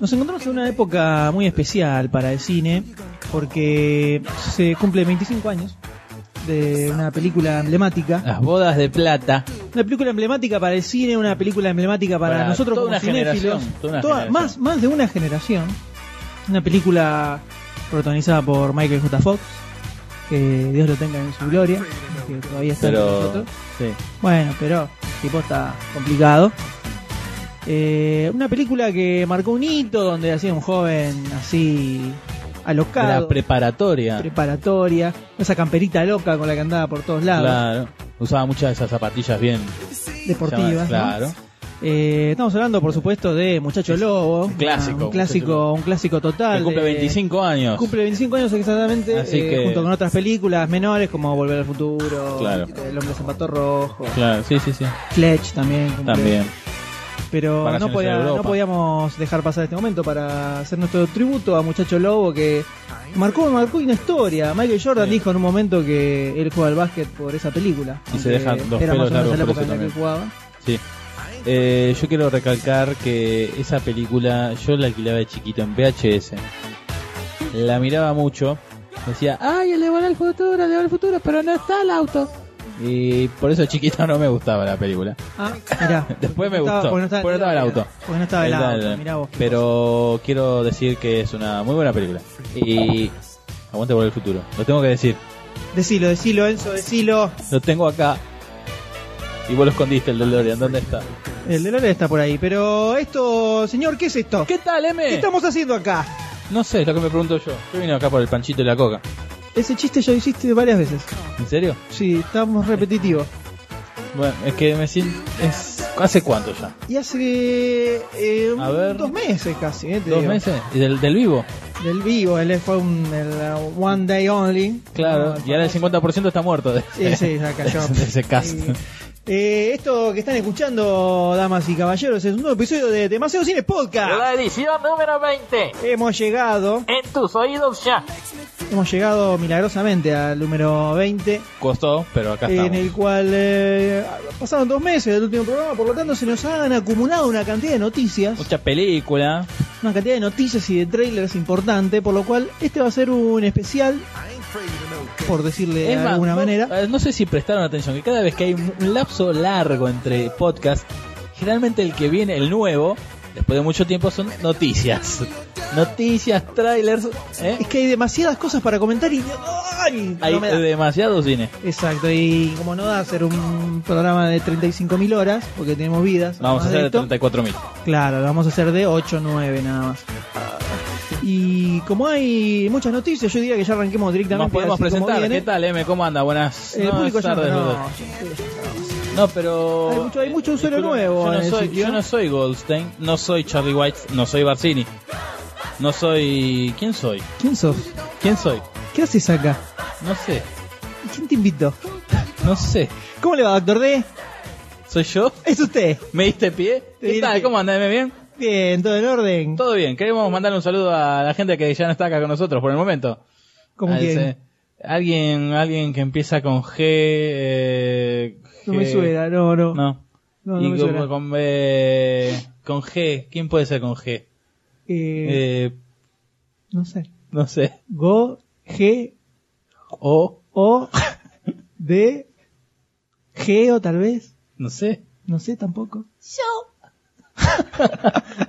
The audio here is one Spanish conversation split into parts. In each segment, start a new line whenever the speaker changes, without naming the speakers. Nos encontramos en una época muy especial para el cine porque se cumple 25 años de una película emblemática.
Las bodas de plata.
Una película emblemática para el cine, una película emblemática para,
Para
nosotros
toda
como
una
cinéfilos.
generación, toda una generación.
más, más de una generación. Una película protagonizada por Michael J. Fox. Que Dios lo tenga en su gloria. Que todavía está entre
Pero.
nosotros.
Sí.
Bueno, pero el tipo está complicado. Eh, una película que marcó un hito donde hacía un joven así
De
alocado,
La preparatoria.
preparatoria, esa camperita loca con la que andaba por todos lados,
Claro. Usaba muchas de esas zapatillas bien.
deportivas.
llamadas,
¿no?
Claro.
Eh, estamos hablando, por supuesto, de Muchacho Lobo,
Un clásico,
un clásico, un clásico total.
Que cumple
Ah, de-
25 años.
Cumple 25 años exactamente,
Así
eh,
que-
junto con otras películas menores como Volver al Futuro,
Claro.
El Hombre Zapato Rojo,
Claro, sí, sí, sí.
Fletch también. cumple-
También.
Pero
Vacaciones
no, podía-
en Europa.
no podíamos dejar pasar este momento para hacer nuestro tributo a Muchacho Lobo que marcó, marcó una historia. Michael Jordan dijo en un momento que él juega al básquet por esa película.
Y se
aunque
deja los
era más o
pelos
menos
largos
la
por
época
eso
en la que
también.
jugaba.
Sí. Eh, yo quiero recalcar que esa película yo la alquilaba de chiquito en VHS. La miraba mucho. Decía, "Ah", ay, el de Volver al futuro, el de Volver al futuro, pero no está el auto. Y por eso de chiquito no me gustaba la película.
Ah, mirá.
Después
Porque
me
no
gustó,
estaba-
porque no estaba el auto.
Porque no estaba el
Está
auto,
el-
mirá vos. qué
Pero quiero decir que es una muy buena película. Y aguante por el futuro. Lo tengo que decir.
cosa. Decilo, decilo, Enzo, decilo.
Lo tengo acá. Y vos lo escondiste, el DeLorean. ¿Dónde está?
El Delore está por ahí. Pero esto, señor, ¿qué es esto?
¿Qué tal, M?
¿Qué estamos haciendo acá?
No sé, es lo que me pregunto yo. Yo vine acá por el panchito y la coca.
Ese chiste ya lo hiciste varias veces.
¿En serio?
Sí, estamos repetitivos.
Bueno, es que me siento... Es... ¿Hace cuánto ya?
Y hace eh,
A
un-
ver.
dos meses casi, eh, te
¿Dos
digo.
meses? ¿Y del, del vivo?
Del vivo, él fue un el, uh, One Day Only.
Claro.
No, el
y ahora el
famoso.
50% está muerto. De...
Ah, Sí, sí, ya cayó.
de ese cast.
Sí. Eh, esto que están escuchando, damas y caballeros, es un nuevo episodio de Demasiado Cine Podcast.
La edición número 20.
Hemos llegado,
En tus oídos ya.
hemos llegado milagrosamente al número 20,
Costó, pero acá
en
estamos.
el cual eh, pasaron dos meses del último programa, por lo tanto se nos han acumulado una cantidad de noticias.
Mucha película.
una cantidad de noticias y de trailers importante, por lo cual este va a ser un especial, por decirle de
Es más,
alguna
no-
manera.
eh, No sé si prestaron atención, que cada vez que hay un un lapso largo entre podcasts, generalmente el que viene, el nuevo, después de mucho tiempo, son noticias. Noticias, trailers. ¿eh?
Es que hay demasiadas cosas para comentar y... ¡Ay!
Hay
No me da.
demasiado cine.
Exacto, y como no da hacer un programa de 35.000 horas, porque tenemos vidas,
Vamos a
además de
hacer de
esto,
34.000.
Claro, lo vamos a hacer de 8 9 nada más. Y como hay muchas noticias, yo diría que ya arranquemos directamente.
Nos podemos
así como
presentar.
viene. Eh,
¿Qué tal, M? ¿Cómo anda? Buenas
El
buenas
público ya
tardes.
no-
Lourdes. No, pero.
Hay mucho- hay mucho usuario
Disculpa,
nuevo
Yo
en
no,
el
soy,
sitio.
yo no soy Goldstein, no soy Charlie White, no soy Barcini. No soy. ¿Quién soy?
¿Quién sos?
¿Quién soy?
¿Qué haces acá?
No sé.
¿Quién te invitó?
No sé.
¿Cómo le va, doctor D?
¿Soy yo?
Es usted.
¿Me diste pie?
Te di
¿Qué tal?
pie.
¿Cómo andás? ¿Me bien?
Bien, todo en orden.
Todo bien. Queremos mandarle un saludo a la gente que ya no está acá con nosotros por el momento.
Como
A
que
Ah, ese- Alguien, alguien que empieza con G. eh,
no me
G-
suena, no, no.
No.
No, no
y
me
con,
suena.
con, eh, con G. ¿Quién puede ser con G?
Eh,
Eh,
no sé.
no sé.
Go, G,
O.
O, D, Geo tal vez.
No sé.
No sé tampoco.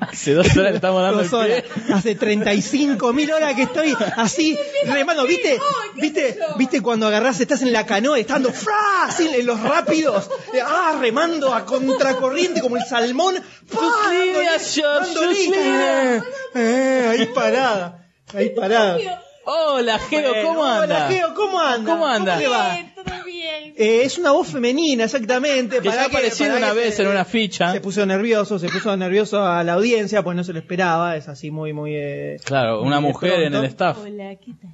Hace dos horas le estamos dando el
Dos horas.
pie.
Hace 35 mil horas que estoy así remando. ¿Viste? ¿Viste? ¿Viste cuando agarrás, estás en la canoa, estando ¡fra! así en los rápidos? eh, ¡Ah! Remando a contracorriente como el salmón. ¡Fa! Dándole-
líneas, George,
dándole.
sus líneas.
Eh, eh, ahí parada. Ahí parada.
Hola, Geo, ¿cómo
Bueno,
anda?
Hola, Geo, ¿cómo anda?
¿Cómo anda?
le va?
Bien, todo bien.
Eh, es una voz femenina, exactamente.
Que ya
Pará
apareció
pará
una
que
vez
se-
en una ficha.
Se puso nervioso, se puso nervioso a la audiencia, pues no se lo esperaba, es así muy, muy... eh,
Claro, una
muy de
mujer en
pronto.
el staff.
Hola, ¿qué tal?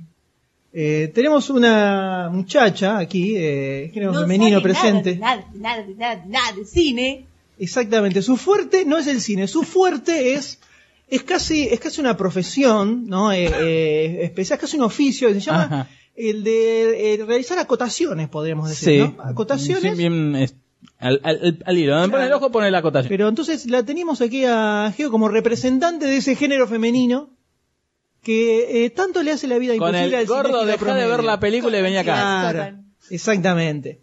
Eh, tenemos una muchacha aquí, eh, género femenino
sabe
presente.
Nada, de nada, de nada, de nada, de nada de cine.
Exactamente, su fuerte no es el cine, su fuerte es es casi es casi una profesión, ¿no? Eh, eh, especial, es casi un oficio, se llama
Ajá.
el de eh, realizar acotaciones, podríamos decir,
Sí.
¿no? Acotaciones.
Sí, bien, es- al, al- al- al hilo. Donde pone el ojo, pone la acotación.
Pero entonces la tenemos aquí a Geo como representante de ese género femenino que eh, tanto le hace la vida
Con
imposible
el
al
gordo,
cinéfilo
dejá de
promedio.
ver la película y vení acá.
Claro,
Total.
exactamente.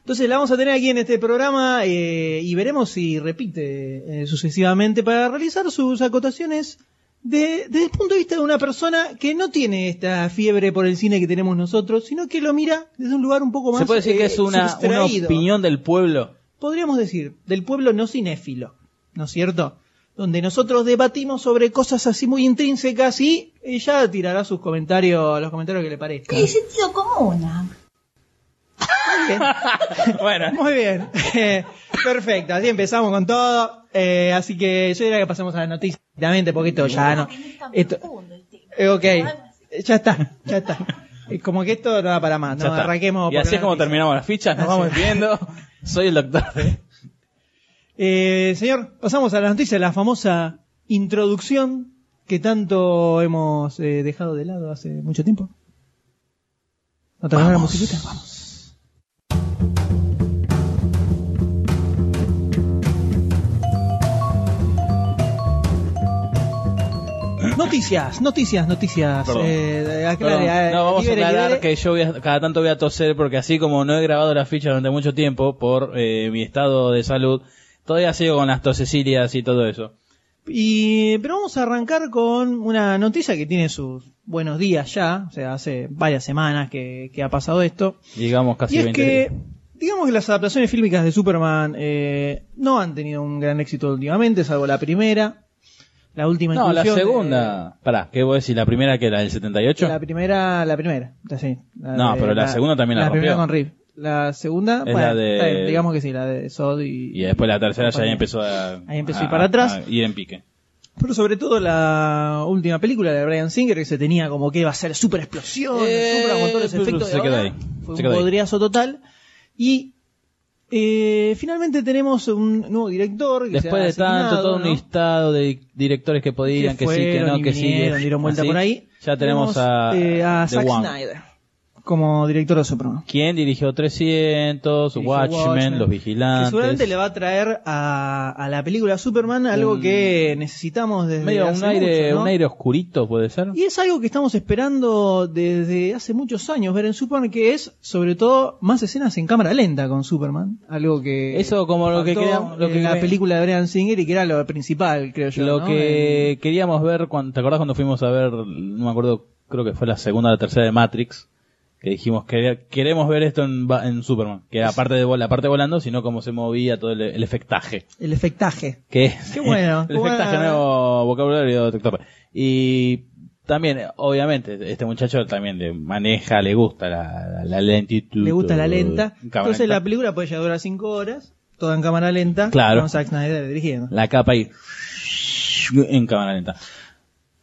Entonces la vamos a tener aquí en este programa eh, y veremos si repite eh, sucesivamente para realizar sus acotaciones de- desde el punto de vista de una persona que no tiene esta fiebre por el cine que tenemos nosotros, sino que lo mira desde un lugar un poco más
¿Se puede decir que
eh,
es una, una
sustraído.
opinión del pueblo?
Podríamos decir, del pueblo no cinéfilo, ¿no es cierto? Donde nosotros debatimos sobre cosas así muy intrínsecas y ella tirará sus comentarios, los comentarios que le parezcan.
Sí, sentido común. ah.
Muy bien.
bueno,
Muy bien. Eh, Perfecto. Así empezamos con todo. Eh, así que yo diría que pasemos a la noticia directamente, porque esto ya no.
Porque no es tan
Esto,
profundo el tema.
eh, ok. Eh, Ya está, ya está. Eh, Como que esto no da para más.
ya
No,
está.
arranquemos.
Y
por
así
la
es como
noticia. Ah,
terminamos las fichas, nos
Así
vamos
es.
viendo. Soy el doctor.
Eh, señor, pasamos a la noticia, la famosa introducción que tanto hemos eh, dejado de lado hace mucho tiempo. ¿No te acordás la musiquita? Vamos. Noticias, noticias, noticias.
Perdón.
Eh, aclare,
Perdón.
eh,
No, vamos a
libere,
aclarar
libere.
que yo voy a- cada tanto voy a toser porque así como no he grabado las fichas durante mucho tiempo por eh, mi estado de salud, todavía sigo con las tosecilias y todo eso.
Y, pero vamos a arrancar con una noticia que tiene sus buenos días ya, o sea, hace varias semanas que, que ha pasado esto.
Digamos casi
y es
20
que,
días.
digamos que las adaptaciones fílmicas de Superman eh, no han tenido un gran éxito últimamente, salvo la primera, la última
No, la
inclusión de-
segunda. Pará, ¿qué vos decís? ¿La primera que era del 78?
la primera, la primera, la- sí, la
No,
de-
pero la segunda también la
La primera
rompió.
con Reeve. La segunda,
Es
bueno,
la de-
está bien, digamos que sí, la de Sod y...
Y después la tercera ya ahí
compañía.
empezó a...
Ahí empezó a ir
a-
para atrás.
a ir en pique.
Pero sobre todo la última película de Brian Singer que se tenía como que iba a ser super explosión,
Eh,
super motores,
pero
efectos. y
se
ahora
queda ahí,
Fue
se
un
queda ahí.
podriazo total. Y eh, finalmente tenemos un nuevo director. Que se
Después
ha
de tanto,
asignado,
todo un
¿no?
listado de directores que podían, que, sí, que
fueron
no,
y
que sí.
vinieron, dieron vuelta
Así,
por ahí.
Ya tenemos, a,
eh, a
The
Zack
One.
Snyder como director de Superman.
¿Quién dirigió 300,
Dirigió
Watchmen,
Watchmen,
Los
Que
Vigilantes?
seguramente le va a traer a, a la película Superman algo
Un-
que necesitamos desde
Mm. Medio un
hace
aire,
mucho, ¿no?
un aire oscurito, puede ser.
Y es algo que estamos esperando desde hace muchos años ver en Superman, que es sobre todo más escenas en cámara lenta con Superman. Algo que.
Eso como lo que
faltó
queríamos- lo
en
que-
la película de Brian Singer y que era lo principal, creo yo.
Lo
¿no?
que queríamos ver, cuando, ¿te acordás cuando fuimos a ver, no me acuerdo, creo que fue la segunda o la tercera de Matrix? Que dijimos que queremos ver esto en, va- en Superman. Que aparte de vol- la parte volando, sino cómo se movía todo el, el efectaje.
El efectaje.
Que es
Qué bueno,
el
qué
efectaje
buena-
nuevo vocabulario doctor. Y también, obviamente, este muchacho también le maneja, le gusta la, la lentitud.
Le gusta la lenta.
Cámara
Entonces
lenta.
la película puede ya durar 5 horas, toda en cámara lenta,
Claro.
con Zack Snyder dirigiendo.
la capa ahí en cámara lenta.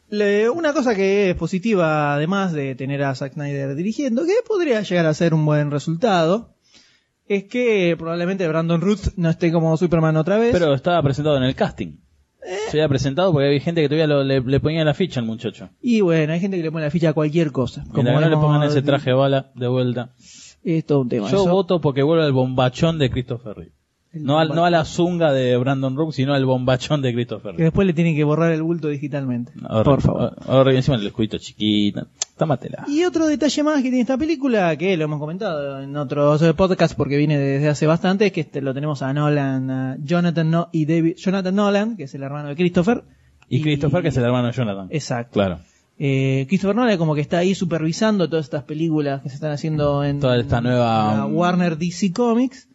Le- una cosa que es positiva, además de tener a Zack Snyder dirigiendo, que podría llegar a ser un buen resultado, es que probablemente Brandon Ruth no esté como Superman otra vez.
Pero estaba presentado en el casting. Se había presentado porque había gente que todavía lo- le, le ponía la ficha al muchacho.
Y bueno, hay gente que le pone la ficha a cualquier cosa.
Como no le
vemos,
pongan ese traje de bala de vuelta.
Es todo un tema.
Yo
eso.
voto porque vuelve al bombachón de Christopher Reeve.
El
No, al-
bombachón.
no a la zunga de Brandon Rook, sino al bombachón de Christopher
Que
Reeve.
después le tienen que borrar el bulto digitalmente.
Ahora-
Por favor.
Ahora encima el escudito chiquito. Tómatela.
Y otro detalle más que tiene esta película, que lo hemos comentado en otros eh, podcasts porque viene desde hace bastante, es que este, lo tenemos a Nolan, a Jonathan No- y David, Jonathan Nolan, que es el hermano de Christopher.
Y Christopher, que es el hermano de Jonathan.
Exacto.
Claro.
Eh, Christopher Nolan como que está ahí supervisando todas estas películas que se están haciendo en
um, Toda esta nueva-
la Warner DC Comics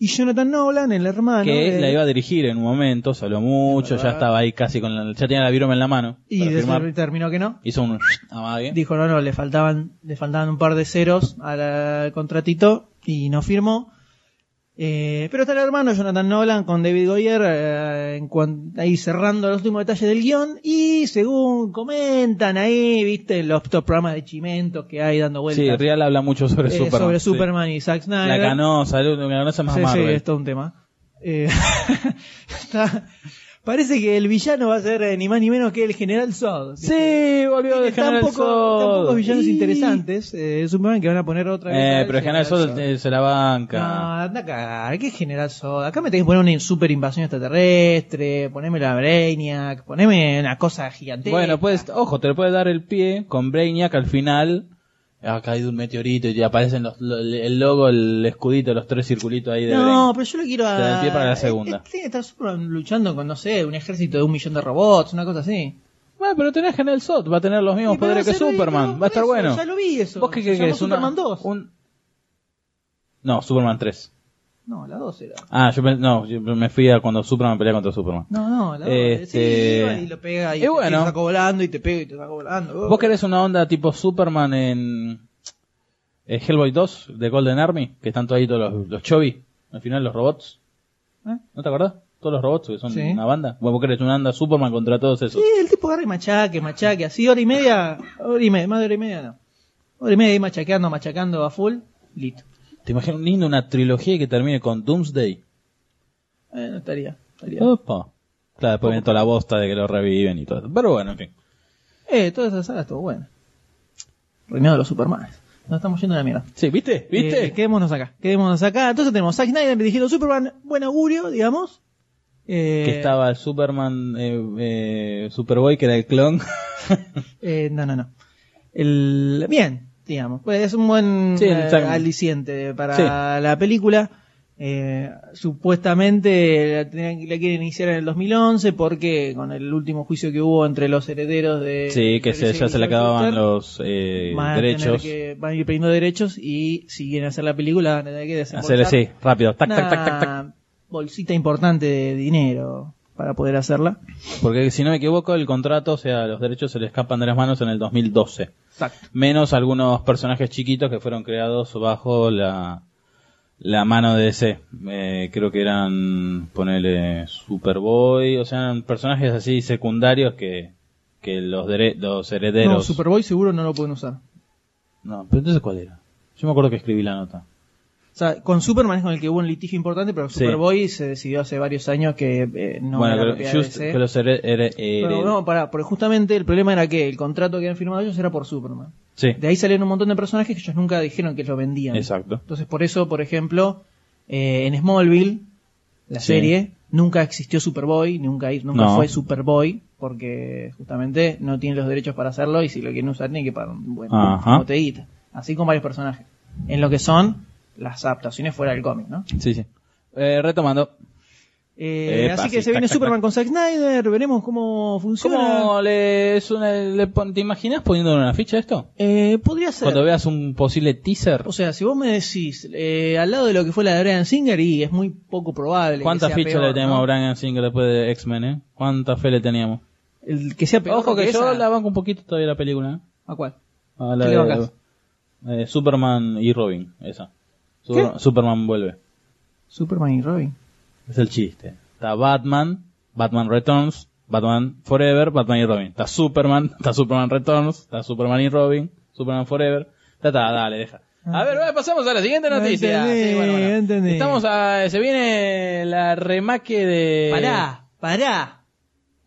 Y Jonathan Nolan, el hermano. eh,
que
de-
la iba a dirigir en un momento, salió mucho, ya estaba ahí casi con la, ya tenía la viroma en la mano.
y
para firmar.
después terminó que no.
Hizo un amague.
Dijo, no, no, le faltaban, le faltaban un par de ceros al, al contratito y no firmó. Eh, pero está el hermano Jonathan Nolan con David Goyer eh, en cuan- ahí cerrando los últimos detalles del guión y según comentan ahí, viste, los top programas de chimentos que hay dando vueltas
Sí, Real habla mucho sobre
eh,
Superman.
sobre
sí.
Superman y Zack Snyder.
La canosa, la la canosa más
Sí, sí,
Marvel.
es todo un tema. Eh, está- parece que el villano va a ser eh, ni más ni menos que el General Zod.
Sí, volvió de General
tampoco,
Zod.
tampoco villanos
Y-
interesantes eh, Superman que van a poner otra vez.
Eh,
al
pero el General Sol eh, se la
No,
banca.
anda a cagar, ¿qué General Zod? Acá me tenés que poner una super invasión extraterrestre, poneme la Brainiac, poneme una cosa gigantesca.
bueno, pues, ojo, te le puede dar el pie con Brainiac al final. Ha caído un meteorito y aparecen los, lo- el logo, el escudito, los tres circulitos ahí de
No, pero yo lo quiero a...
Te da el pie para la segunda.
Eh, eh, Tiene que estar Superman luchando con, no sé, un ejército de un millón de robots, una cosa así.
Brainiac. Bueno, pero tenés General Zod, va a tener los mismos
Y, pero
poderes
va
que
a ser-
Superman,
pero
va a estar
por eso,
bueno.
Ya lo vi eso.
¿Vos qué
Se
crees?
llamó Superman
Una-
2.
un- No, Superman 3.
No, la 2 era.
Ah, yo, pe- no, yo me fui a cuando Superman pelea contra Superman.
No, no, la 2.
Este-
Sí, y lo pega y,
Y
te-
bueno.
te saco volando y te pega y te saco volando. Oh.
¿Vos querés una onda tipo Superman en eh, Hellboy 2 de Golden Army? Que están todos ahí todos los, los chubby, al final los robots.
¿Eh?
¿No te acordás? Todos los robots que son
Sí.
una banda. Bueno, vos querés una onda Superman contra todos esos.
Sí, el tipo agarra y machaque, machaque, así hora y media, hora y media, más de hora y media no. Hora y media ahí machaqueando, machaqueando a full, listo.
¿Te imaginas un lindo una trilogía que termine con Doomsday?
Eh, no estaría, estaría.
Opa. Claro, después viene toda la bosta de que lo reviven y todo. Pero bueno, en fin.
Eh, toda esa saga estuvo buena. Reinado de los Supermanes. Nos estamos yendo a la mierda.
Sí, ¿viste? ¿Viste?
Eh, quedémonos acá, quedémonos acá. Entonces tenemos Zack Snyder dirigiendo Superman, buen augurio, digamos. Eh,
que estaba el Superman, eh, eh, Superboy, que era el clon.
Eh, no, no, no. El, bien, digamos. Pues es un buen
Sí, el-
eh, aliciente para
Sí.
la película. Eh, supuestamente la, tenían- la quieren iniciar en el 2011 porque con el último juicio que hubo entre los herederos de...
sí, que se-
Patricia
ya se
Elizabeth
le acababan
Foster,
los eh,
van a tener
derechos.
que- van a ir pidiendo derechos y si quieren hacer la película van a tener que desembolsar
Hacerle así, rápido, tac,
una
tac, tac, tac, tac.
bolsita importante de dinero para poder hacerla.
Porque si no me equivoco, el contrato, o sea, los derechos se le escapan de las manos en el 2012.
Exacto.
Menos algunos personajes chiquitos que fueron creados bajo la, la mano de DC. Eh, creo que eran, ponele, Superboy, o sea, eran personajes así secundarios que, que los, dere- los herederos.
No, Superboy seguro no lo pueden usar.
No, pero entonces cuál era. Yo me acuerdo que escribí la nota.
O sea, con Superman es con el que hubo un litigio importante, pero
Sí.
Superboy se decidió hace varios años que eh, no
bueno,
era
pero
propiedad de
just-
DC.
que los here- here-
Pero
here-
no, pará, porque justamente el problema era que el contrato que habían firmado ellos era por Superman.
Sí,
De ahí salieron un montón de personajes que ellos nunca dijeron que lo vendían.
exacto.
Entonces, por eso, por ejemplo, eh, en Smallville, la
Sí.
serie, nunca existió Superboy, nunca, nunca
No.
fue Superboy, porque justamente no tienen los derechos para hacerlo y si lo quieren usar tienen que pagar un buen
Ajá.
botellita. Así con varios personajes. En lo que son las adaptaciones fuera del cómic, ¿no?
Sí, sí. Eh, retomando.
Eh,
Epa,
así que
sí,
se
tac,
viene
tac,
Superman con Zack Snyder, veremos cómo funciona.
¿Cómo le, es una- le pon- ¿Te imaginas poniendo una ficha a esto?
Eh, podría ser.
Cuando veas un posible teaser,
O sea, si vos me decís, eh, al lado de lo que fue la de Brian Singer, y es muy poco probable. que
¿cuántas
sea
fichas
peor,
le tenemos
¿no?
a Brian Singer después de X-Men, eh? ¿Cuánta fe le teníamos?
El que sea peor.
Ojo que, yo
esa-
la banco un poquito todavía la película, eh.
¿A cuál?
A la
¿Qué le
de-
bancas?
eh, Superman y Robin, esa. Super- Superman vuelve.
Superman y Robin.
Es el chiste. Está Batman, Batman Returns, Batman Forever, Batman y Robin. Está Superman, está Superman Returns, está Superman y Robin, Superman Forever. Ta, ta, dale, deja. A ver, bueno, pasamos a la siguiente
Ah. No
noticia.
entendí, no entendí.
Estamos a, se viene la remake de...
Pará, pará.
Eh,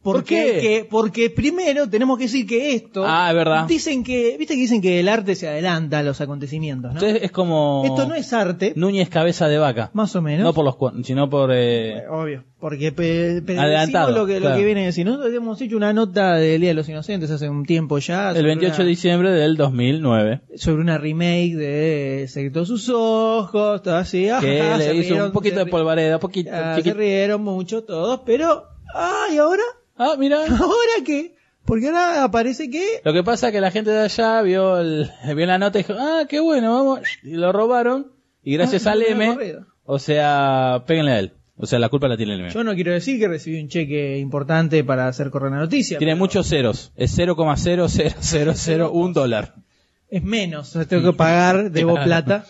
¿Por
Porque-
qué?
que- porque primero tenemos que decir que esto.
Ah, es verdad.
Dicen que, viste que dicen que el arte se adelanta a los acontecimientos, ¿no?
Entonces es como...
Esto no es arte,
Núñez cabeza de vaca.
más o menos.
No por los cuernos, sino por... eh,
Obvio, porque pe- pe-
Adelantado,
decimos lo que, lo
claro.
que viene a decir. Nosotros hemos hecho una nota del Día de los Inocentes hace un tiempo ya.
el
sobre
28 de
una-
diciembre del 2009.
Sobre una remake de Secretó sus ojos, todo así.
Que
ajá, se
le hizo
rieron,
un poquito
se
de
ri-
polvareda, poquito,
ah, Se
chiquito.
rieron mucho todos, pero. ¡Ah! ¿Y ahora?
Ah, mira.
¿Ahora qué? Porque ahora aparece que.
Lo que pasa es que la gente de allá vio, el- vio la nota y dijo, ah, qué bueno, vamos. Y lo robaron. Y gracias
Ah,
al
no,
M,
corrido.
o sea, péguenle a él. O sea, la culpa la tiene el mío.
Yo no quiero decir que recibí un cheque importante para hacer correr la noticia.
Tiene
pero
muchos ceros. Es 0,00001 dólar.
Es menos, o sea, tengo que pagar, debo plata.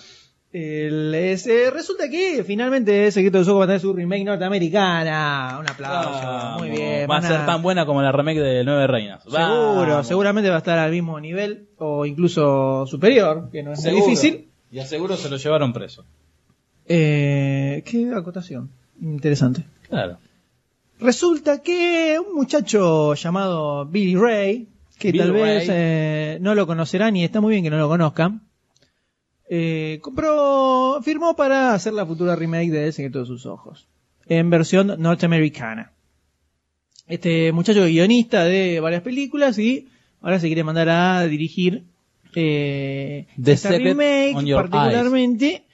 El- es- eh, resulta que finalmente Secreto de Soco va a tener su remake norteamericana. Un aplauso, muy bien.
Va a
van
ser tan buena como la remake de Nueve Reinas.
Seguro,
Vamos.
seguramente va a estar al mismo nivel o incluso superior, que no es muy
Seguro.
difícil.
Y aseguro se lo llevaron preso.
Eh, qué acotación, interesante.
Claro.
Resulta que un muchacho llamado Billy Ray, que
Billy
tal vez
Ray.
eh, no lo conocerán y está muy bien que no lo conozcan, eh, compró, firmó para hacer la futura remake de El secreto de sus ojos, en versión norteamericana. Este muchacho es guionista de varias películas y ahora se quiere mandar a dirigir eh,
The
esta
Secret
remake
on Your
particularmente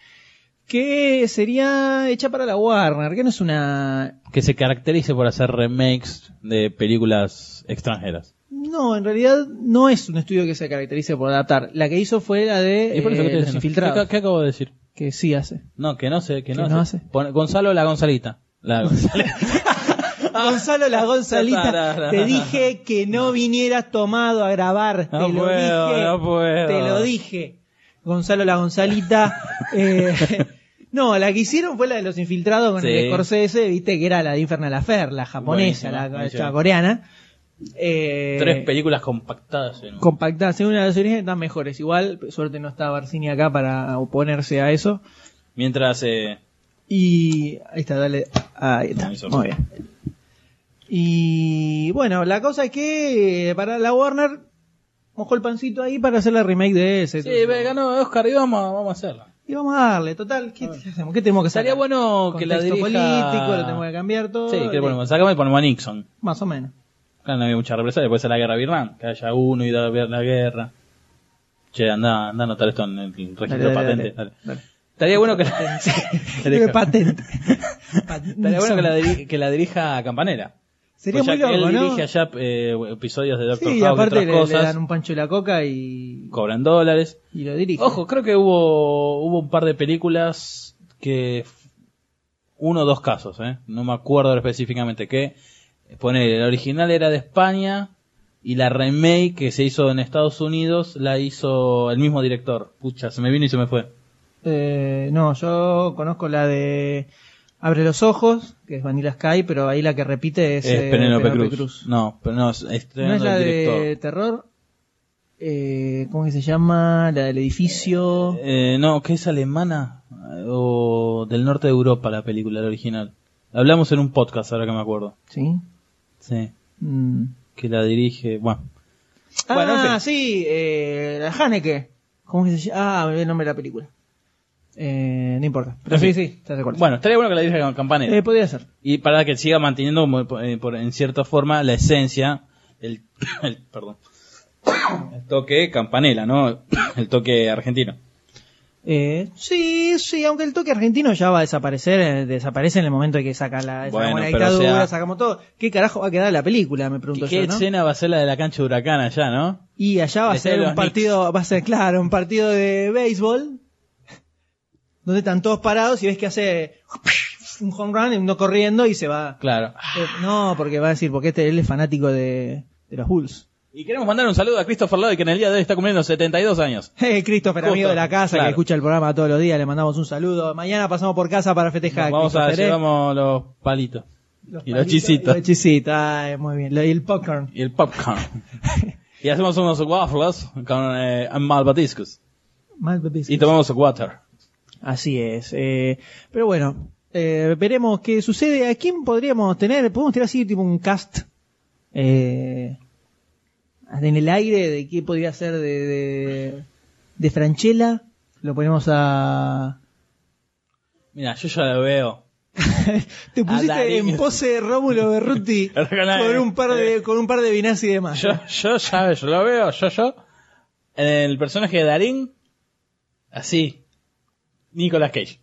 que sería hecha para la Warner, que no es una
Que se caracterice por hacer remakes de películas extranjeras.
No, en realidad no es un estudio que se caracterice por adaptar. La que hizo fue la de
Y por eso
eh,
que
Los
estoy diciendo, ¿Qué,
Infiltrados,
qué acabo de decir?
que sí hace.
No, que no sé, que no,
Que no
hace.
hace.
Pon- Gonzalo la Gonzalita. La Gonzalita. Ah.
Gonzalo La
Ta, ta,
Gonzalita,
ta.
te dije que no vinieras tomado a grabar.
No
te lo
puedo,
dije,
no puedo.
Te lo dije. Gonzalo La Gonzalita. eh, no, la que hicieron fue la de Los Infiltrados con
Sí.
el Scorsese, viste que era la de Infernal Affair, la japonesa,
Buenísima,
la, la
buenísima.
coreana. Eh,
Tres películas compactadas en un-
compactadas según las orígenes están mejores. Igual, suerte no está Barcini acá para oponerse a eso.
Mientras eh,
Y ahí está, dale. Ahí está.
Ahí está.
Muy bien. Y bueno, la cosa es que eh, para la Warner mojó el pancito ahí para hacer la remake de ese.
Sí, ve, ganó Oscar y vamos, a- vamos a hacerla.
Y vamos a darle, total, ¿qué, hacemos? ¿Qué tenemos que sacar?
Estaría bueno que la
Contexto
dirija...
político, lo tenemos que cambiar todo. eh,
Sí, que le ponemos, sacamos y ponemos a Nixon.
Más o menos.
Claro, no había mucha represalia, puede ser la guerra de Vietnam, que haya uno y da la guerra. Che, anda, anda a anotar esto en el registro
Dale, dale,
patente.
dale,
dale.
dale.
Estaría bueno que la,
Creo que patente.
estaría bueno que la, diri- que la dirija a Campanera.
Sería muy
Pues ya que
loco,
él
¿no?
dirige allá eh, episodios de Doctor
Sí, y
House y
aparte
otras
le, le
cosas,
dan un pancho de la coca y,
cobran dólares.
y lo dirige.
Ojo, creo que hubo, hubo un par de películas que. f- Uno o dos casos, ¿eh? No me acuerdo ahora específicamente qué. Poner, la original era de España y la remake que se hizo en Estados Unidos la hizo el mismo director. Pucha, se me vino y se me fue.
Eh, no, yo conozco la de Abre los ojos, que es Vanilla Sky, pero ahí la que repite es,
es
eh,
Penélope
Penélope
Cruz. No, pero no, es, es
¿No es la
el director.
de terror? Eh, ¿Cómo que se llama? La del edificio.
Eh, no, que es alemana eh, o del norte de Europa la película, la original. Hablamos en un podcast, ahora que me acuerdo.
¿Sí?
Sí,
Mm.
que la dirige. Bueno, Bueno, en
Ah,
fin.
sí, eh, la Haneke. ¿Cómo que se llama? Ah, me olvidé el nombre de la película. Eh, no importa. Pero
En
sí,
fin.
sí, te recuerdo.
bueno estaría bueno que la dirija con campanera.
Eh, podría ser.
y para que siga manteniendo, como, eh, por- en cierta forma, la esencia, el, el- perdón, el toque campanela, ¿no? El toque argentino.
Eh, sí, sí, aunque el toque argentino ya va a desaparecer, eh, desaparece en el momento en que saca la,
Bueno,
sacamos la
pero,
dictadura,
o sea-
sacamos todo. ¿Qué carajo va a quedar la película? Me pregunto
¿Qué,
yo, ¿no?
escena va a ser la de la cancha de huracán allá, no?
Y allá va a
Le sale
ser un
los
partido, va a ser, claro, un partido de béisbol, donde están todos parados y ves que hace un home run, uno corriendo y se va.
Claro.
Eh, No, porque va a decir, porque este él es fanático de, de los Bulls.
Y queremos mandar un saludo a Christopher Lloyd, que en el día de hoy está cumpliendo 72 años.
Eh, Christopher,
Justo,
amigo de la casa,
claro.
que escucha el programa todos los días, le mandamos un saludo. Mañana pasamos por casa para festejar.
vamos a
Christopher, ¿eh?
llevamos los palitos. Y los
palitos,
chisitos.
y Los chisitos, ay, muy bien. Lo- Y el popcorn.
y el popcorn. y hacemos unos waffles con eh, malvaviscos.
Mal bebés.
Y tomamos water.
Así es. eh, pero bueno, eh, veremos qué sucede. ¿A quién podríamos tener? ¿Podemos tirar así tipo un cast? eh, en el aire de qué podría ser de, de, de Franchella. Lo ponemos a...
Mira, yo ya lo veo.
Te pusiste
Darín.
en pose de Rómulo Berruti con un par de con un par de Vinazzi de más.
Yo, yo, ¿sabes? Yo lo veo, yo, yo. El personaje de Darín, así. Nicolas Cage.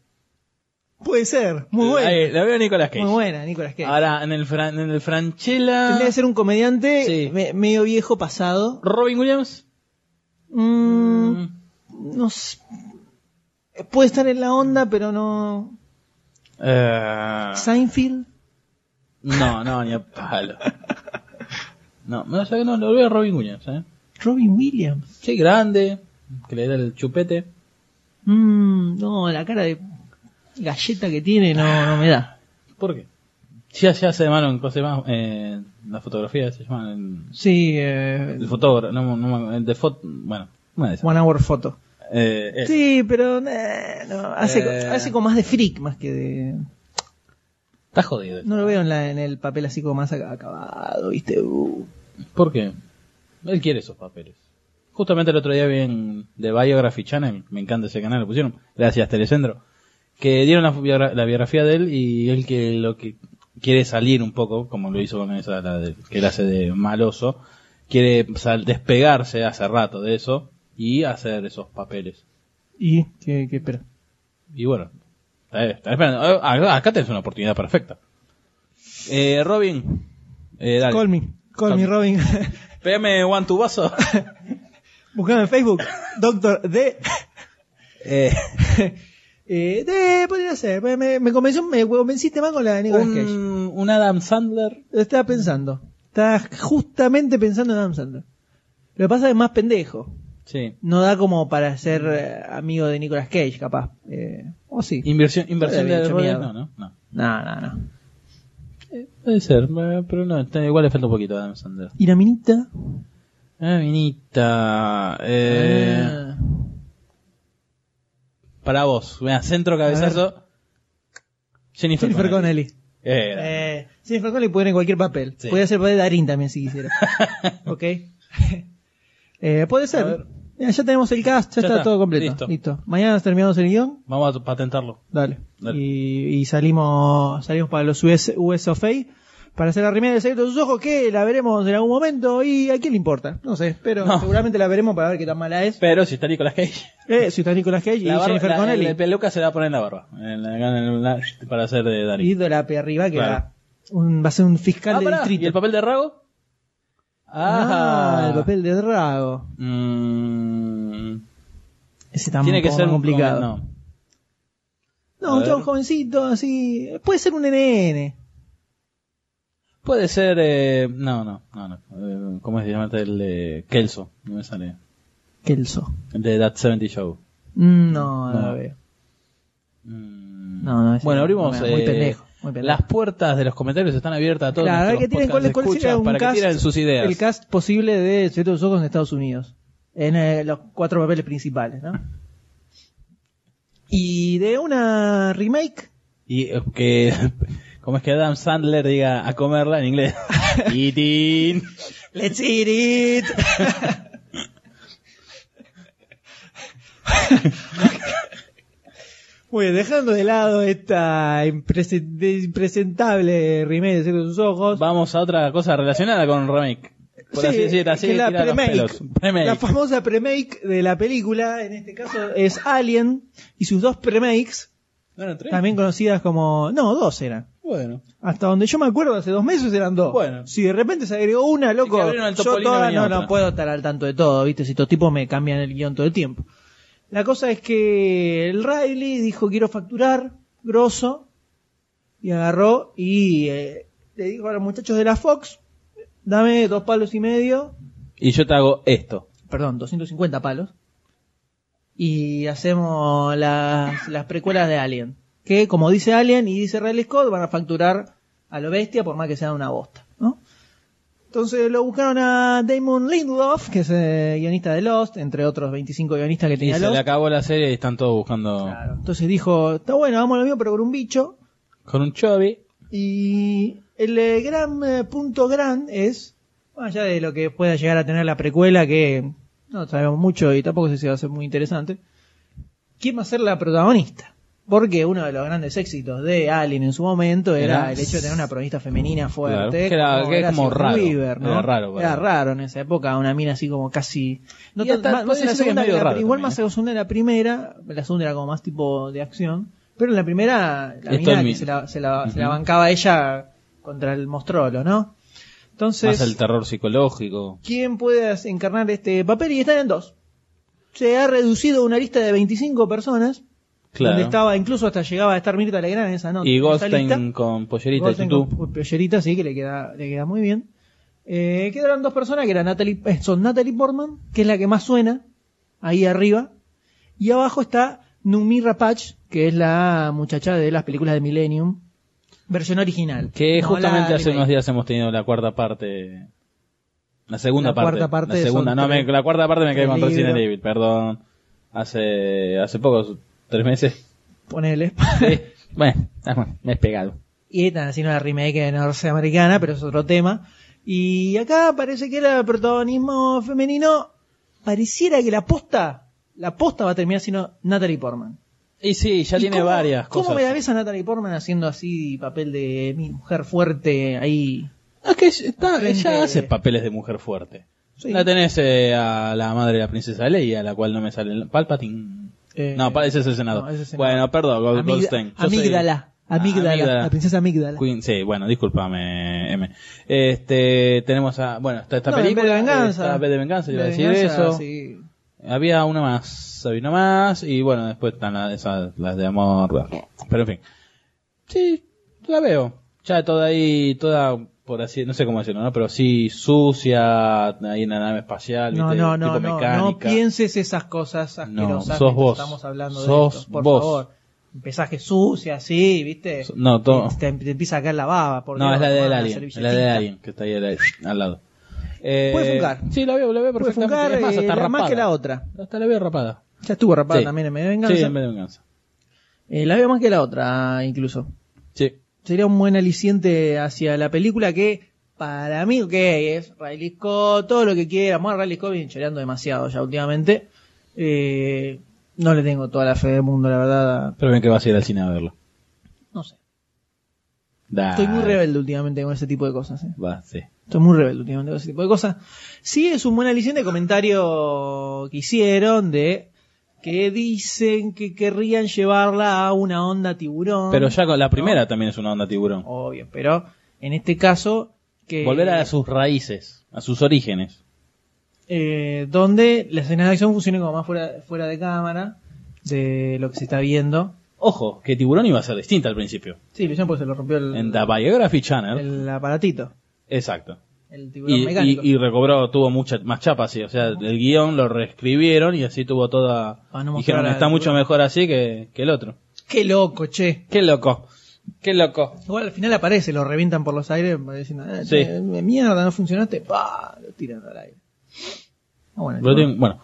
Puede ser, muy buena,
Ahí, lo veo Nicolas Cage.
muy buena, Nicolás Cage.
Ahora, en el, Fran- en el Franchella.
Tendría que ser un comediante
Ah. Sí.
me- medio viejo pasado.
Robin Williams. Mm.
Mm, no sé. Puede estar en la onda, pero no.
Eh,
Seinfeld.
no, no, ni a palo. No, no sé, no, lo veo a Robin Williams, ¿eh?
Robin Williams.
Sí, grande, que le da el chupete.
Mm, no, la cara de galleta que tiene no, no me da.
¿Por qué? Ya, ya se llamaron, ¿cómo se llama? Eh, la fotografía se llama el,
Sí, eh,
el fotógrafo, no, no, el de foto, bueno, una de esas.
One Hour Photo.
Eh, ese.
Sí, pero eh, no, hace,
Eh.
hace como más de freak más que de...
Está jodido. eso.
No lo veo en, la- en el papel así como más ac- acabado, ¿viste? Uh.
¿Por qué? Él quiere esos papeles. Justamente el otro día vi en The Biography Channel, me encanta ese canal, lo pusieron, gracias Telecentro, que dieron la, biogra- la biografía de él y él que lo que quiere salir un poco, como lo hizo con esa la de- que él hace de maloso, quiere sal- despegarse hace rato de eso y hacer esos papeles.
¿Y qué, qué espera?
Y bueno, está, está esperando. Ah, Acá tenés una oportunidad perfecta. Eh, Robin, eh, dale.
Call me, call
Call
me
me.
Robin.
Pégame one tu vaso.
Buscame en Facebook, Doctor D.
Eh,
Eh, D, podría ser. Me, me- me convenció, me convenciste más con la de Nicolas Cage.
un, un Adam Sandler.
Lo estaba pensando. Estaba justamente pensando en Adam Sandler. Lo que pasa es que es más pendejo.
Sí.
No da como para ser eh, amigo de Nicolas Cage, capaz. Eh, o sí.
Inversión, inversión
Había
de
hecho
Robin,
miedo.
no, no, no.
No, no, no.
Puede ser, eh, pero no, está- igual le falta un poquito a Adam Sandler.
¿Y la minita?
Ah, minita. Eh,
Ah.
Para vos, mira, centro cabezazo. Jennifer,
Jennifer
Connelly.
Connelly.
Eh, grande.
Eh, Jennifer Connelly puede ir en cualquier papel.
Sí.
Puede ser papel de Darín también si quisiera. ok. Eh, puede
A
ser.
ver.
Mira, ya tenemos el cast, ya,
Ya
está,
está,
todo completo. Listo.
listo.
Mañana terminamos el guión.
Vamos a patentarlo.
Dale.
Dale.
Y, y salimos salimos para los US, US of A para hacer la remera del secreto de sus ojos que la veremos en algún momento y a quién le importa. No sé, pero
No.
seguramente la veremos para ver qué tan mala es.
Pero si está Nicolas Cage.
Eh, si está Nicolas Cage y
La barba-
Jennifer
la-
Connelly.
La peluca se la va a poner en la barba. En la- en la- para hacer de Darín.
y Dolape arriba que
Claro.
va, un- va a ser un fiscal
Ah,
de
pará,
distrito.
¿Y el papel de Rago?
Ah, el papel de Drago.
Mm,
Ese tampoco
tiene que ser un
complicado.
No.
No,
A
un
ver.
chavo jovencito, así. Puede ser un NN.
Puede ser. Eh, no, no, no. no. Eh, ¿Cómo se llama el eh, Kelso? No me sale.
Kelso.
El de That 70 Show.
Mm, No, no,
No.
la veo.
Mm.
No, no, ese
bueno,
no,
abrimos.
no, muy
eh,
pendejo, muy pendejo.
Las puertas de los comentarios están abiertas a todos.
Claro, a ver
nuestros
que tienen cuál,
podcast
cuál
escuchas
sería un
para
cast.
que tiren sus ideas.
El cast posible de Secreto de los Ojos en Estados Unidos. En eh, los cuatro papeles principales, ¿no? Y de una remake.
Y eh, que. ¿Cómo es que Adam Sandler diga a comerla en inglés? Eating.
Let's eat it. Bueno, dejando de lado esta impresen- impresentable remake de Secreto de sus Ojos.
Vamos a otra cosa relacionada con remake. Por
Sí,
así decir, así
que la
tirar los
premake,
pelos. Remake.
La famosa premake de la película, en este caso es Alien y sus dos premakes,
¿No eran tres?
también conocidas como. No, dos eran.
Bueno.
Hasta donde yo me acuerdo, hace dos meses eran dos.
Bueno.
Si de repente se agregó una, loco,
que abrieron el
yo
Topolino
toda-
venía
no,
otra.
no puedo estar al tanto de todo, ¿viste? Si estos tipos me cambian el guión todo el tiempo. La cosa es que el Riley dijo, quiero facturar, grosso, y agarró y eh, le dijo a los muchachos de la Fox, dame dos palos y medio
Y yo te hago esto.
perdón, 250 palos. Y hacemos las, las precuelas de Alien. Que, como dice Alien y dice Riley Scott, van a facturar a lo bestia por más que sea una bosta, ¿no? Entonces lo buscaron a Damon Lindelof, que es eh, guionista de Lost, entre otros 25 guionistas que
Y
tenía
se le
Lost.
acabó la serie y están todos buscando
Claro. Entonces dijo, está bueno, vamos a lo mismo, pero con un bicho.
con un chubby.
Y el eh, gran eh, punto gran es, más allá de lo que pueda llegar a tener la precuela, que no sabemos mucho y tampoco sé si va a ser muy interesante, ¿quién va a ser la protagonista? Porque uno de los grandes éxitos de Alien en su momento era
Era-
el hecho de tener una protagonista femenina
Claro,
fuerte.
que era- que es
Gracie
como raro,
Weaver, ¿no?
era raro para-
Era raro en esa época, una mina así como casi... No
Y
tan-
hasta
más- más en
podría
la
decir que es
segunda que
medio
la-
raro
Igual
también,
más
¿eh?
segunda en la primera, la segunda era como más tipo de acción, pero en la primera la
Es
mina
todo
que
mi-
se la, se la- se la
Ujú.
bancaba ella contra el mostrolo, ¿no? Entonces,
Más el terror psicológico.
¿quién puede encarnar este papel? Y están en dos. Se ha reducido una lista de 25 personas
Claro.
Donde estaba, incluso hasta llegaba a estar Mirta Legrand en esa nota.
y
en esa lista.
Goldstein con pollerita de
Goldstein
tutú.
con Pollerita, sí, que le queda, le queda muy bien. Eh, quedaron dos personas que eran Natalie, eh, son Natalie Portman, que es la que más suena, ahí arriba. Y abajo está Numi Rapach, que es la muchacha de las películas de Millennium, versión original.
Que
No
justamente
la
hace
remake.
unos días hemos tenido la cuarta parte. La segunda
La
parte.
cuarta parte
La segunda,
son
no, me-
tres-
la cuarta parte me quedé
tres
con Resident
libros.
Evil, perdón. Hace, hace poco, tres meses.
Ponele.
Sí. bueno, ah, bueno, me he pegado.
y están haciendo la remake norteamericana, pero es otro tema. Y acá parece que el protagonismo femenino pareciera que la posta, la posta va a terminar siendo Natalie Portman.
Y sí, ya
¿Y
tiene
cómo-
varias cosas.
¿Cómo me la ves a Natalie Portman haciendo así papel de mi mujer fuerte ahí?
Ah, que está,
Frente-
ella hace papeles de mujer fuerte.
Sí.
La tenés eh, a la madre de la princesa Leia, la cual no me sale. el- Palpatine.
Eh,
no, pa- ese es el senado.
no, ese es el senado.
bueno, perdón, Gold-
Amig-
Goldstein. Yo soy-
amígdala,
Ah,
amígdala, la princesa amígdala.
Queen- sí, bueno, discúlpame, M. Este, tenemos a, bueno, está esta
No, en vez
película.
de venganza.
está V de venganza, yo iba a
V de
decir
venganza,
eso.
sí.
Había una más, había una más, y bueno, después están las, esas, las de amor, bueno. pero en fin. Sí, la veo. Ya toda ahí, toda, por así, no sé cómo decirlo, ¿no? Pero sí, sucia, ahí en la nave espacial,
No,
¿viste?
no, no,
tipo
no,
mecánica.
no pienses esas cosas
No,
asquerosas
sos
mientras
vos.
estamos hablando
Sos
de esto, por
vos.
favor. Pesaje sucia, así, ¿viste?
So- no, todo-
Te, te empieza a caer la baba. por
No,
Dios,
es la del
hermana,
alien, es la del
servilletita.
alien, que está ahí al, al lado. Eh,
Puede fungar.
Sí, la veo, la veo
Puede
perfectamente.
fungar
es más,
eh,
hasta
la-
rapada.
más que la otra.
Hasta la veo rapada.
Ya estuvo rapada
Sí.
también en medio de venganza.
Sí, en vez de venganza.
Eh, la veo más que la otra, incluso.
Sí.
sería un buen aliciente hacia la película que para mí, ok, es Riley Scott, todo lo que quiera. Bueno, Riley Scott viene choreando demasiado ya últimamente. Eh, no le tengo toda la fe del mundo, la verdad.
Pero ven que vas a ir al cine a verlo.
No sé.
Dale.
Estoy muy rebelde últimamente con ese tipo de cosas. eh.
Va, sí.
Estoy muy rebelde últimamente con ese tipo de cosas. Sí, es un buen aliciente comentario que hicieron de que dicen que querrían llevarla a una onda tiburón.
Pero ya con la primera también es una onda tiburón.
Obvio, pero en este caso... Que
Volver a sus raíces, a sus orígenes.
eh, donde las escenas de acción funcionen como más fuera, fuera de cámara de lo que se está viendo.
Ojo, que tiburón iba a ser distinta al principio.
Sí, lo hicieron porque se lo rompió el,
En The Biography Channel.
el aparatito,
Exacto.
el tiburón
Y,
mecánico.
y- y recobró, tuvo mucha más chapa así. O sea, el guión lo reescribieron y así tuvo toda...
Ah, no mostrar
Dijeron,
al
está mucho
tiburón".
mejor así que, que el otro.
Qué loco, che.
Qué loco. Qué loco.
Igual al final aparece, lo revientan por los aires diciendo, eh,
Sí.
che, mierda, no funcionaste, pa, lo tiran al aire. Ah, bueno, el
Pero
tiburón.
tiene- Bueno,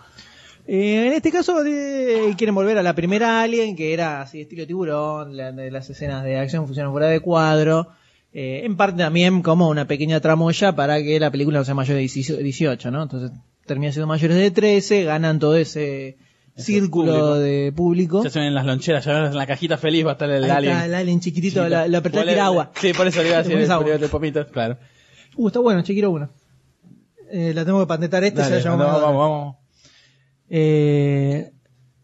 Eh, en este caso eh, quieren volver a la primera Alien, que era así estilo tiburón, la- de las escenas de acción funcionan fuera de cuadro, eh, en parte también como una pequeña tramoya para que la película no sea mayor de 18, ¿no? Entonces termina siendo mayores de 13, ganan todo ese círculo
público.
de público.
ya se ven en las loncheras, ya ven en la cajita feliz va a estar el
Ahí está
alien.
el alien chiquitito, la, la apretás y
Ponele-
tira agua.
Sí, por eso le iba a
Le
decir
pones
el
agua.
periodo de pomitos, claro.
Uh, está bueno, che, quiero uno. Eh, la tengo que patentar este,
Dale,
se la
anda,
llamamos-
vamos, vamos.
Eh,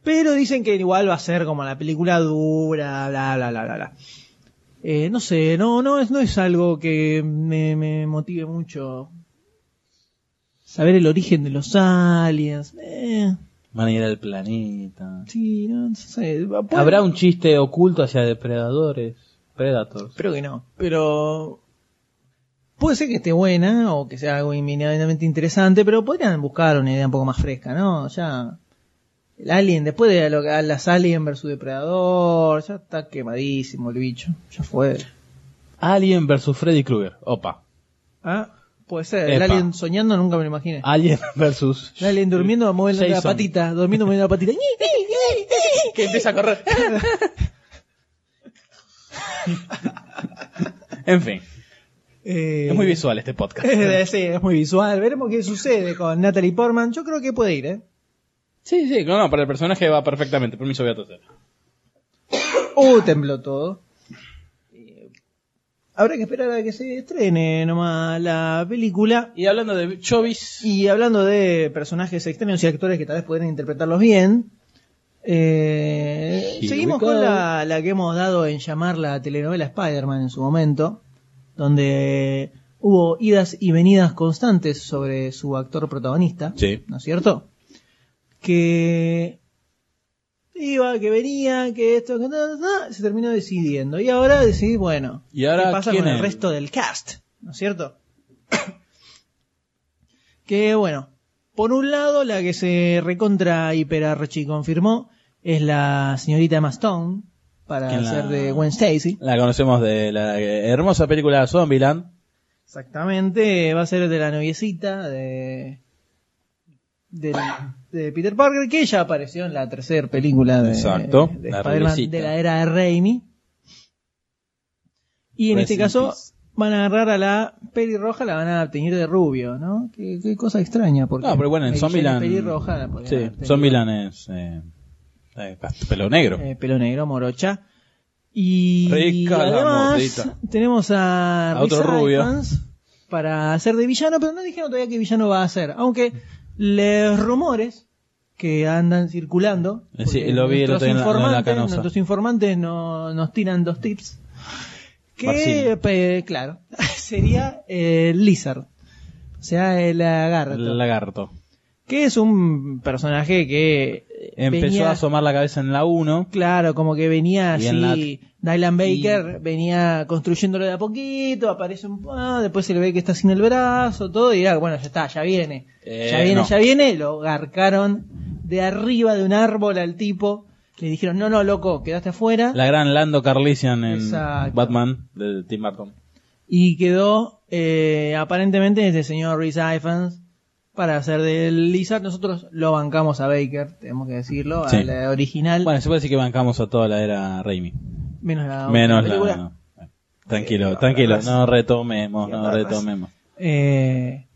pero dicen que igual va a ser como la película dura, bla, bla, bla, bla, bla. Eh, no sé, no, no es, no es algo que me, me motive mucho. Saber el origen de los aliens. Eh,
Van a ir al planeta.
sí, no, no sé. puede-
Habrá un chiste oculto hacia depredadores. Predators.
Creo que no, pero... Puede ser que esté buena o que sea algo inminentemente interesante, pero podrían buscar una idea un poco más fresca, ¿no? Ya... El Alien, después de lo que a las Alien versus Depredador, ya está quemadísimo el bicho, ya fue.
Alien versus Freddy Krueger. Opa.
Ah, puede ser, el
Epa.
Alien soñando nunca me lo imaginé.
Alien versus.
El Alien durmiendo moviendo la
Jason.
patita, durmiendo moviendo la patita.
Que empieza a correr. en fin.
Eh,
Es muy visual este podcast.
sí, es muy visual. Veremos qué sucede con Natalie Portman. Yo creo que puede ir, ¿eh?
Sí, sí, no, no, para el personaje va perfectamente. Permiso, voy a toser.
Uh, tembló todo. Eh, Habrá que esperar a que se estrene nomás la película.
Y hablando de Chovis.
Y hablando de personajes extraños y actores que tal vez pueden interpretarlos bien, eh,
Here
seguimos
we go.
con la, la que hemos dado en llamar la telenovela Spider-Man en su momento, donde hubo idas y venidas constantes sobre su actor protagonista.
Sí.
¿no es cierto? Que iba, que venía, que esto, que ta, ta, ta, se terminó decidiendo. Y ahora decidís, bueno,
¿Y ahora
¿qué pasa
quién
con el
es?
resto del cast? ¿No es cierto? que bueno, por un lado, la que se recontra hiperarchi confirmó es la señorita Emma Stone para
Que la-
hacer de Gwen Stacy.
La conocemos de la hermosa película Zombieland.
Exactamente, va a ser de la noviecita de, del- de Peter Parker, que ya apareció en la tercera película de,
Exacto,
de
la
Spider-Man
noviecita.
de la era de Raimi. Y en
Rest
este
in
caso
peace.
van a agarrar a la pelirroja, la van a teñir de rubio, ¿no? Qué, qué cosa extraña, porque
No, pero bueno, en
Mary Jane
Zombieland.
es pelirroja, la podían
sí,
haber tenido,
Zombieland es. Eh, eh, pelo negro.
eh, pelo negro, morocha. Y
Rica la
además
mordita.
tenemos a,
A otro
Rhys
rubio.
Ifans para hacer de villano, pero no dijeron todavía qué villano va a ser. Aunque los rumores que andan circulando,
Eh, Sí,
porque
lo vi el otro
nuestros
día en la- en la
informantes,
canosa.
nuestros informantes no- nos tiran dos tips. Que,
Barcini.
pe- claro, sería el Lizard. O sea, el lagarto.
El lagarto.
que es un personaje que eh,
Empezó
venía-
a asomar la cabeza en la 1.
Claro, como que venía
Y
así.
en
Dylan Baker venía construyéndolo de a poquito, aparece un. ah, después se le ve que está sin el brazo, todo, y dirá, bueno, ya está, ya viene.
Eh,
ya viene,
no.
ya viene. Lo garcaron de arriba de un árbol al tipo. Le dijeron, no, no, loco, quedaste afuera.
La gran Lando Carlisian en
Exacto.
Batman de Tim Burton.
Y quedó, eh, aparentemente, este señor Rhys Ifans para hacer del Lizard. Nosotros lo bancamos a Baker, tenemos que decirlo,
Sí.
al eh, original.
Bueno, se puede decir que bancamos a toda la era Raimi.
menos la otra
Menos
Ah, película.
la. no. Tranquilo, tranquilo, no retomemos, no retomemos.
Eh,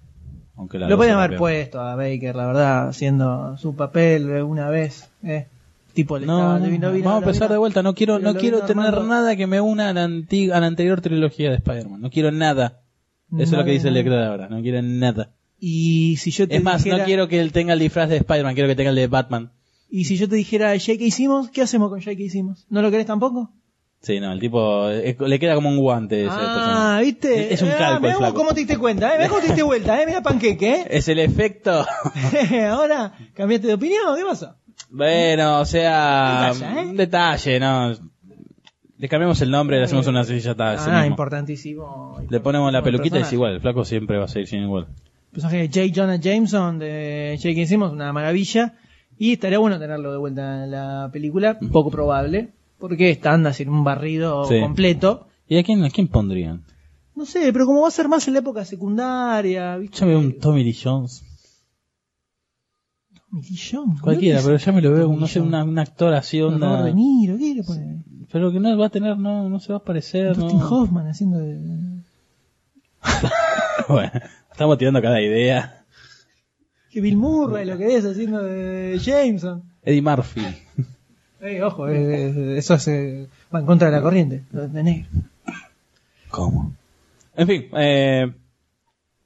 Aunque la
lo
dos
podían
era
haber
peor.
puesto a Baker, la verdad, haciendo su papel de una vez. Eh. Tipo, le
No,
estaba-
no,
lo vi- lo vi-
vamos
lo
a
vi-
empezar de vuelta. No quiero,
lo
no
vi
quiero tener
armando-
nada que me una a la, anti- a la anterior trilogía de Spider-Man. No quiero nada. Eso es lo que
Madre
dice el
mía.
lector ahora. No quiero nada.
Y si yo te
Es más, no
dijera-
quiero que él tenga el disfraz de Spider-Man. Quiero que tenga el de Batman.
Y si yo te dijera, Jake, ¿qué hicimos? ¿Qué hacemos con Jake? ¿Qué hicimos? ¿No lo querés tampoco?
Sí, no, el tipo eh, le queda como un guante ese
ah,
personaje.
¿viste?
Es un
Ah,
calco
mirá
el
vos
flaco.
cómo te diste cuenta, ¿eh? Mirá cómo te diste vuelta, ¿eh? Mirá panqueque,
Es el efecto.
¿eh? Ahora, ¿cambiaste de opinión? ¿Qué pasó?
bueno, o sea,
Detalle, ¿eh?
un detalle, ¿no? Le cambiamos el nombre, le hacemos una silla tal. ese
ah,
mismo.
importantísimo.
Le ponemos la
importantísimo
peluquita y es
personaje.
igual. El flaco siempre va a seguir siendo igual.
personaje de J. Jonah Jameson, de Jake que hicimos, una maravilla. Y estaría bueno tenerlo de vuelta en la película, poco probable, porque está anda sin un barrido
Sí.
completo.
¿Y a quién, a quién pondrían?
No sé, pero como va a ser más en la época secundaria, ¿viste?
Yo veo un Tommy Lee Jones.
Millón,
Cualquiera,
¿no?
pero ya me lo veo, no sé,
Jones.
una, una actor así,
Robert
onda.
De Niro, ¿qué le pone?
Pero que no va a tener, no, no se va a parecer.
Dustin
No.
Hoffman haciendo de...
bueno, estamos tirando cada idea.
Que Bill Murray lo querés haciendo de Jameson.
Eddie Murphy.
Eh, ojo, eh, eh, eso se va en contra de la corriente, lo de negro.
¿Cómo? En fin, eh,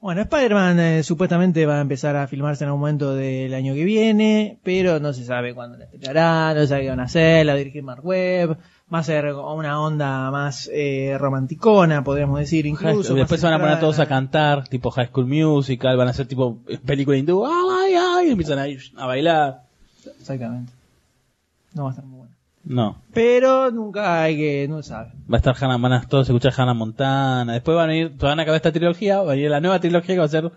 Bueno, Spider-Man eh, supuestamente va a empezar a filmarse en algún momento del año que viene, pero no se sabe cuándo la estrenará, no se sabe qué van a hacer, la va a dirigir Mark Webb, va a ser una onda más eh, romanticona, podríamos decir, incluso. más
después se van a poner
centrada-
todos a cantar, tipo High School Musical, van a hacer tipo película hindú, ay, ay, y empiezan ahí a bailar.
Exactamente. No va a estar muy bueno.
No, pero
Pero nunca hay que, no se sabe.
va a estar Hannah, van a todos escuchar Hannah Montana, después van a ir, van a acabar esta trilogía, va a ir la nueva trilogía que va a ser,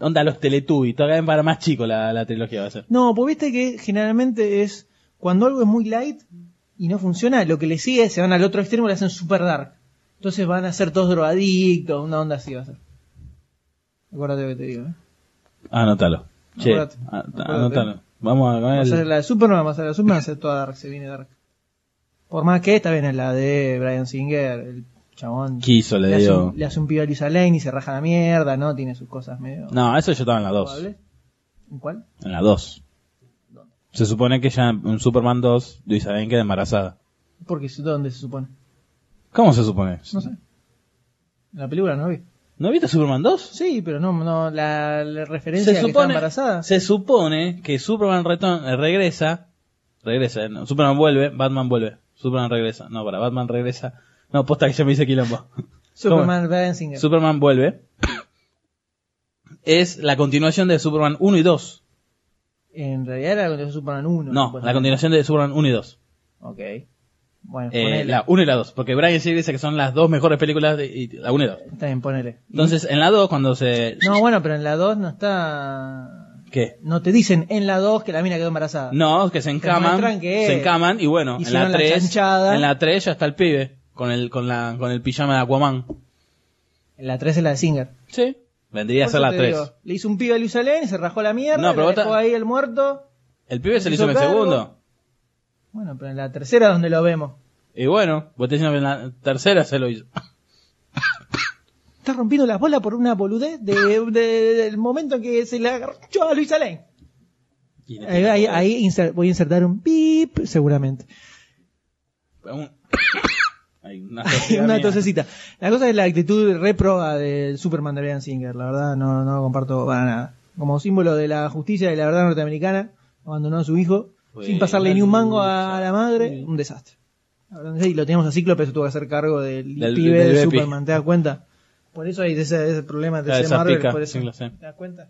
onda los Teletubbies, todavía para más chico la, la trilogía va a ser.
No, pues viste que generalmente es cuando algo es muy light y no funciona, lo que le sigue se van al otro extremo y le hacen super dark. Entonces van a ser todos drogadictos, una onda así va a ser. Acuérdate lo que te digo. ¿eh?
Anótalo. Che,
Acuérdate.
a-
Acuérdate.
anótalo. Vamos a
Va a
comer.
ser la de Superman, va a ser la de Superman, va a ser toda dark, se viene dark. Por más que esta viene la de Brian Singer, el chabón.
Quiso, le
le, hace
digo.
un, le hace un pibe a Lisa Lane y se raja la mierda, ¿no? Tiene sus cosas medio...
No, eso yo estaba en la 2.
probables. ¿En cuál?
En la 2. Se supone que ya en Superman 2, Luisa Lane queda embarazada.
Porque es donde se supone.
¿Cómo se supone?
No sé. En la película no lo vi.
¿No viste Superman 2?
Sí, pero no, no la, la referencia a que está embarazada.
se supone que Superman reto- eh, regresa. Regresa, eh, no, Superman vuelve, Batman vuelve. Superman regresa. No, para, Batman regresa. No, posta que ya me hice quilombo.
Superman Brian Singer.
Superman vuelve. Es la continuación de Superman 1 y 2.
En realidad era la continuación de Superman 1.
No, la continuación de Superman 1 y 2.
Ok. Bueno,
Eh,
ponele.
la 1 y la 2. Porque Brian Singer dice que son las dos mejores películas de y- la 1 y 2.
Está bien, ponele. Y-
Entonces, en la 2, cuando se.
No, bueno, pero en la 2 no está...
¿Qué?
No te dicen en la 2 que la mina quedó embarazada.
No, que se encaman.
muestran que-
se encaman y bueno, en
hicieron
la
la
3.
chanchada.
en la 3 ya está el pibe. Con el, con la, con el pijama de Aquaman.
En la 3 es la de Singer.
Sí. Vendría a
Por
ser
eso
la
te
3.
digo, Le hizo un pibe a Lusalén, se rajó la mierda,
No, pero
le
vos ta-
dejó ahí el muerto.
El pibe se lo
hizo
hizo en el
cargo.
segundo.
Bueno, pero en la tercera es donde lo vemos.
Y bueno, vos te diciendo que en la tercera se lo hizo.
Está rompiendo las bolas por una boludez de, de- del momento en que se le agarró a Luis Alain. Ahí, Eh, ahí- ahí inser- voy a insertar un pip, seguramente.
Un- Hay una
una
mía.
tosecita. La cosa es la actitud reproba del Superman de Bryan Singer. La verdad, no, no comparto para nada. Como símbolo de la justicia y la verdad norteamericana, abandonó a su hijo
Fue
sin pasarle
una
ni un mango
lucha.
a la madre. Un desastre. La verdad, Y lo teníamos a Cíclope, se tuvo que hacer cargo del,
Del-
pibe
del
de
Bepi.
Superman, ¿te das cuenta? Por eso hay ese, ese problema de
Ah,
ese
esa
Marvel,
pica,
por eso.
sí, lo sé.
¿Te das cuenta?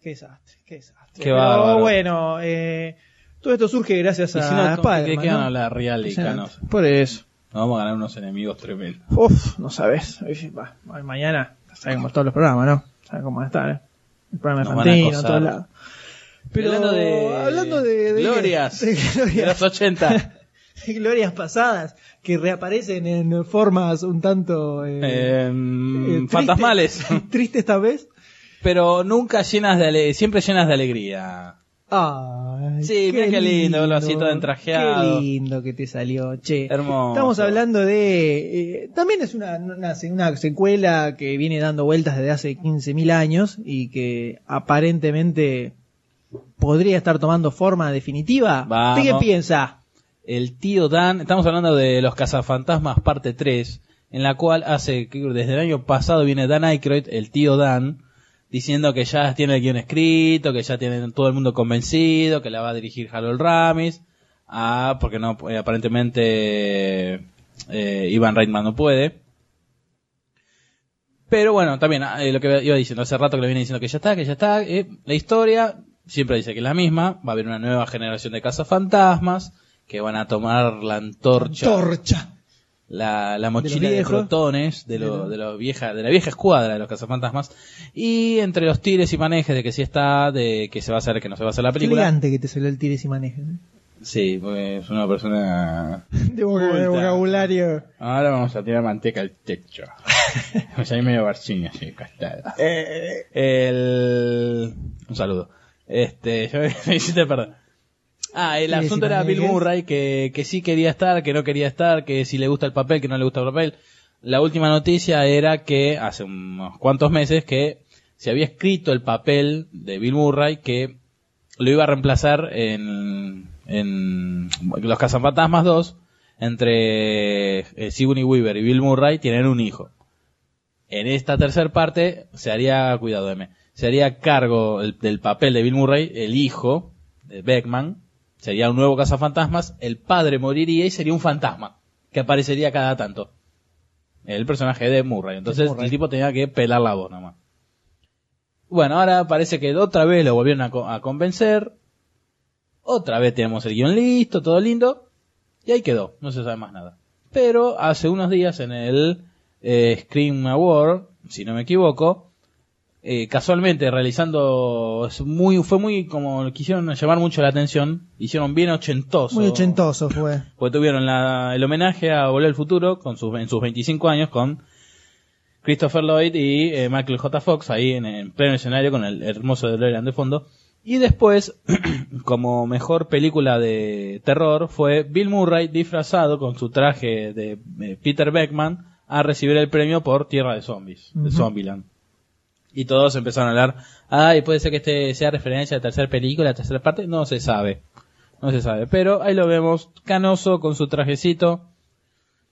Qué desastre, qué desastre.
Qué
Pero
bárbaro.
bueno, eh, todo esto surge gracias
Y
a
si no, ¿con ¿qué
Spider-Man,
qué van
¿no?
a hablar Real y
Impresionante.
Canosa?
Por eso.
Nos vamos a ganar unos enemigos tremendos.
Uf, no sabes. mañana, sabes como todos los programas, ¿no? Sabes cómo está, ¿eh? El programa
Nos van a
infantino,
acosar.
todos lados. Pero
hablando de,
hablando de, de-
glorias,
de
de
glorias,
los 80.
de glorias pasadas que reaparecen en formas un tanto eh,
eh,
eh, tristes-
fantasmales.
tristes esta vez.
Pero nunca llenas de ale- siempre llenas de alegría.
Ay,
Sí, mirá qué lindo, lo así todo entrajeado.
Qué lindo que te salió, che.
Hermoso.
Estamos hablando de... eh, también es una, una, una secuela que viene dando vueltas desde hace 15.000 años y que aparentemente podría estar tomando forma definitiva.
Vamos.
¿Usted qué piensa?
El tío Dan, estamos hablando de Los Cazafantasmas parte 3, en la cual hace, creo que desde el año pasado viene Dan Aykroyd, el tío Dan, diciendo que ya tiene el guión escrito, que ya tiene todo el mundo convencido, que la va a dirigir Harold Ramis, ah, porque no, eh, aparentemente eh, Ivan Reitman no puede. Pero bueno, también ah, eh, lo que iba diciendo, hace rato que le viene diciendo que ya está, que ya está. eh, la historia siempre dice que es la misma, va a haber una nueva generación de cazafantasmas que van a tomar la antorcha,
Torcha.
la, la mochila
los
de,
viejos.
protones de, lo-
De los-
de la vieja, de la vieja escuadra de los cazafantasmas. Y entre los tires y manejes de que sí está, de que se va a hacer, que no se va a hacer la
Qué
película.
elegante que te salió el tires y manejes. ¿eh?
Sí, porque es una persona...
De
Culta.
vocabulario.
Ahora vamos a tirar manteca al techo. Me salí medio barciño así, castada. Eh, El... Un saludo. Este, yo me hiciste perdón. Ah, el
Sí,
asunto
sí,
era Bill
Miguel.
Murray, que, que sí quería estar, que no quería estar, que si le gusta el papel, que no le gusta el papel. La última noticia era que hace unos cuantos meses que se había escrito el papel de Bill Murray que lo iba a reemplazar en, en Los Cazafantasmas 2 entre eh, Sigourney Weaver y Bill Murray tienen un hijo. En esta tercera parte se haría, cuidado M, se haría cargo el- del papel de Bill Murray, el hijo de Beckman, sería un nuevo cazafantasmas, el padre moriría y sería un fantasma que aparecería cada tanto. El personaje de Murray. Entonces el tipo tenía que pelar la voz nomás. Bueno, ahora parece que otra vez lo volvieron a, co- a convencer. Otra vez tenemos el guión listo, todo lindo. Y ahí quedó, no se sabe más nada. Pero hace unos días en el eh, Scream Award, si no me equivoco, eh, casualmente realizando, es muy, fue muy como quisieron llamar mucho la atención, hicieron bien ochentoso.
Muy ochentoso fue.
Porque Pues tuvieron la- el homenaje a Volver al Futuro con sus, en sus 25 años con Christopher Lloyd y eh, Michael J. Fox ahí en, en pleno escenario con el hermoso DeLorean de fondo. Y después, como mejor película de terror, fue Bill Murray disfrazado con su traje de eh, Peter Beckman a recibir el premio por Tierra de Zombies, de
Ujú.
Zombieland. Y todos empezaron a hablar, ay, puede ser que este sea referencia a la tercera película, a la tercera parte, no se sabe. No se sabe, pero ahí lo vemos, canoso con su trajecito,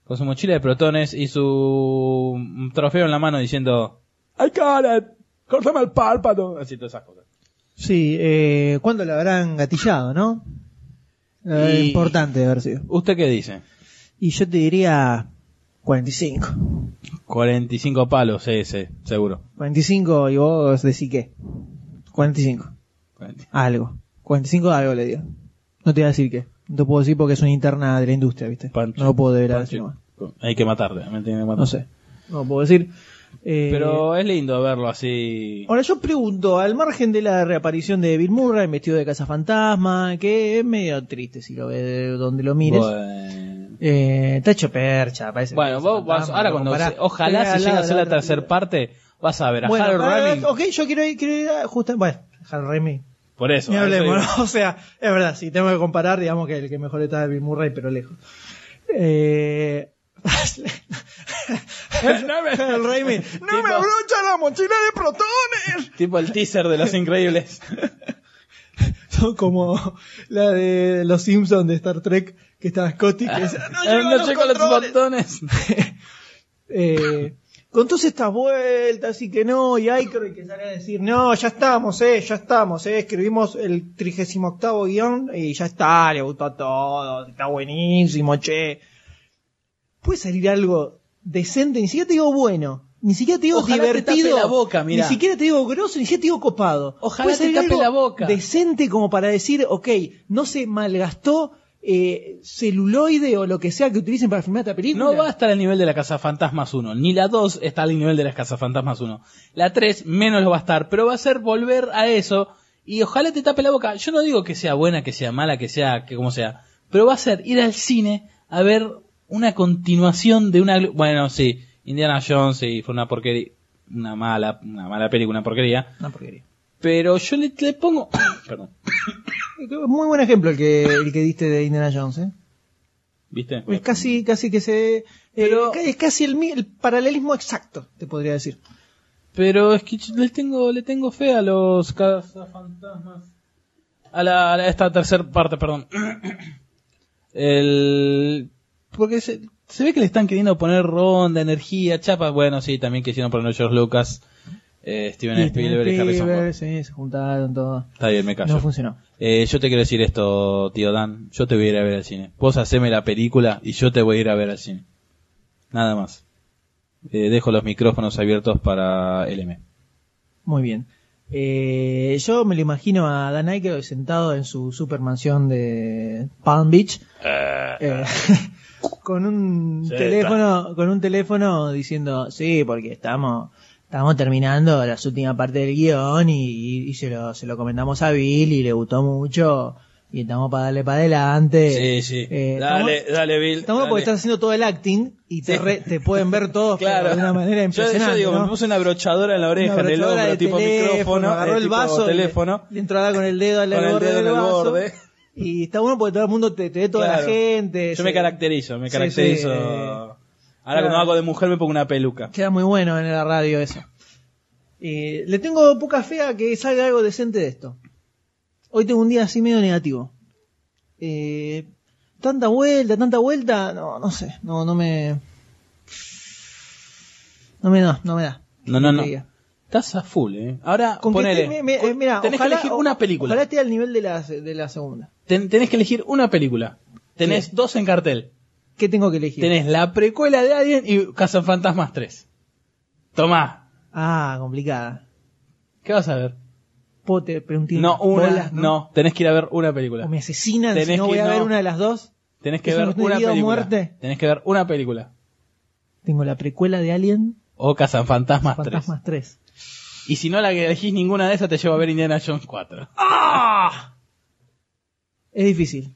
con su mochila de protones y su mm, trofeo en la mano diciendo, I got it, córtame el párpado, así todas esas cosas.
Sí, eh, ¿cuándo lo habrán gatillado, no? Eh,
Y-
Importante de haber sido.
¿Usted qué dice?
Y yo te diría 45.
45 palos ese, seguro.
45 y vos decís qué. 45.
40.
Algo. 45 algo le dio. No te voy a decir qué. No te puedo decir porque es una interna de la industria, ¿viste?
Pancho.
no lo puedo deber a
Pancho.
decir más.
Hay que matarle, me tienen que matar.
No sé. No lo puedo decir. Eh,
Pero es lindo verlo así.
Ahora yo pregunto, al margen de la reaparición de Bill Murray vestido de cazafantasma, que es medio triste si lo ves donde lo mires.
Bueno.
Eh, está hecho percha, parece.
Bueno, vos vas, ahora cuando
Compará.
se- ojalá
Pega
se
la-
llegue a hacer la,
la-
tercera parte, vas a ver a
Bueno,
Harold
ah,
Ramis.
ok, yo quiero ir, quiero ir a- justa- bueno, Harold Ramis.
Por eso.
Ni
a eso
hablemos,
digo.
¿no? o sea, es verdad, si tengo que comparar, digamos que el que mejor está es Bill Murray, pero lejos. Eh... Harold Ramis, no me
Tipo-
abrocha la mochila de protones.
Tipo el teaser de Los Increíbles.
Son como la de los Simpsons de Star Trek, que está Scotty, que dice, Eh, "No llego a
no
los
checo los
controles".
botones.
Eh, con todas estas vueltas y que no, y Aykroyd que sale a decir, no, ya estamos, eh, ya estamos, eh, escribimos el 38 guión y ya está, le gustó a todos, está buenísimo, che. Puede salir algo decente, ni siquiera te digo bueno, ni siquiera te digo
Ojalá te tape
divertido,
la boca, mirá.
ni siquiera te digo grosso, ni siquiera te digo copado.
Ojalá
Puede
te
salir
tape
algo
la boca.
decente como para decir, ok, no se malgastó eh, celuloide o lo que sea que utilicen para filmar esta película.
No va a estar al nivel de la Casa Fantasmas 1, ni la 2 está al nivel de las Casa Fantasmas 1. La 3 menos lo va a estar, pero va a ser volver a eso y ojalá te tape la boca. Yo no digo que sea buena, que sea mala, que sea que como sea, pero va a ser ir al cine a ver una continuación de una glu- bueno, sí, Indiana Jones sí, fue una porquería, una mala, una mala película, una porquería,
Una porquería.
pero yo le, le pongo perdón,
Muy buen ejemplo el que, el que diste de Indiana Jones, ¿eh?
¿viste?
Es casi, casi que se... eh,
Pero-
es casi el, mi- el paralelismo exacto, te podría decir.
Pero es que le tengo, le tengo fe a los cazafantasmas. A la, a la- esta tercera parte, perdón. El, porque se, se ve que le están queriendo poner ronda, energía, chapa. Bueno, sí, también quisieron poner George Lucas, eh, Steven
Y
Spielberg y Harrison
Spielberg,
Ford.
sí, se juntaron todos.
Está bien, me callo.
No funcionó.
Eh, yo te quiero decir esto, tío Dan. Yo te voy a ir a ver al cine. Vos haceme la película y yo te voy a ir a ver al cine. Nada más. Eh, dejo los micrófonos abiertos para LM.
Muy bien. Eh, yo me lo imagino a Dan Aykroyd sentado en su super mansión de Palm Beach eh, con un
Sí,
teléfono con un teléfono diciendo sí porque estamos estamos terminando la última parte del guión y, y se lo se lo comentamos a Bill y le gustó mucho y estamos para darle para adelante
Sí, sí.
Eh,
dale,
estamos-
dale, Bill.
Estamos
dale.
porque estás haciendo todo el acting y te,
Sí.
re- te pueden ver todos pero de una manera
Yo- yo,
impresionante.
digo,
¿no?
me puse una brochadora en la oreja,
Una
en el
brochadora
hombro,
de
tipo
teléfono,
micrófono.
agarró
eh,
el
tipo
vaso,
teléfono.
Le, le entró acá con el dedo al
Con el
borde
dedo
del
en el
vaso,
borde.
Y está bueno porque todo el mundo te, te ve toda
Claro.
la gente.
Yo
se-
me caracterizo, me
Sí,
caracterizo.
sí, eh,
Ahora
claro.
cuando hago de mujer me pongo una peluca.
Queda muy bueno en la radio eso. Eh, le tengo poca fe a que salga algo decente de esto. Hoy tengo un día así medio negativo. Eh, tanta vuelta, tanta vuelta, no, no sé, no, no me... No me da, no me da.
No, no, no.
Diga.
Estás a full, eh. Ahora,
Con que
ponele.
esté- me- me- eh, mira,
tenés
ojalá-
que elegir una película.
Ojalá esté al nivel de la, de la segunda.
Ten- tenés que elegir una película. Tenés
Sí.
dos en cartel.
¿Qué tengo que elegir?
Tenés la precuela de Alien y Cazafantasmas 3. Tomá.
Ah, complicada.
¿Qué vas a ver?
Pote, preguntín.
No, una.
bolas,
no. tenés que ir a ver una película.
O me asesinan si
Tenés
no
que-
voy a ver
no.
una de las dos.
Tenés que
¿Es una
ver
cuestión de
una
vida o
película.
muerte?
Tenés que ver una película.
Tengo la precuela de Alien,
O Cazafantasmas 3.
Fantasmas 3.
Y si no la que elegís ninguna de esas, te lleva a ver Indiana Jones 4.
Es difícil.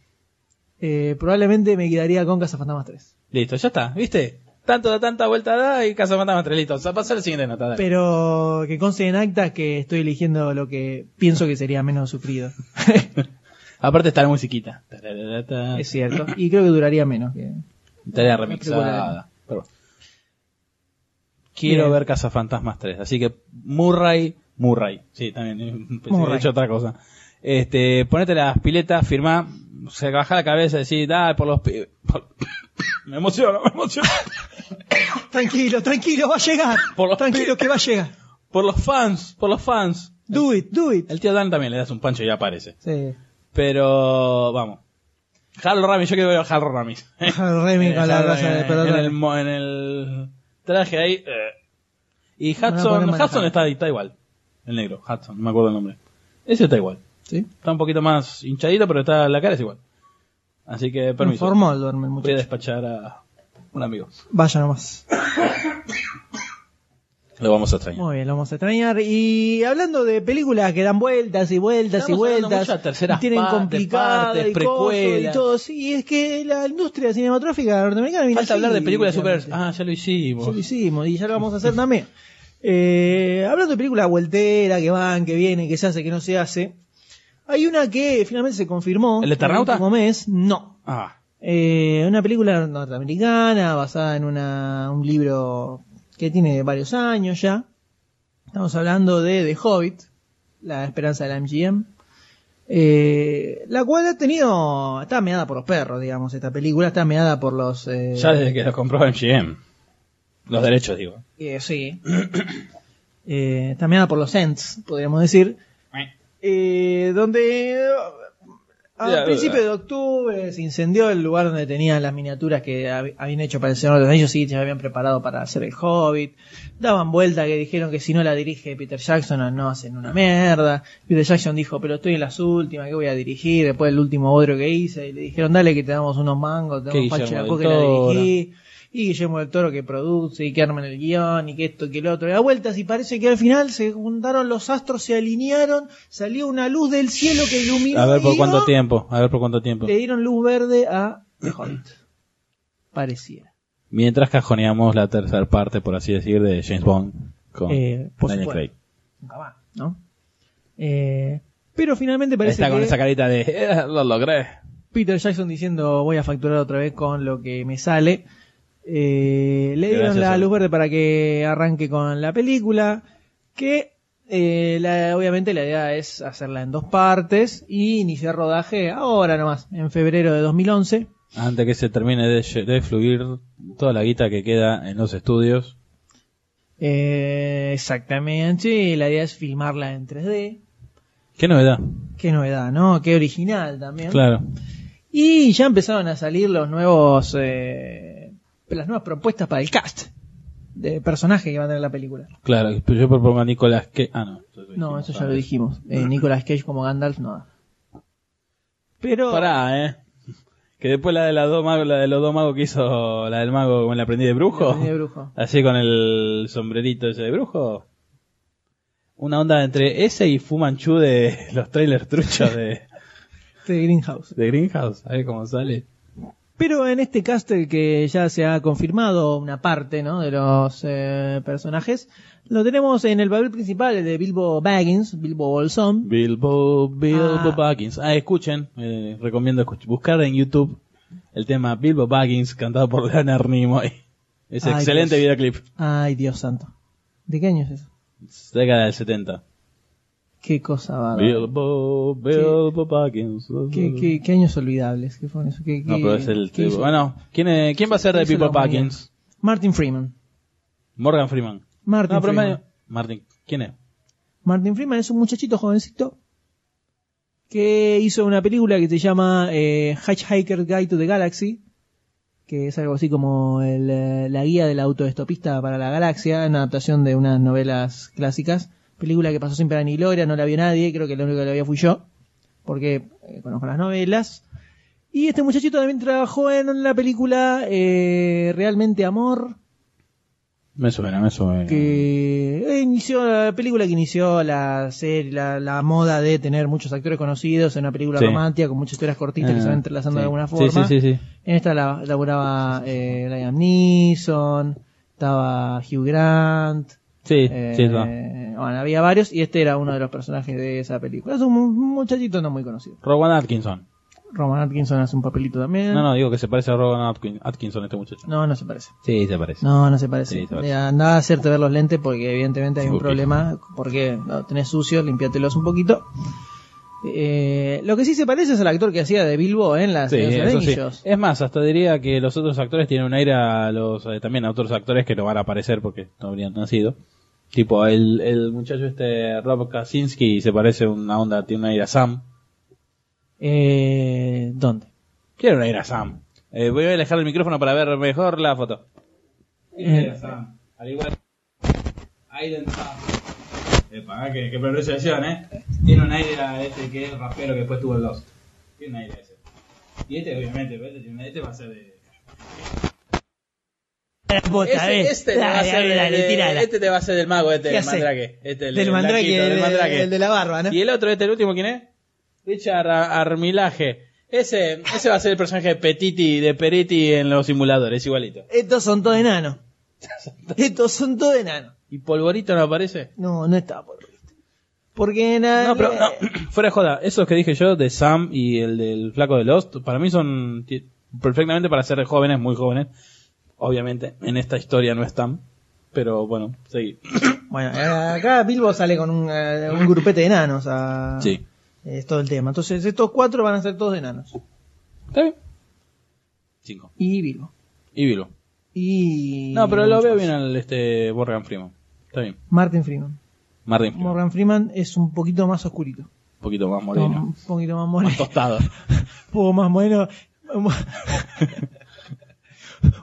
Eh, probablemente me quedaría con Cazafantasmas 3.
Listo, ya está, ¿viste? Tanto da tanta vuelta da y Cazafantasmas 3. Listo, a pasar a la siguiente nota. dale.
Pero que conste en acta que estoy eligiendo lo que pienso que sería menos sufrido.
Aparte está la musiquita. Tararata.
es cierto. Y creo que duraría menos. que- precuela
Tarea remixada. Pero bueno. ¿eh? Quiero
Bien.
ver Cazafantasmas 3, así que Murray, Murray, sí, también eh, pensé que había
Murray.
hecho otra cosa. Este, ponete las piletas, firmá, se baja la cabeza y decís, dale por los pibes. por- Me emociono, me emociono.
Tranquilo, tranquilo, va a llegar.
Por los
tranquilo
pi-
que va a llegar.
Por los fans, por los fans.
Do it, do it.
El tío Dan también le das un pancho y ya aparece.
Sí.
Pero vamos. Harold Ramis, yo quiero ver a Harold Ramis.
Harold Ramis con la
Harold
raza de
Ramis,
pelota.
eh, en el, mo- en el traje ahí. eh. Y
Van a poner
Hudson,
manejando.
Hudson está, está igual. El negro, Hudson, no me acuerdo el nombre. Ese está igual. ¿sí? Está un poquito más hinchadito, pero está la cara es igual. Así que
En
permiso.
formal duerme el
Voy a
muchacho.
despachar a un amigo.
Vaya nomás.
Lo vamos a extrañar.
Muy bien, lo vamos a extrañar. Y hablando de películas que dan vueltas y vueltas
Estamos
y
hablando
vueltas,
mucho de terceras
y tienen
partes,
complicadas
partes,
y cosas y
precuelas.
todo, y es que la industria cinematográfica norteamericana viene
Falta
así,
hablar de películas de super.
realmente.
Ah, ya lo hicimos.
Ya lo hicimos y ya lo vamos a hacer también. Eh, hablando de películas vuelteras que van, que vienen, que se hace, que no se hace, hay una que finalmente se confirmó.
¿El Eternauta?
último mes, no.
Ah,
Eh, una película norteamericana basada en una, un libro que tiene varios años ya. Estamos hablando de The Hobbit, La Esperanza del MGM. eh, la cual ha tenido. Está meada por los perros, digamos, esta película. Está meada por los. eh,
ya desde que lo compró MGM. Los derechos, digo.
eh, sí. eh, está meada por los Ents, podríamos decir. Eh, donde eh,
Ya,
a principios de octubre se incendió el lugar donde tenían las miniaturas que hab- habían hecho para el Señor de los Anillos y se habían preparado para hacer el Hobbit. Daban vuelta que dijeron que si no la dirige Peter Jackson no hacen una mierda. Peter Jackson dijo, pero estoy en las últimas, que voy a dirigir? Después del último bodrio que hice y le dijeron, dale que te damos unos mangos, te
Que
damos pache
Guillermo
la
del
coca que la
Toro.
dirigí. Y Guillermo del Toro que produce y que arman el guión y que esto que el otro. Y da vueltas y parece que al final se juntaron los astros, se alinearon, salió una luz del cielo que iluminó.
A ver por
y,
cuánto
¡ah!
tiempo. A ver por cuánto tiempo.
Le dieron luz verde a The Hobbit. Pareciera.
Mientras cajoneamos la tercera parte, por así decir, de James Bond con
Eh, por
Daniel
supuesto.
Craig.
Nunca más, ¿no? Eh, pero finalmente parece
Está con
que
esa carita de. "Eh, lo logré.
Peter Jackson diciendo voy a facturar otra vez con lo que me sale. Eh, le dieron
Gracias,
la
Ale.
luz verde para que arranque con la película, que eh, la- obviamente la idea es hacerla en dos partes y iniciar rodaje ahora nomás, en febrero de 2011.
Antes que se termine de, lle- de fluir toda la guita que queda en los estudios.
Eh, exactamente, y la idea es filmarla en 3D.
Qué novedad.
Qué novedad, ¿no? Qué original también.
Claro.
Y ya empezaron a salir los nuevos, eh, las nuevas propuestas para el cast de personaje que va a tener la película.
Claro. Yo propongo a Nicolás que. Ah, no. eso lo
No,
dijimos
eso ya lo
antes.
dijimos. Eh, Nicolas Cage como Gandalf no da. Pero
Pará, eh. Que después la de, las dos magos, la de los dos magos que hizo la del mago con el aprendiz de brujo.
Eh, brujo.
Así con el sombrerito ese de brujo. Una onda entre ese y Fu Manchu de los trailers truchos de,
De Greenhouse.
de Greenhouse. A ver cómo sale.
Pero en este cast el que ya se ha confirmado una parte, ¿no? De los eh, personajes, lo tenemos en el papel principal el de Bilbo Baggins, Bilbo Bolsón.
Bilbo, Bilbo
Ah.
Baggins. Ah, escuchen. eh, recomiendo escuch- buscar en YouTube el tema Bilbo Baggins cantado por Leonard Nimoy. Es
Ay,
excelente
Dios.
videoclip.
Ay, Dios santo. ¿De qué año es eso?
Década del 70.
Qué cosa bárbara.
Bilbo, Bilbo Baggins.
Ah. Qué, qué, qué años olvidables que fueron eso. ¿Qué,
No,
qué-
pero es el.
qué hizo?
Bueno, ¿quién, eh, ¿quién va a ser de
hizo la
Bilbo
humanidad?
Baggins?
Martin Freeman.
Morgan Freeman.
Martin
No, pero
Freeman.
medio- Martin, ¿quién es?
Martin Freeman es un muchachito jovencito que hizo una película que se llama eh, Hitchhiker Guide to the Galaxy, que es algo así como el, eh, la guía del autoestopista para la galaxia, una adaptación de unas novelas clásicas, película que pasó sin pena ni gloria, no la vio nadie, creo que lo único que la vio fui yo, porque eh, conozco las novelas. Y este muchachito también trabajó en la película eh, Realmente Amor,
Me suena, me suena.
que eh, inició la película que inició la serie, la, la moda de tener muchos actores conocidos en una película
Sí. Ah,
romántica con muchas historias cortitas que se van entrelazando de alguna forma.
Sí, sí, sí.
En esta la- laburaba eh, Liam Neeson, estaba Hugh Grant,
Sí,
eh,
sí, está.
bueno, había varios y este era uno de los personajes de esa película. Es un mu- muchachito no muy conocido.
Rowan Atkinson.
Roman Atkinson hace un papelito también.
No, no, digo que se parece a Rowan Atkin- Atkinson este muchacho.
eh. no, no se parece.
Sí, se parece.
No, no se parece.
Sí, se parece.
Eh, Andá a hacerte ver los lentes porque evidentemente hay un
Ok.
problema. Porque no, tenés sucios, limpiátelos un poquito. Eh, lo que sí se parece es al actor que hacía de Bilbo en las
Sí,
en los
eso sí.
anillos.
Es más, hasta diría que los otros actores tienen un aire a los eh, también a otros actores que no van a aparecer porque no habrían nacido. Tipo, el, el muchacho este Rob Kaczynski se parece una onda, tiene un aire a Sam.
Eh, ¿Dónde?
Quiero un aire a Sam. Eh, voy a alejar el micrófono para ver mejor la foto.
Eh,
Sam.
ah,
Al igual. Aiden Sam. Epa, qué, qué pronunciación, eh.
Tiene un aire a este que es rapero que después tuvo el Lost. Tiene un aire a ese. Y este, obviamente, pero este, tiene un- este va a ser de.
Ese- este, te va a ser del- este te va a ser del mago, este
¿Qué
del
hace?
mandrake. Este, el-
Del
el
mandrake,
blanquito, del
el-
mandrake.
el de la barba, ¿no?
Y el otro, este, el último, ¿quién es? Richard Ar- Armilaje. Ese, ese va a ser el personaje de Petiti, de Peretti en los simuladores, igualito.
Estos son todos enanos. Estos son todos enanos.
¿Y Polvorito no aparece?
No, no estaba por vista. Porque nada. eh,
No, pero no, fuera de joda, esos que dije yo de Sam y el del flaco de Lost, para mí son ti- perfectamente para ser jóvenes, muy jóvenes. Obviamente, en esta historia no están, pero bueno, seguí.
Bueno, eh, acá Bilbo sale con un, eh, un grupete de enanos. A...
Sí.
Es eh, todo el tema. Entonces, estos cuatro van a ser todos enanos.
Está bien. Cinco.
Y Bilbo.
Y Bilbo.
Y.
No, pero lo veo bien al este Morgan Freeman. Está bien.
Martin Freeman.
Martin Freeman.
Morgan Freeman es un poquito más oscurito.
Un poquito más
Un
moreno.
poquito más moreno.
Más tostado.
Un poco más moreno.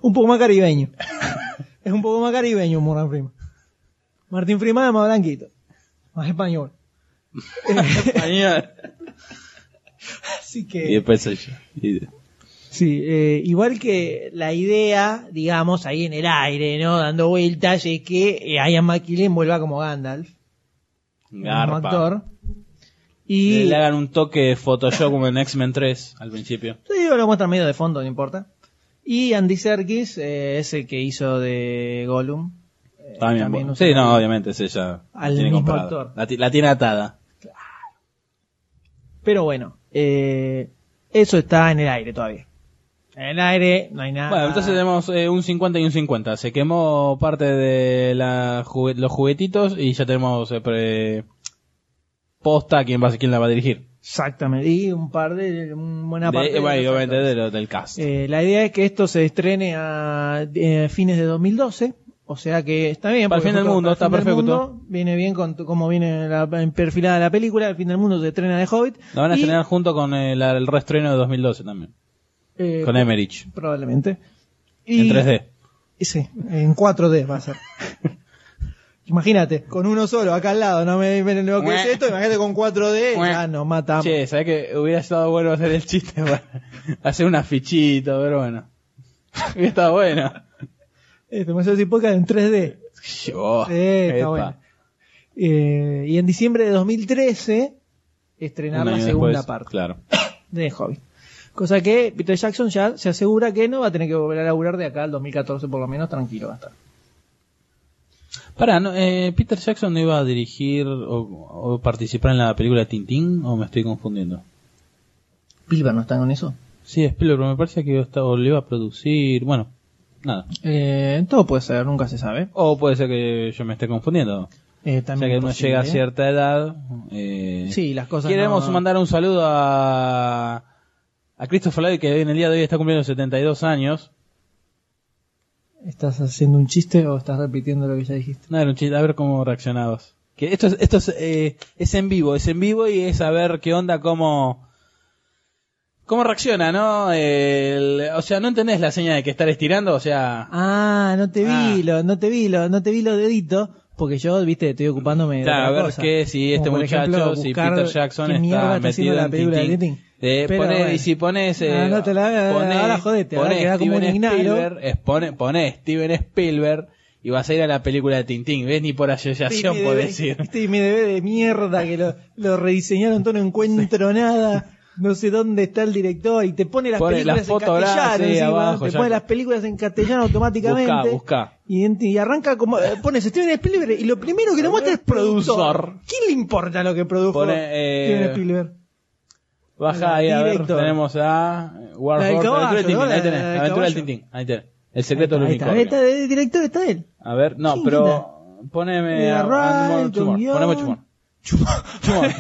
un poco más caribeño. Es un poco más caribeño Morgan Freeman. Martín Freeman es más blanquito. Más español.
Español.
Así
y
que...
después el- y-
Sí, eh, igual que la idea, digamos, ahí en el aire, ¿no? Dando vueltas, es que eh, Ian McKellen vuelva como Gandalf. Como
Garpa.
actor.
Y
Y...
le hagan un toque de Photoshop como en X-Men 3 al principio.
Sí, lo muestran medio de fondo, no importa. Y Andy Serkis eh, es el que hizo de Gollum. Eh,
También, bueno.
usa-
sí, no, obviamente es ella.
Al
tiene
mismo
comprada.
actor.
La, ti- la tiene atada.
Pero bueno, eh, eso está en el aire todavía. En el aire no hay nada.
Bueno, entonces tenemos eh, un 50 y un 50. Se quemó parte de la jugue- los juguetitos y ya tenemos eh, pre- posta quién, va, a- quién la va a dirigir.
Exactamente. Y un par de. un- Buena
De-
parte. de
bueno,
los
obviamente
actores.
de lo- del cast.
Eh, la idea es que esto se estrene a eh, fines de 2012. O sea que está bien.
Para el
porque
fin del
justo
mundo,
para el
está
fin del
perfecto.
mundo viene bien con tu- cómo viene la, perfilada la película. El fin del mundo se estrena de Hobbit.
La van a
y,
estrenar junto con el, el reestreno de 2012 también.
eh,
Con Emerich.
Probablemente. Y-
En 3D.
y Sí, en 4D va a ser. Imagínate, con uno solo acá al lado, no me ven lo que es esto, imagínate con 4D, ya nos matamos.
Che, ¿sabés que hubiera estado bueno hacer el chiste? para hacer una fichita, pero bueno. Hubiera estado bueno.
Este, me hace podcast en 3D.
Yo,
Sí, está
epa.
bueno. Eh, y en diciembre de 2013 estrenar
Un
la
año
segunda
después,
parte
Claro.
de Hobbit. Cosa que Peter Jackson ya se asegura que no va a tener que volver a laburar de acá al 2014 por lo menos, tranquilo va a estar.
Pará, no, eh, Peter Jackson no iba a dirigir o, o participar en la película Tintín, o me estoy confundiendo.
Spielberg no está con eso.
Sí, Spielberg, pero me parece que iba a estar- o lo iba a producir, bueno, nada.
Eh, todo puede ser, nunca se sabe.
O puede ser que yo me esté confundiendo.
Eh,
O sea
también
que uno
posible.
llega a cierta edad. eh,
Sí, las cosas
Queremos
no-
mandar un saludo a, a Christopher Lloyd, que en el día de hoy está cumpliendo 72 años.
¿Estás haciendo un chiste o estás repitiendo lo que ya dijiste?
No, era un chiste, a ver cómo reaccionabas. Que esto es, esto es, eh, es en vivo, es en vivo y es a ver qué onda, cómo, cómo reacciona, ¿no? El- o sea, no entendés la seña de que estar estirando, o sea...
Ah, no te
Ah.
vi, lo, no te vi, lo, no te vi los deditos, porque yo, viste, estoy ocupándome de
Claro, a
otra
ver
cosa.
qué si este
Como, por
muchacho,
ejemplo,
si
buscar
Peter Jackson
qué mierda
está
haciendo
metido
la
en
película de
Tintín.
Tintín.
Eh,
Pero
poné-
bueno.
y si pones, eh,
Ah, no te la- ahora jodete, ahora
poné
queda como un
Steven
ignaro.
Spielberg, es- poné, poné Steven Spielberg y vas a ir a la película de Tintín, ves ni por
Sí,
asociación
me
podés
debe-
decir.
Este me debe de mierda que lo, lo rediseñaron, todo no encuentro nada. No sé dónde está el director y te pone las
Pone las
películas en
fotogramas,
castellano.
sí,
encima,
abajo,
te
ya.
pone las películas en castellano automáticamente.
Buscá, buscá.
Y, ent- y arranca como. eh, pones Steven Spielberg y lo primero que nos muestra es productor.
Productor.
¿Quién le importa lo que produjo
Pone, eh,
Steven Spielberg?
Baja ahí, a ver,
Director.
tenemos a War
La del
Horse,
caballo,
Aventura del
¿no?
Tintín, ahí
La-
tenés,
la del
Aventura del
caballo.
Tintín, ahí tenés. El secreto del
Ahí está, ahí está,
unicornio.
el director está él. Eh,
A ver, no,
¿Quién está?
pero poneme a- a
Array,
Chumor,
Tonguión.
ah, poneme Chumor. Chumor.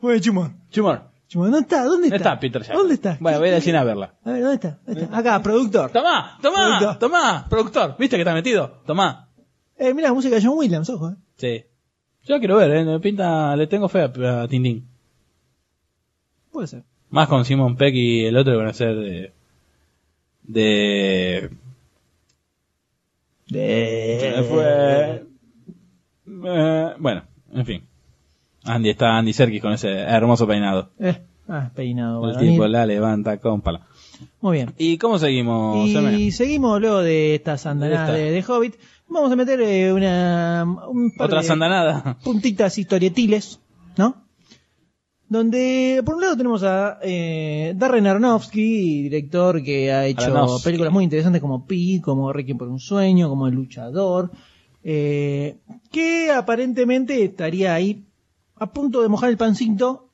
Bueno, Chumón.
Chumor.
Chumón, ¿dónde está? ¿Dónde
No
está?
está Peter Jackson.
¿Dónde está?
Bueno, voy a ir al cine a verla.
A ver, ¿dónde está? ¿Dónde está? Acá, productor.
Tomá, tomá,
Productor.
tomá, productor. ¿Viste que está metido? Tomá.
Eh, mira la música de John Williams, ojo. eh.
Sí. Yo la quiero ver, eh, me pinta, le tengo fe a, a Tintín.
Puede ser.
Más con Simon Peck y el otro que van a ser de... de
eh.
Se me fue. Eh, bueno, Eh, en fin. Andy, está Andy Serkis con ese hermoso peinado.
Eh, ah, peinado.
El
varonil.
tipo la levanta con pala.
Muy bien.
¿Y cómo seguimos, Seme?
Y seguimos luego de estas andanadas
Esta.
de, de Hobbit. Vamos a meter eh, una, un par
Otra
de
sandanada.
puntitas historietiles, ¿no? Donde, por un lado, tenemos a eh, Darren Aronofsky, director que ha hecho
Aronofsky.
películas muy interesantes como Pi, como Requiem por un sueño, como El luchador, eh, que aparentemente estaría ahí a punto de mojar el pancito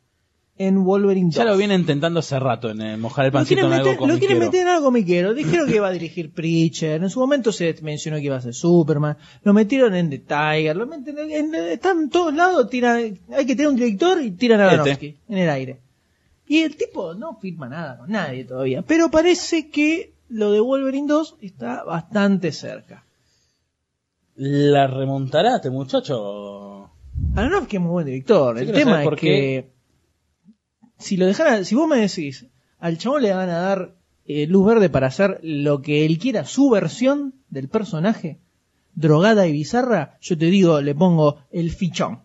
en Wolverine 2.
Ya lo vienen intentando hace rato en eh, mojar el
Lo
pancito
quieren,
en algo
meter, lo quieren
comiquero.
meter en algo miquero. Dijeron que iba a dirigir Preacher. En su momento se mencionó que iba a ser Superman. Lo metieron en The Tiger. Lo meten en- en- están en todos lados. Tiran, hay que tener un director y tiran a
Este.
Aronofsky en el aire. Y el tipo no firma nada con nadie todavía. Pero parece que lo de Wolverine 2 está bastante cerca.
La remontará este muchacho.
Aronofsky es muy buen director.
Yo
el
quiero
tema
saber
es
por
que si lo dejara, si vos me decís, al chabón le van a dar eh, luz verde para hacer lo que él quiera, su versión del personaje, drogada y bizarra, yo te digo, le pongo el fichón.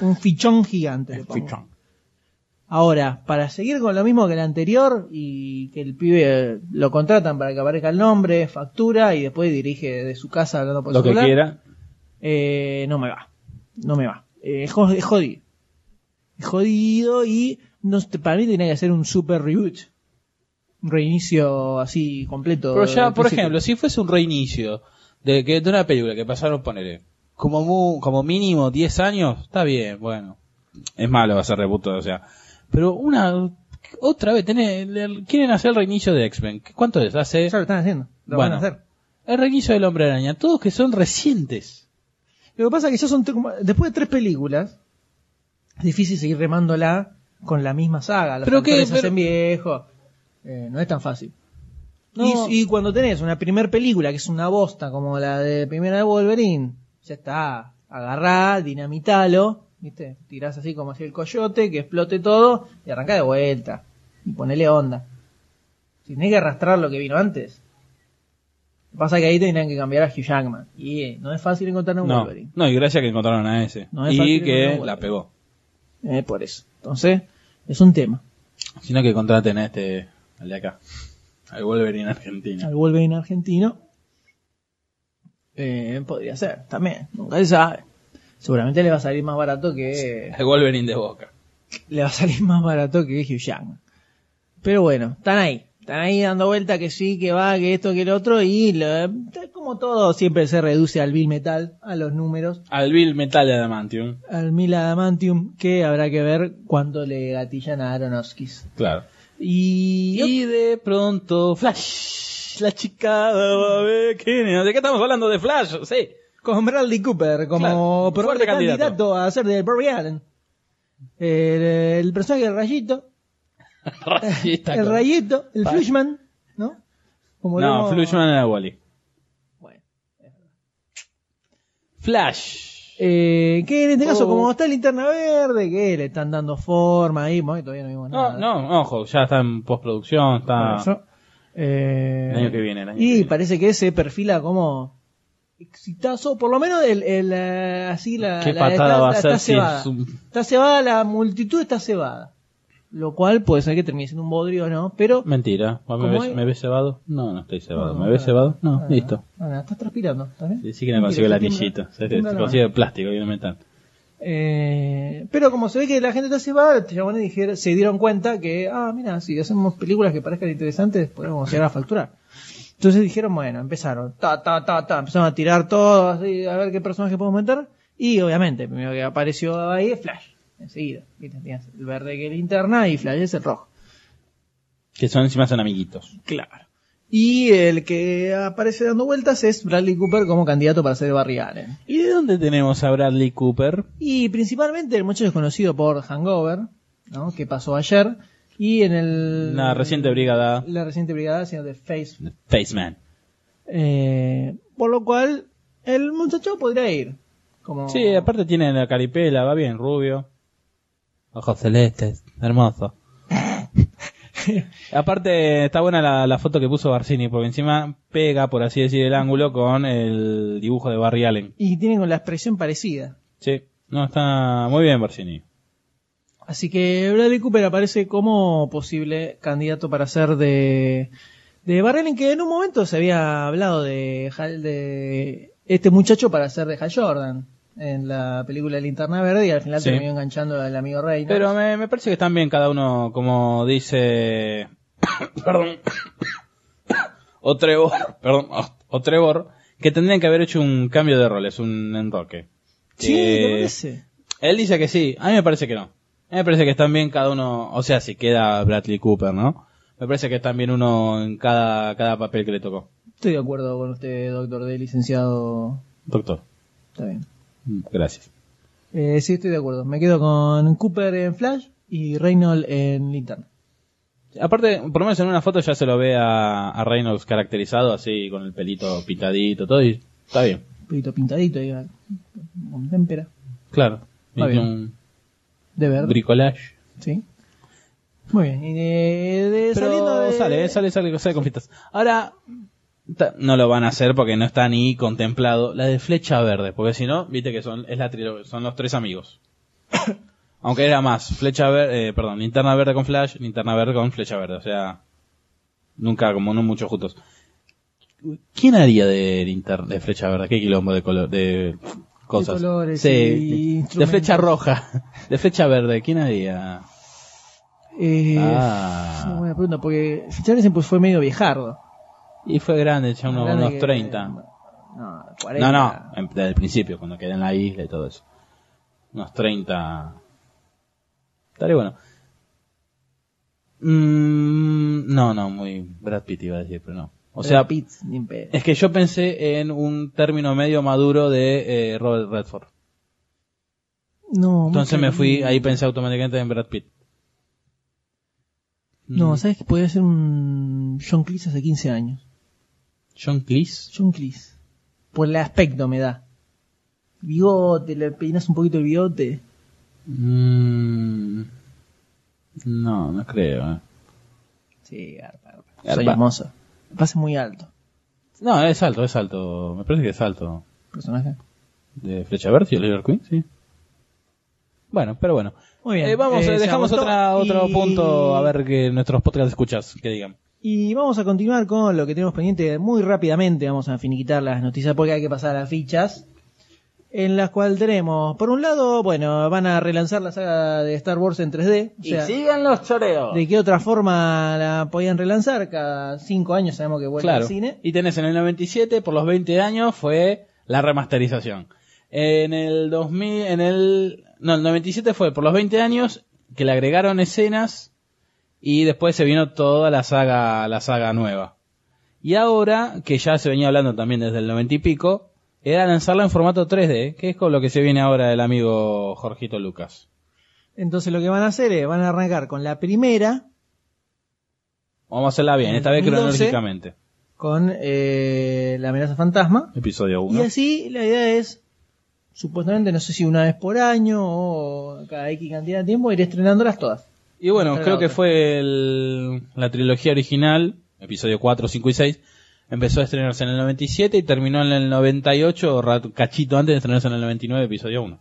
Un fichón gigante. le pongo. Ahora, para seguir con lo mismo que el anterior y que el pibe eh, lo contratan para que aparezca el nombre, factura y después dirige de su casa hablando por
Lo que
celular,
quiera.
eh, no me va. No me va. Eh, es jo- es jodido. Es jodido y no, te- para mí tenía que hacer un super reboot. Un reinicio así completo.
Pero ya,
del
por
principio.
ejemplo, si fuese un reinicio de, que, de una película que pasaron, ponele, como, mu- como mínimo 10 años, está bien, bueno. Es malo hacer reboot, o sea. Pero una, otra vez, tenés- le- quieren hacer el reinicio de X-Men. ¿Cuánto es? Hace
Ya lo están haciendo. Lo
Bueno.
van a hacer.
el reinicio del Hombre Araña. Todos que son recientes.
Lo que pasa es que ya son. tre- como- Después de tres películas, es difícil seguir remándola con la misma saga. Los
Pero
actores
que-
se
pero-
hacen viejos. Eh, no es tan fácil.
No.
Y, y cuando tenés una primer película que es una bosta como la de primera de Wolverine, ya está, agarrá, dinamitalo, ¿viste? Tirás así como hacía el coyote, que explote todo y arrancá de vuelta. Y ponele onda. Si tenés que arrastrar lo que vino antes. Lo que pasa es que ahí tendrían que cambiar a Hugh Jackman. Y eh, no es fácil encontrar un
No,
Wolverine.
no, y gracias que encontraron a ese.
No es
y
fácil encontrar
que
un
la
Wolverine.
pegó.
Eh, por eso. Entonces, es un tema.
Sino que contraten a este, al de acá. Al Wolverine Argentina.
Al Wolverine argentino. Eh, podría ser, también. Nunca se sabe. Seguramente le va a salir más barato que.
Al Wolverine de Boca.
Le va a salir más barato que Hugh Jackman. Pero bueno, están ahí. Están ahí dando vuelta que sí, que va, que esto, que el otro. Y lo- eh, como todo siempre se reduce al Bill Metal, a los números.
Al Bill Metal de Adamantium.
Al Mil Adamantium, que habrá que ver cuánto le gatillan a Aronofsky.
Claro.
Y.
Y de pronto, Flash, la chica de bikini. ¿De qué estamos hablando? ¿De Flash? Sí.
con Bradley Cooper como
Claro,
probable
fuerte
candidato.
candidato.
a hacer de Barry Allen. El, el personaje de Rayito,
Racista.
el
con-
Rayito, el
Pa-
Flushman, ¿no? Como lo-
No, Flushman era Wally.
Bueno.
Flash.
Eh, que en este caso,
Oh.
como está linterna verde, que le están dando forma ahí, bueno, que todavía no vimos
No,
nada.
no, ojo, ya está en postproducción,
Por
está...
eso. Eh,
El año que viene, el año
y
que viene.
parece que se perfila como exitazo, por lo menos el, el, eh, así la,
¿Qué
la-
patada
está-
va a
está-
ser
está
si es
cebada.
un-
Está cebada, la multitud está cebada. Lo cual puede ser que termine siendo un bodrio o no, pero.
Mentira. ¿Vos ¿Me
¿Cómo
ves,
es?
¿Me ves cebado? No, no estoy cebado.
No,
¿Me ves
nada.
cebado? No,
Ah,
listo.
ah, nada, estás transpirando, ¿está bien?
Sí que no consigo el
Mira, te
anillito.
tiembla-
Se-
te
se-
tiembla
se
la
consigue
mano.
el plástico y el metal.
Eh, pero como se ve que la gente está cebada, te llamaron y dijeron, se dieron cuenta que, ah, mira, si hacemos películas que parezcan interesantes, podemos llegar a facturar. Entonces dijeron, bueno, empezaron, ta, ta, ta, ta, empezaron a tirar todo, así, a ver qué personaje podemos meter. Y obviamente, el primero que apareció ahí es Flash, enseguida. Viste, tenías el verde que es linterna y Flash es el rojo.
Que son encima son amiguitos.
Claro. Y el que aparece dando vueltas es Bradley Cooper como candidato para ser Barry Allen.
¿Y de dónde tenemos a Bradley Cooper?
Y principalmente el muchacho es conocido por Hangover, ¿no? Que pasó ayer. Y en el.
La reciente brigada
La reciente brigada, sino de Face.
Faceman.
Eh, por lo cual, el muchacho podría ir. Como...
Sí, aparte tiene la caripela, va bien, rubio. Ojos celestes, hermoso. aparte, está buena la, la foto que puso Barcini, porque encima pega, por así decir, el ángulo con el dibujo de Barry Allen.
Y tiene con la expresión parecida.
Sí, no, está muy bien Barcini.
Así que Bradley Cooper aparece como posible candidato para ser de, de Barrelen, que en un momento se había hablado de, Hal- de este muchacho para ser de Hal Jordan en la película Linterna Verde y al final
Sí.
terminó enganchando al amigo Reynolds.
Pero eh, me, me parece que están bien cada uno, como dice. perdón. o Trevor, perdón, o, o Trevor, que tendrían que haber hecho un cambio de roles, un enroque.
sí,
Eh,
¿te parece?
Él dice que sí, a mí me parece que no. A mí me parece que están bien cada uno, o sea, si queda Bradley Cooper, ¿no? Me parece que están bien uno en cada, cada papel que le tocó.
Estoy de acuerdo con usted, doctor D, licenciado.
Doctor,
Está bien.
mm, gracias.
Eh, sí, estoy de acuerdo. Me quedo con Cooper en Flash y Reynolds en Linterna.
Aparte, por lo menos en una foto ya se lo ve a, a Reynolds caracterizado así, con el pelito pintadito, todo, y está bien.
pelito pintadito, diga, con témpera,
Claro.
Está
Hizo
bien.
un
de verde,
bricolage.
sí. Muy bien, y de, de-
Pero
saliendo de-
sale, eh, sale, sale, sale con fiestas. Ahora, ta- no lo van a hacer porque no está ni contemplado la de Flecha Verde, porque si no, viste que son, es la trilogía, son los tres amigos. Aunque era más, Flecha Verde, eh, perdón, Linterna Verde con Flash, Linterna Verde con Flecha Verde, o sea, nunca, como no muchos juntos. ¿Quién haría de, linter- de Flecha Verde? ¿Qué quilombo de color, de cosas?
colores y
sí, de
instrumentos.
Flecha Roja, de Flecha Verde, ¿quién haría?
Eh,
Ah.
es una buena pregunta, porque Richarlison pues, fue medio viejardo.
Y fue grande, ya uno-
Más grande
unos
que-
30.
No, 40.
No, no, en- desde el principio, cuando quedé en la isla y todo eso. Unos 30. Estaría bueno. Mm, no, no, muy Brad Pitt iba a decir, pero no. O sea,
Pitts, ni en pedo.
es que yo pensé en un término medio maduro de eh, Robert Redford.
No,
Entonces
mucho-
me fui, ahí pensé automáticamente en Brad Pitt.
No,
Mm,
¿sabes que podía ser un John Cleese hace 15 años?
John Cleese.
John Cleese. Por el aspecto me da. Bigote, le peinas un poquito el bigote.
Mm, no, no creo. eh.
Sí, garpa, garpa.
Garpa.
Soy hermoso. Pase muy alto.
No, es alto, es alto. Me parece que es alto.
personaje.
De Flecha Verde y Oliver Queen, sí. Bueno, pero bueno.
Muy bien.
Eh, vamos,
Eh,
eh,
se
dejamos
agotó
otra, otro
y-
punto a ver que nuestros podcast escuchas, que digan.
Y vamos a continuar con lo que tenemos pendiente muy rápidamente. Vamos a finiquitar las noticias porque hay que pasar a las fichas. En las cuales tenemos, por un lado, bueno, van a relanzar la saga de Star Wars en 3D. O
Y
sea,
sigan los choreos.
¿de qué otra forma la podían relanzar? Cada cinco años sabemos que vuelve
Claro.
al cine.
Y tenés en el 97, por los 20 años, fue la remasterización. En el 2000, en el... No, el 97 fue por los 20 años que le agregaron escenas y después se vino toda la saga, la saga nueva. Y ahora, que ya se venía hablando también desde el 90 y pico, era lanzarla en formato 3D, que es con lo que se viene ahora el amigo Jorgito Lucas.
Entonces lo que van a hacer es, van a arrancar con la primera,
Vamos a hacerla bien, esta vez
2012.
cronológicamente.
con eh, la amenaza fantasma.
Episodio
Y
1.
así la idea es, supuestamente, no sé si una vez por año o cada X cantidad de tiempo, ir estrenándolas todas.
Y bueno,
Otra
creo que
otra.
fue el- la trilogía original, episodio 4, 5 y 6. Empezó a estrenarse en el 97 y terminó en el 98, o rato- cachito antes de estrenarse en el 99, episodio 1.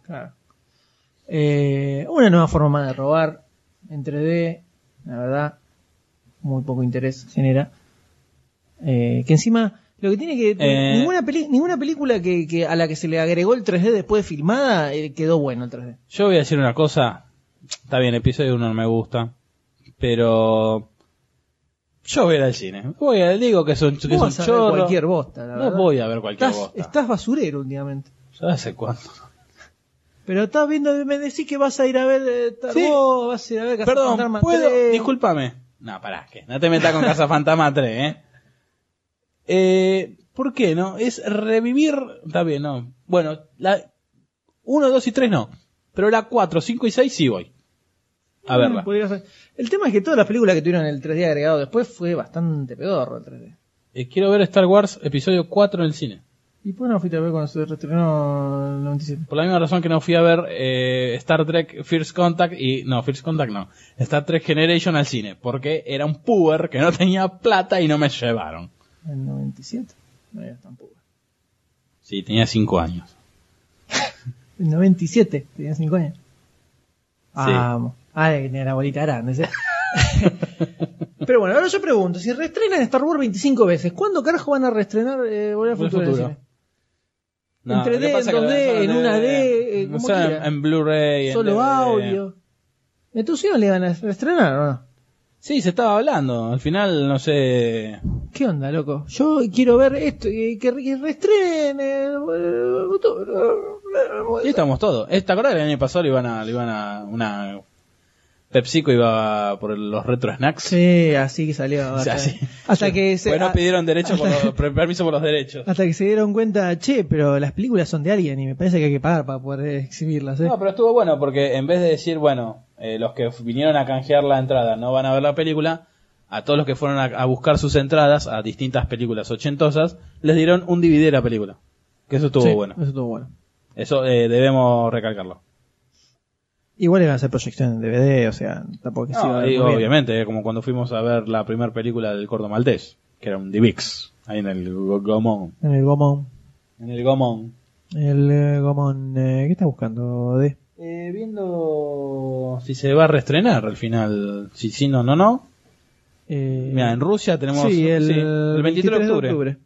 Eh, una nueva forma más de robar en 3D, la verdad, muy poco interés genera. Eh, que encima, lo que tiene que...
Eh.
ninguna, peli- ninguna película que, que a la que se le agregó el 3D después de filmada eh, quedó bueno el 3D.
Yo voy a decir una cosa. Está bien, episodio 1 no me gusta. Pero. Yo voy a ir al cine. Voy a, digo que son, que
Vos
es un
vas a ver
chorro.
cualquier bosta, la
no
verdad.
voy a ver cualquier
estás,
bosta.
estás basurero últimamente.
Ya hace cuánto.
Pero estás viendo, me decís que vas a ir a ver eh, Star
Sí.
Wars, vas a ir a ver Casa
Perdón,
Fantasma
¿puedo?
3.
Discúlpame. No, pará, que no te metas con Casa Fantasma 3, ¿eh? Eh, ¿Por qué no? Es revivir. Está bien, no. Bueno, la 1, 2 y 3 no. Pero la 4, 5 y 6 sí voy. A verla.
Mm, Podría ser. El tema es que todas las películas que tuvieron el 3D agregado después fue bastante pedorro el 3D.
Eh, quiero ver Star Wars episodio 4 en el cine.
¿Y por qué no fuiste a ver cuando se reestrenó el 97?
Por la misma razón que no fui a ver eh, Star Trek First Contact y. No, First Contact no. Star Trek Generation al cine. Porque era un puber que no tenía plata y no me llevaron.
El 97. No era tampoco.
Sí, tenía 5 años.
El 97, tenía 5 años. Vamos. Ah, de de la bolita grande. ¿sí? Pero bueno, ahora yo pregunto, si reestrenan Star Wars 25 veces, ¿cuándo carajo van a reestrenar eh, Volver al
Volver al
Futuro? en el
Futuro.
cine?
No,
en
lo que
3D, en
pasa es que lo
2D, en 1D,
lanzaron DVD,
eh,
no
como
sé,
quiera.
en, en Blu-ray, en
Solo
DVD.
audio. Entonces no le van a reestrenar o no?
Sí, se estaba hablando. Al final, no sé.
¿Qué onda, loco? Yo quiero ver esto, eh, que, re- que reestrenen. eh,
Y estamos todos. Eh, ¿Te acordás que el año pasado le iban a. Le iban a una PepsiCo iba por los retro snacks?
Sí, así que salió.
O sea,
hasta-
sí.
Hasta que se.
Bueno,
a-
pidieron derecho por los- per- permiso por los derechos.
Hasta que se dieron cuenta, che, pero las películas son de alguien y me parece que hay que pagar para poder exhibirlas, ¿eh?
No, pero estuvo bueno porque en vez de decir, bueno, eh, los que vinieron a canjear la entrada no van a ver la película, a todos los que fueron a, a buscar sus entradas a distintas películas ochentosas, les dieron un DVD de la película. Que eso estuvo
Sí,
bueno.
Eso estuvo bueno.
Eso eh, debemos recalcarlo.
Igual iban a hacer proyección en DVD, o sea, tampoco es que se iba a
No,
ver
digo,
muy bien.
obviamente, eh, como cuando fuimos a ver la primera película del Cordo Maltés, que era un DVX, ahí en el Go- Gomón.
En el Gomón.
En el Gomón.
El eh, Gomón. eh, ¿Qué estás buscando, D?
Eh, viendo si se va a reestrenar al final, si sí, no, no, no.
Eh,
Mira, en Rusia tenemos
sí, el,
sí, el 23 de octubre.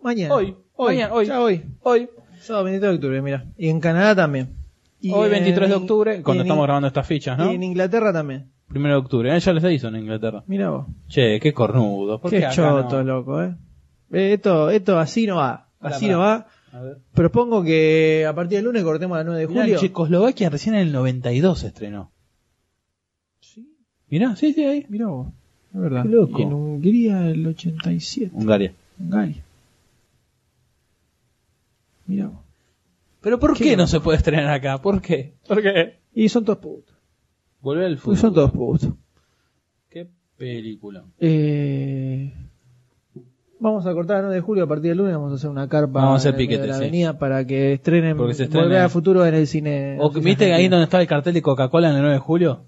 Mañana.
Hoy, hoy, mañana, hoy.
Ya hoy.
Hoy,
Sábado 23 de octubre, mira. Y en Canadá también. Y
hoy
en-
23 de octubre, cuando
y en-
estamos grabando estas fichas, ¿no?
Y en Inglaterra también.
Primero de octubre, eh, ya les hizo en Inglaterra.
Mira vos.
Che, qué cornudo. ¿por
Qué,
acá
choto,
no?
loco, eh. Eh, Esto, esto así no va.
Pará,
Así
pará.
no va.
A ver.
Propongo que a partir del lunes cortemos la 9 de
Mirá,
julio.
en Checoslovaquia recién en el 92 se estrenó. Mirá, sí, sí, ahí.
Mirá vos. Es verdad.
Qué loco.
Y en Hungría el 87.
Hungaria.
Hungaria. Mirá vos.
¿Pero por
Qué
qué, no
loco.
se puede estrenar acá? ¿Por qué? ¿Por qué?
Y son todos putos.
Volver al
Pues
fútbol.
son todos putos.
Qué película.
Eh, vamos a cortar el 9 de julio a partir del lunes. Vamos a hacer una carpa
Vamos a hacer
en el medio
piquete,
de la
sí.
avenida para que estrenen
Porque se estrene-
Volver al futuro en el cine.
O,
en el
¿Viste
cine
ahí
argentino.
donde estaba el cartel de Coca-Cola en el 9 de julio?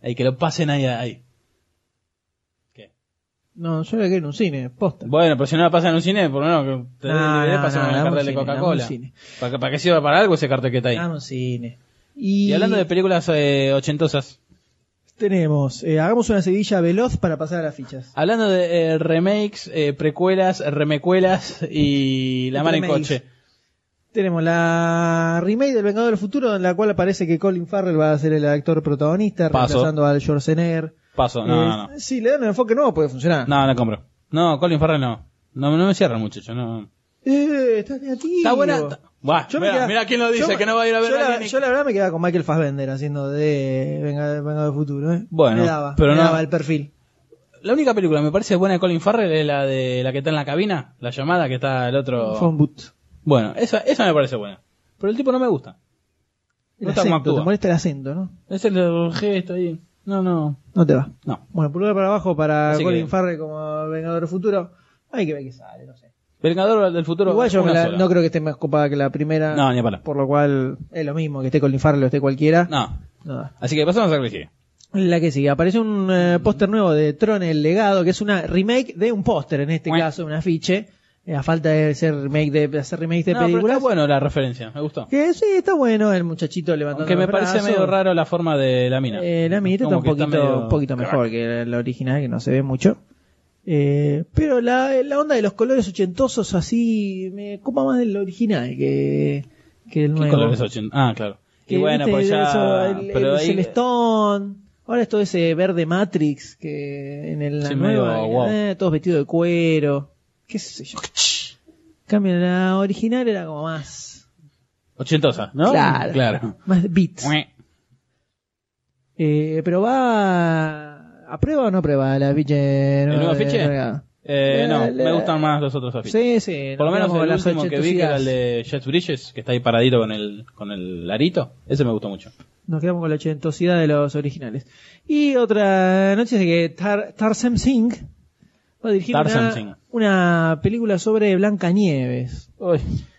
Ahí que lo pasen ahí. ahí.
No, yo la quiero en un cine, posta.
Bueno, pero si no la pasan en un cine, por lo menos que te den
No,
el DVD,
no,
pasen
no,
en el
dame un
cartel de
cine, dame un
Coca-Cola.
cine.
¿Para, qué- ¿Para qué sirva para algo ese cartel que está ahí?
Vamos a un cine. Ah, Y,
Y hablando de películas eh, ochentosas,
tenemos, eh, hagamos una seguilla veloz para pasar a las fichas.
hablando de eh, remakes, eh, precuelas, remecuelas y La Mala en
Remakes.
Coche.
Tenemos la remake del Vengador del Futuro, en la cual aparece que Colin Farrell va a ser el actor protagonista,
Paso.
reemplazando al Schwarzenegger.
Paso, no,
Eh,
no, no.
Si le dan un enfoque nuevo, puede funcionar.
No, no compro. No, Colin Farrell no. No, no me cierra, muchacho. No.
Eh, estás negativo.
Está buena. está- Buah,
Yo me
mira,
queda-
mira quién lo dice,
yo-
que no va a ir a ver
yo
a
la,
alguien y-
yo la verdad me quedaba con Michael Fassbender haciendo de Venga- Vengador del Futuro, ¿eh?
Bueno,
me daba,
pero
me
no-
daba el perfil.
La única película que me parece buena de Colin Farrell es la de la que está en la cabina, la llamada que está el otro.
Phone boot.
Bueno, esa, esa me parece buena. Pero el tipo no me gusta.
El
No está como
acento, te
actúa.
molesta el acento, ¿no?
Es el, gesto ahí. No, no.
No te va.
No.
Bueno, pulgar para abajo para
Así
Colin
que-
Farrell como Vengador del Futuro. Hay que ver qué sale, no sé.
Vengador del futuro.
Igual yo
una
la-
sola.
no creo que esté más copada que la primera.
No, ni a palo.
Por lo cual es lo mismo que esté Colin Farrell o esté cualquiera.
No.
No da.
Así que pasamos a la que sigue.
La que sigue. Aparece un eh, póster nuevo de Tron el Legado, que es una remake de un póster, en este
Bueno.
caso, un afiche. Eh, a falta de ser remake de, de hacer remakes de
No, pero
películas.
está bueno la referencia, me gustó.
Que sí, está bueno el muchachito levantando
Aunque me
los
parece
brazos.
medio raro la forma de la mina.
Ah, Eh, la minita está
Como
un
que
poquito,
medio-
un poquito mejor que la original, que no se ve mucho. Eh, pero la, la onda de los colores ochentosos así me copa más del original que, que el
¿Qué
nuevo.
color es 80? Ah, claro.
Que,
Y bueno,
viste,
pues ya.
eso, el,
pero
el
ahí-
celestón. Ahora es todo ese verde Matrix que en el, la
Sí,
nueva,
medio wow.
eh, todos vestidos de cuero. Qué sé yo. Cambio, la original era como más,
Ochentosa, ¿no?
Claro.
Claro.
más beats. Eh, pero va a prueba o no prueba la afiche.
¿El nuevo afiche?
Regado?
Eh,
Eh,
no,
la-
me gustan más los otros afiches.
Sí, sí.
Por lo
nos
menos
quedamos
el
con las
último que vi, que era el
ochentosidades.
de Jet Bridges, que está ahí paradito con el, con el arito. Ese me gustó mucho.
Nos quedamos con la ochentosidad de los originales. Y otra noche es de que Tar Tarsem Singh va a dirigir
Tarsem Singh.
una, una película sobre Blanca Nieves.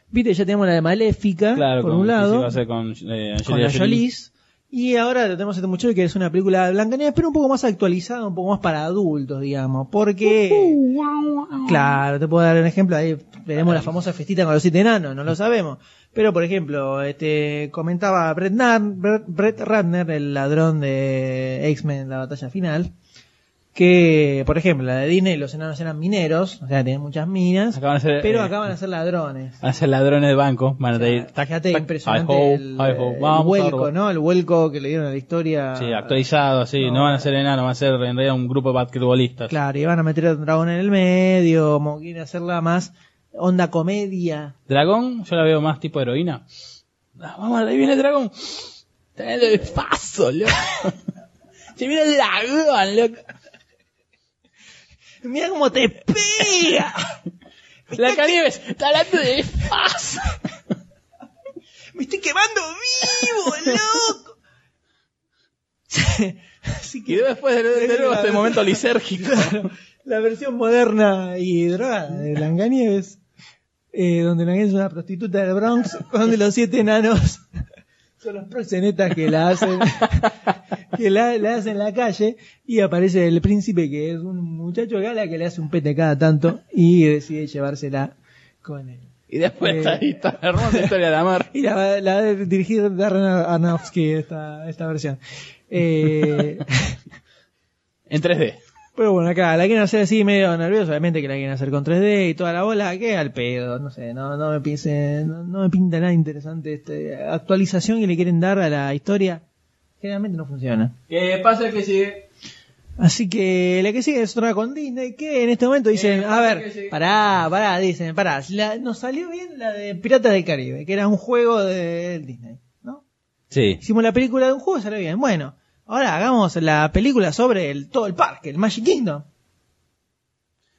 Viste, ya tenemos la de Maléfica,
claro,
por
con-
un
que se
lado,
va a hacer con, eh,
con
Angelina
la
Jolie.
Jolis. Y ahora tenemos este muchacho que es una película de Blanca Nieves, pero un poco más actualizada, un poco más para adultos, digamos. Porque... Claro, te puedo dar un ejemplo. Ahí veremos la famosa festita con los siete enanos, no lo sabemos. Pero, por ejemplo, este, comentaba Brett, Nar- Brett- Brett Ratner, el ladrón de X-Men en la batalla final, que, por ejemplo, la de Disney los enanos eran mineros, o sea, tenían muchas minas,
Acaban de ser,
pero
eh,
acaban de ser ladrones.
Van a ser ladrones de banco. Van a ir. tac,
Fíjate,
tac,
impresionante
I hope,
el,
I hope.
el
Vamos a
vuelco,
robar.
¿no? El vuelco que le dieron a la historia.
Sí, actualizado, sí. No,
No. eh.
van a ser enanos, van a ser en realidad un grupo de basquetbolistas.
Claro, iban a meter a Dragón en el medio, como quieren hacerla más onda comedia.
Dragón, yo la veo más tipo heroína. Ah, vamos, ahí viene el dragón. Tenés el paso, loco. Se viene el dragón, loco.
Mira cómo te pega.
La Caribes, está hablando de paso.
Me estoy quemando vivo, loco. Así
Y
que
después de, de, de nuevo este momento lisérgico.
la versión moderna y drogada de Blancanieves, eh, donde Blancanieves es una prostituta del Bronx, donde los siete enanos son los proxenetas que la hacen, que la, la hacen en la calle, y aparece el príncipe que es un muchacho gala que le hace un pete cada tanto y decide llevársela con él.
Y después
Eh.
está ahí esta hermosa historia de amor.
Y la, va- la va a dirigir Darren Aronofsky esta, esta versión. Eh,
En 3D.
Pero bueno, acá la quieren hacer así medio nerviosa, obviamente que la quieren hacer con 3D y toda la bola, que al pedo, no sé, no, no me piense, no, no me pinta nada interesante este actualización que le quieren dar a la historia, generalmente no funciona.
¿Qué pasa que sigue?
Así que la que sigue es otra con Disney, que en este momento dicen,
Eh,
a
que
ver,
sigue.
pará, pará, dicen, pará, si la- nos salió bien la de Piratas del Caribe, que era un juego de Disney, ¿no?
Sí.
Hicimos la película de un juego, salió bien. Bueno, ahora hagamos la película sobre el, todo el parque, el Magic Kingdom.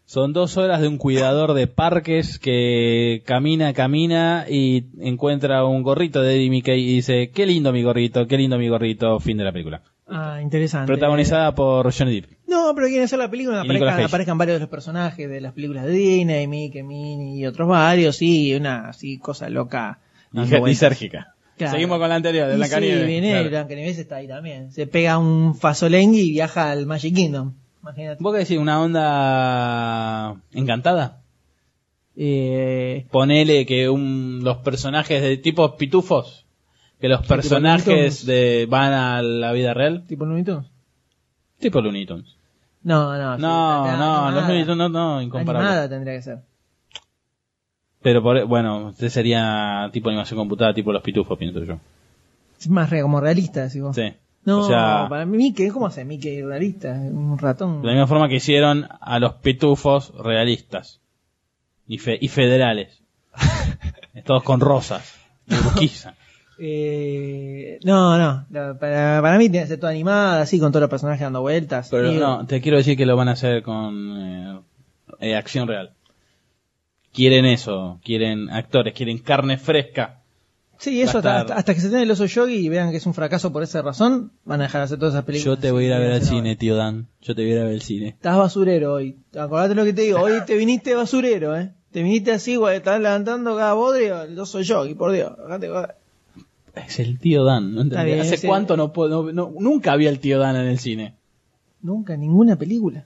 Son dos horas de un cuidador de parques que camina, camina y encuentra un gorrito de Eddie Mickey y dice, qué lindo mi gorrito, qué lindo mi gorrito, fin de la película.
Ah, interesante.
Protagonizada por Johnny Depp.
No, pero quieren hacer la película
Y
donde
Nicolas
aparezcan,
Cage.
aparezcan varios de los personajes de las películas de Disney, Mickey, Minnie y otros varios, y una así cosa loca. dando
Lije-
vueltas.
Lisérgica.
Claro.
Seguimos con la anterior, de
Y
Blancanieves.
Sí, viene
Claro.
Blancanieves está ahí también. Se pega un fasolengui y viaja al Magic Kingdom. Imagínate.
¿Vos qué decís? ¿Una onda encantada?
Eh,
Ponele que un, los personajes de tipo pitufos, que los personajes
pitufos.
de, van a la vida real,
¿Tipo Looney Tunes?
tipo Looney Tunes.
No, no. Ah, sí,
No,
animada,
no, los
animada.
Looney Tunes no, no, incomparable.
Animada tendría que ser.
Pero por, bueno, este sería tipo animación computada, tipo los pitufos, pienso yo.
Es más re- como realista, así vos.
Sí.
No,
o sea,
para mí Mickey, ¿cómo hace Mickey realista? Un ratón.
de la misma forma que hicieron a los pitufos realistas y, fe- y federales. Todos con rosas, y Urquiza.
Eh, no, no. la- Para, para mí tiene que ser toda animada, así, con todos los personajes dando vueltas.
Pero
Digo,
no, te quiero decir que lo van a hacer con eh, eh, acción real. Quieren eso, quieren actores, quieren carne fresca.
Sí, eso
va
hasta,
a estar-
hasta- hasta que se tenga el oso yogi y vean que es un fracaso por esa razón, van a dejar de hacer todas esas películas.
Yo te voy a ir a
Sí,
ver al
no. eh.
cine, tío Dan. Yo te voy a ir a ver al cine.
Estás basurero hoy. Acordate lo que te digo. Hoy te viniste basurero, ¿eh? Te viniste así, güey. Estás levantando cada bodrio el oso yogi, por Dios. Dejate joder.
Es el tío Dan, ¿no entendés?
bien,
¿Hace
sí.
cuánto no, puedo- no- no- Nunca vi al tío Dan en el cine.
Nunca, ninguna película.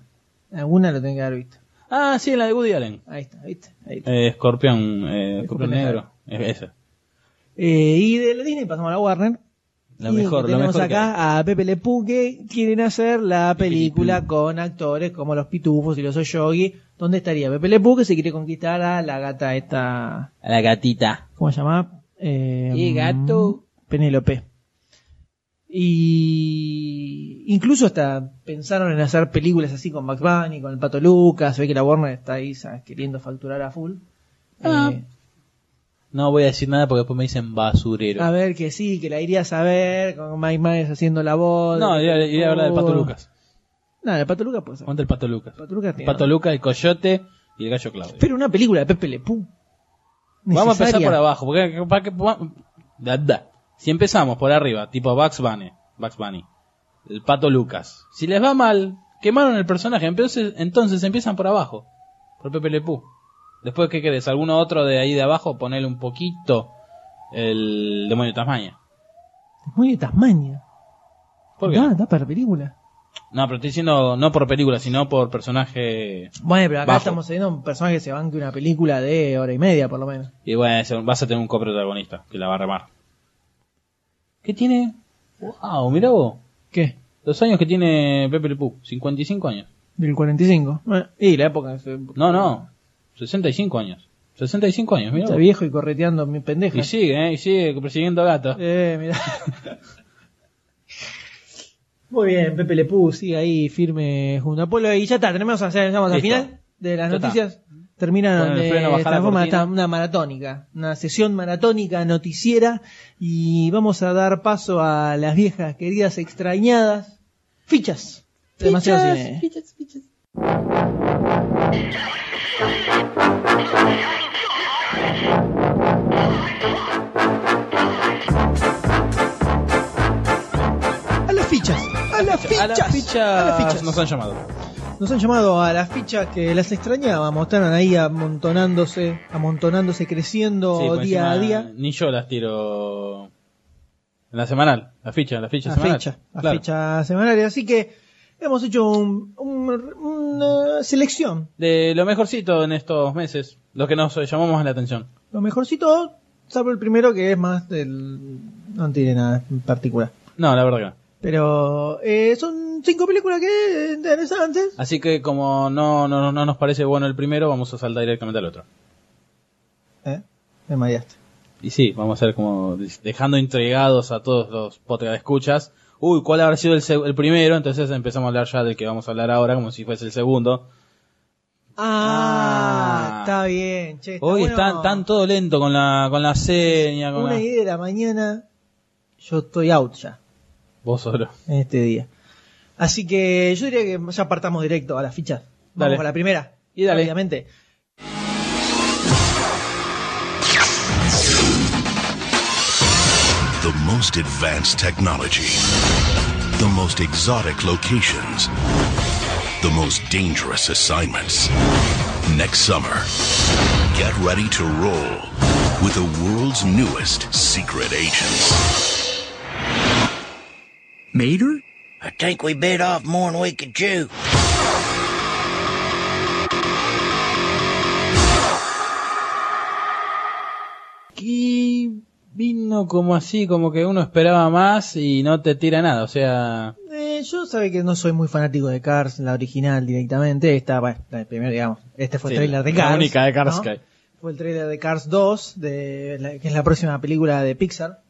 Alguna lo tenés que haber visto.
Ah, sí, en la de Woody Allen.
Ahí está, ¿viste? Ahí está.
Eh, Scorpion, eh, Scorpion
Scorpion
Negro. Es esa.
Eh, y de la Disney pasamos a la Warner.
La
Y
mejor,
que
la
tenemos
mejor. que
acá a Pepe Le Pew que quieren hacer la película
Pew.
con actores como los Pitufos y los Oyogi. ¿Dónde estaría Pepe Le Pew que se quiere conquistar a la gata esta,
hay. A la gatita.
¿cómo se llama? Eh,
Y gato.
Penélope. Y incluso hasta pensaron en hacer películas así con Bugs Bunny, con el Pato Lucas. Se ve que la Warner está ahí ¿sabes? queriendo facturar a full.
Ah,
Eh,
No voy a decir nada porque después me dicen basurero.
a ver que sí, que la irías a ver con Mike Myers haciendo la voz.
no, iría, iría a hablar de Pato
Oh.
Lucas.
No, de Pato Lucas puede ser.
Ponte el Pato Lucas.
Pato Lucas tiene-
Pato Lucas, el coyote y el gallo Claudio.
Pero una película de Pepe Le Pew.
Vamos a empezar
Necesaria.
por abajo. Porque, para que- da, da. Si empezamos por arriba, tipo Bugs Bunny, Bugs Bunny, el pato Lucas. Si les va mal, quemaron el personaje. Entonces, entonces empiezan por abajo, por Pepe Le Pew. Después, ¿qué querés? ¿Alguno otro de ahí de abajo? Ponele un poquito el demonio de Tasmania.
Muy de Tasmania.
¿Por qué?
Ah, da para película.
No, pero estoy diciendo no por película, sino por personaje.
Bueno, pero acá
Bajo.
estamos teniendo un personaje que se banque una película de hora y media, por lo menos.
Y bueno, es- vas a tener un coprotagonista que la va a remar. ¿Qué tiene? ¡Wow! Mirá vos.
¿Qué?
Los años que tiene Pepe Le Pew, 55 años.
Del 45. Bueno, y la época. se-
No, no, 65 años. 65 años, mirá
Está
vos.
viejo y correteando mi pendeja.
Y sigue, ¿eh? Y sigue persiguiendo gatos.
Eh, mirá. Muy bien, Pepe Le Pú sigue ahí firme junto a Polo. Y ya está, tenemos a hacer, llegamos al
Listo.
final de las
Ya está.
noticias. Terminan
Ponen el
de
freno, bajar
esta
la
forma,
cortina.
está una maratónica, una sesión maratónica noticiera. Y vamos a dar paso a las viejas, queridas, extrañadas. Fichas. Demasiado cine.
A las fichas, a las fichas,
A las
a las
fichas
fichas.
nos han llamado.
Nos han llamado a las fichas que las extrañábamos, estaban ahí amontonándose, amontonándose, creciendo
Sí, por
Oh, día a
encima,
día.
Ni yo las tiro en la semanal, la ficha, la ficha
La
semanal.
fecha, la
Claro.
fecha semanaria. Así que hemos hecho un- un- una selección.
De lo mejorcito en estos meses, lo que nos llamó más la atención.
Lo mejorcito, salvo el primero que es más del... No tiene nada en particular.
No, la verdad que no.
Pero eh, son cinco películas que eh, interesantes.
Así que como no, no, no nos parece bueno el primero, vamos a saltar directamente al otro.
Eh, me mareaste.
Y sí, vamos a ver como dejando intrigados a todos los podcast escuchas. Uy, ¿cuál habrá sido el, seg- el primero? Entonces empezamos a hablar ya del que vamos a hablar ahora, como si fuese el segundo.
Ah,
Ah.
está bien. Che, está
Hoy
bueno.
están tan todo lento con la, con la seña, con
Una
la...
y diez de la mañana, yo estoy out ya.
Vos solo.
en este día. Así que yo diría que ya partamos directo a las fichas. Vamos
Dale.
con la primera.
Y dale.
Obviamente.
The most advanced technology, the most exotic locations, the most dangerous assignments. Next summer, get ready to roll with the world's newest secret agents.
Mater?
I think we bit off more'n we could
Eh,
chew.
Aquí vino como así, como que uno esperaba más y no te tira nada, o sea...
Eh, yo sabe que no soy muy fanático de Cars, la original directamente. Esta, bueno, la primera, digamos. Este fue el
sí,
trailer de
la
Cars.
única de Cars
¿no?
que hay.
Fue el trailer de Cars 2, de la- que es la próxima película de Pixar.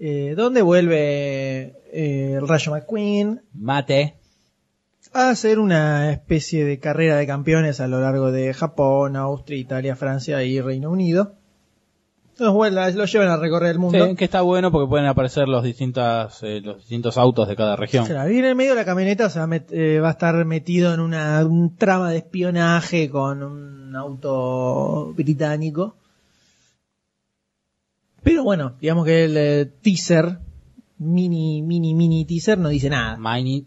eh, donde vuelve eh, el Rayo McQueen
Mate.
a hacer una especie de carrera de campeones a lo largo de Japón, Austria, Italia, Francia y Reino Unido. Entonces, bueno, la- lo llevan a recorrer el mundo.
Sí, que está bueno porque pueden aparecer los, distintas, eh, los distintos autos de cada región.
Claro, y en el medio de la camioneta se va, a met- eh, va a estar metido en una un trama de espionaje con un auto británico. Pero bueno, digamos que el eh, teaser, mini, mini, mini teaser, no dice nada.
Mining.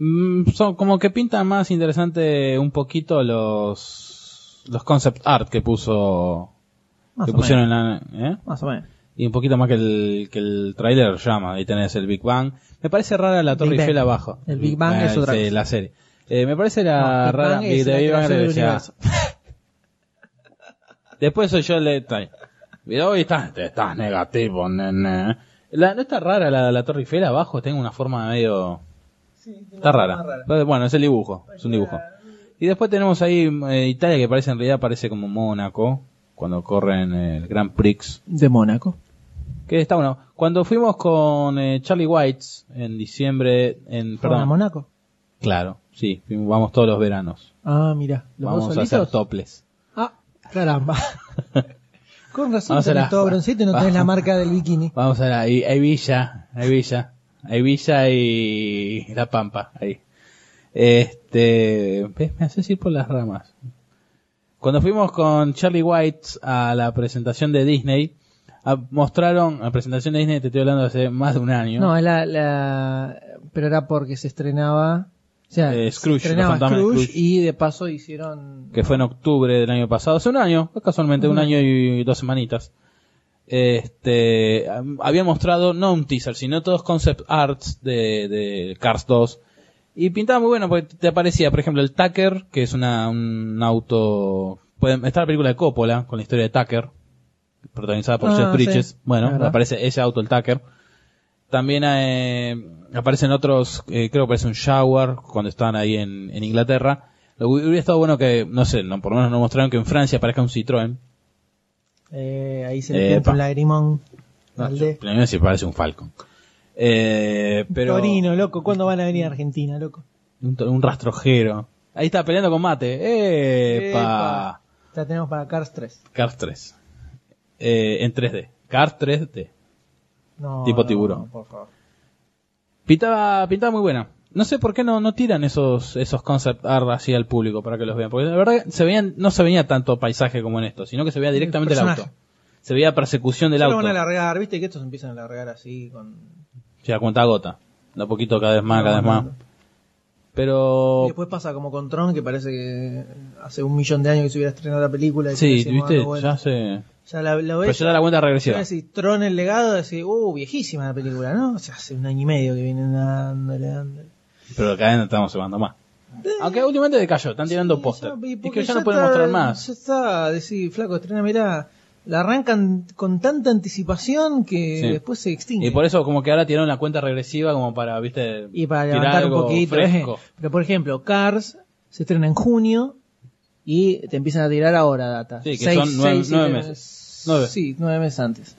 Mm, son como que pinta más interesante un poquito los los concept art que puso
Más
que
o, menos,
pusieron en la, ¿eh?
más o menos.
y un poquito más que el que el trailer llama ahí tenés el Big Bang me parece rara la
Big
Torre
Bang.
Eiffel abajo
El Big Bang
Ah,
es otra
sí,
cosa.
la serie Eh, me parece la
No, Big
rara
Bang es la creación del
o sea,
universo.
después soy yo el de está ahí. Mirá, hoy estás estás negativo nene. La- no está rara la, la Torre Eiffel abajo tiene una forma medio Está rara. Pero Bueno, es el dibujo. Es un dibujo. Y después tenemos ahí eh, Italia, que parece en realidad parece como Mónaco, cuando corren el Grand Prix.
De Mónaco.
Que está bueno. Cuando fuimos con eh, Charlie Whites en diciembre,
¿Fueron
en,
a
perdón.
Ah, Mónaco?
Claro, sí, fuimos- vamos todos los veranos.
Ah, mira. ¿Los dos
Vamos a hacer
solitos?
toples.
Ah, caramba. Con razón
Vamos a
tenés
la-
todo broncito y no tenés la
vamos.
marca del bikini.
Vamos a la, hay, hay Villa, hay Villa, hay Villa y La Pampa, ahí. Este, ves, me haces ir por las ramas. Cuando fuimos con Charlie White a la presentación de Disney, a- mostraron, la presentación de Disney te estoy hablando hace más de un año.
No, es la, la- Pero era porque se estrenaba... O sea,
Eh,
se
Scrooge,
estrenaba
los fantasmas de
Scrooge
Scrooge.
y de paso hicieron...
que fue en octubre del año pasado, hace un año, fue casualmente un año y dos semanitas. Este, am- había mostrado no un teaser, sino todos concept arts de, de Cars 2 Y pintaba muy bueno porque te aparecía, por ejemplo, el Tucker, que es una, un auto. puede- está la película de Coppola con la historia de Tucker, protagonizada por
Ah,
Jeff Bridges.
sí. Es
Bueno,
verdad.
aparece ese auto, el Tucker. También eh, aparecen otros, eh, creo que aparece un Jaguar cuando estaban ahí en, en Inglaterra. Lo hu- hubiera estado bueno que, no sé, no, por lo menos nos mostraron que en Francia aparezca un Citroën.
Eh, ahí se
Epa.
le pinta un lagrimón.
No,
al
yo-
de-
primero si parece un Falcon. Eh, pero
Torino, loco. ¿Cuándo van a venir a Argentina, loco?
Un, to- un rastrojero. Ahí está peleando con Mate. ¡Epa!
Epa. Ya tenemos para Cars 3.
Cars 3. Eh, en 3D. Cars 3D.
No,
Tipo
no,
tiburón.
no, por favor.
Pintaba, pintaba muy buena. No sé por qué no, no tiran esos, esos concept art así al público para que los vean. Porque la verdad se veían, no se veía tanto paisaje como en esto, sino que se veía directamente el,
personaje.
auto. Se veía persecución del
Ya lo
auto.
van a alargar, viste que estos empiezan a alargar así con...
O sea, cuenta gota. De a poquito cada vez más, cada vez más.
Y
Pero
después pasa como con Tron, que parece que hace un millón de años que se hubiera estrenado la película. y
sí,
sigue siendo
viste,
dando
ya
vueltas.
se...
Ya la, la
Pero
ves,
ya da la cuenta
ya
regresiva.
decís, Tron el legado, decís, uh, viejísima la película, ¿no? O sea, hace un año y medio que vienen dándole, dándole.
Pero cada vez nos estamos llevando más. Aunque últimamente decayó, están tirando
Sí,
póster.
ya, y
Es
porque
que ya no pueden
está-
mostrar más.
Ya está, decís, flaco, estrena, mirá, la arrancan con tanta anticipación que
Sí.
después se extingue.
Y por eso como que ahora tiraron la cuenta regresiva como para, viste,
Y para
tirar
levantar un
algo
poquito.
fresco.
eh. Pero por ejemplo, Cars se estrena en junio y te empiezan a tirar ahora data.
Sí, que son nueve- nueve meses. Nueve.
Sí, nueve meses antes.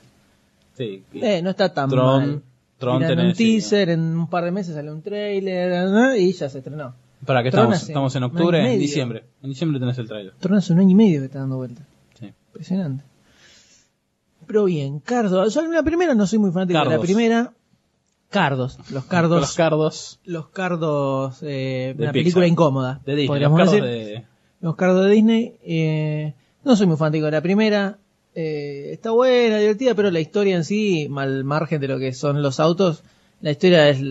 Sí.
Eh, no está tan
Tron-
mal.
Tron
Tiran un
tenés, sí,
teaser, en un par de meses sale un trailer ¿no? y ya se estrenó.
Para que
Tron
estamos,
hace
estamos
un
en
año
octubre,
y
en
medio.
diciembre. En diciembre tenés el trailer.
Tron hace un año y medio que está dando vuelta.
Sí.
Impresionante. Pero bien, Cardos. Yo en la primera no soy muy fanático de la
Cardos.
primera. Cardos. Los Cardos.
Los cardos
los Cardos, eh,
De
una
Pixar.
película incómoda.
de Disney. Los
podríamos
cardos
decir.
de...
Los Cardos de Disney. eh, no soy muy fanático de la primera. Eh, está buena, divertida, pero la historia en sí, mal margen de lo que son los autos, la historia es,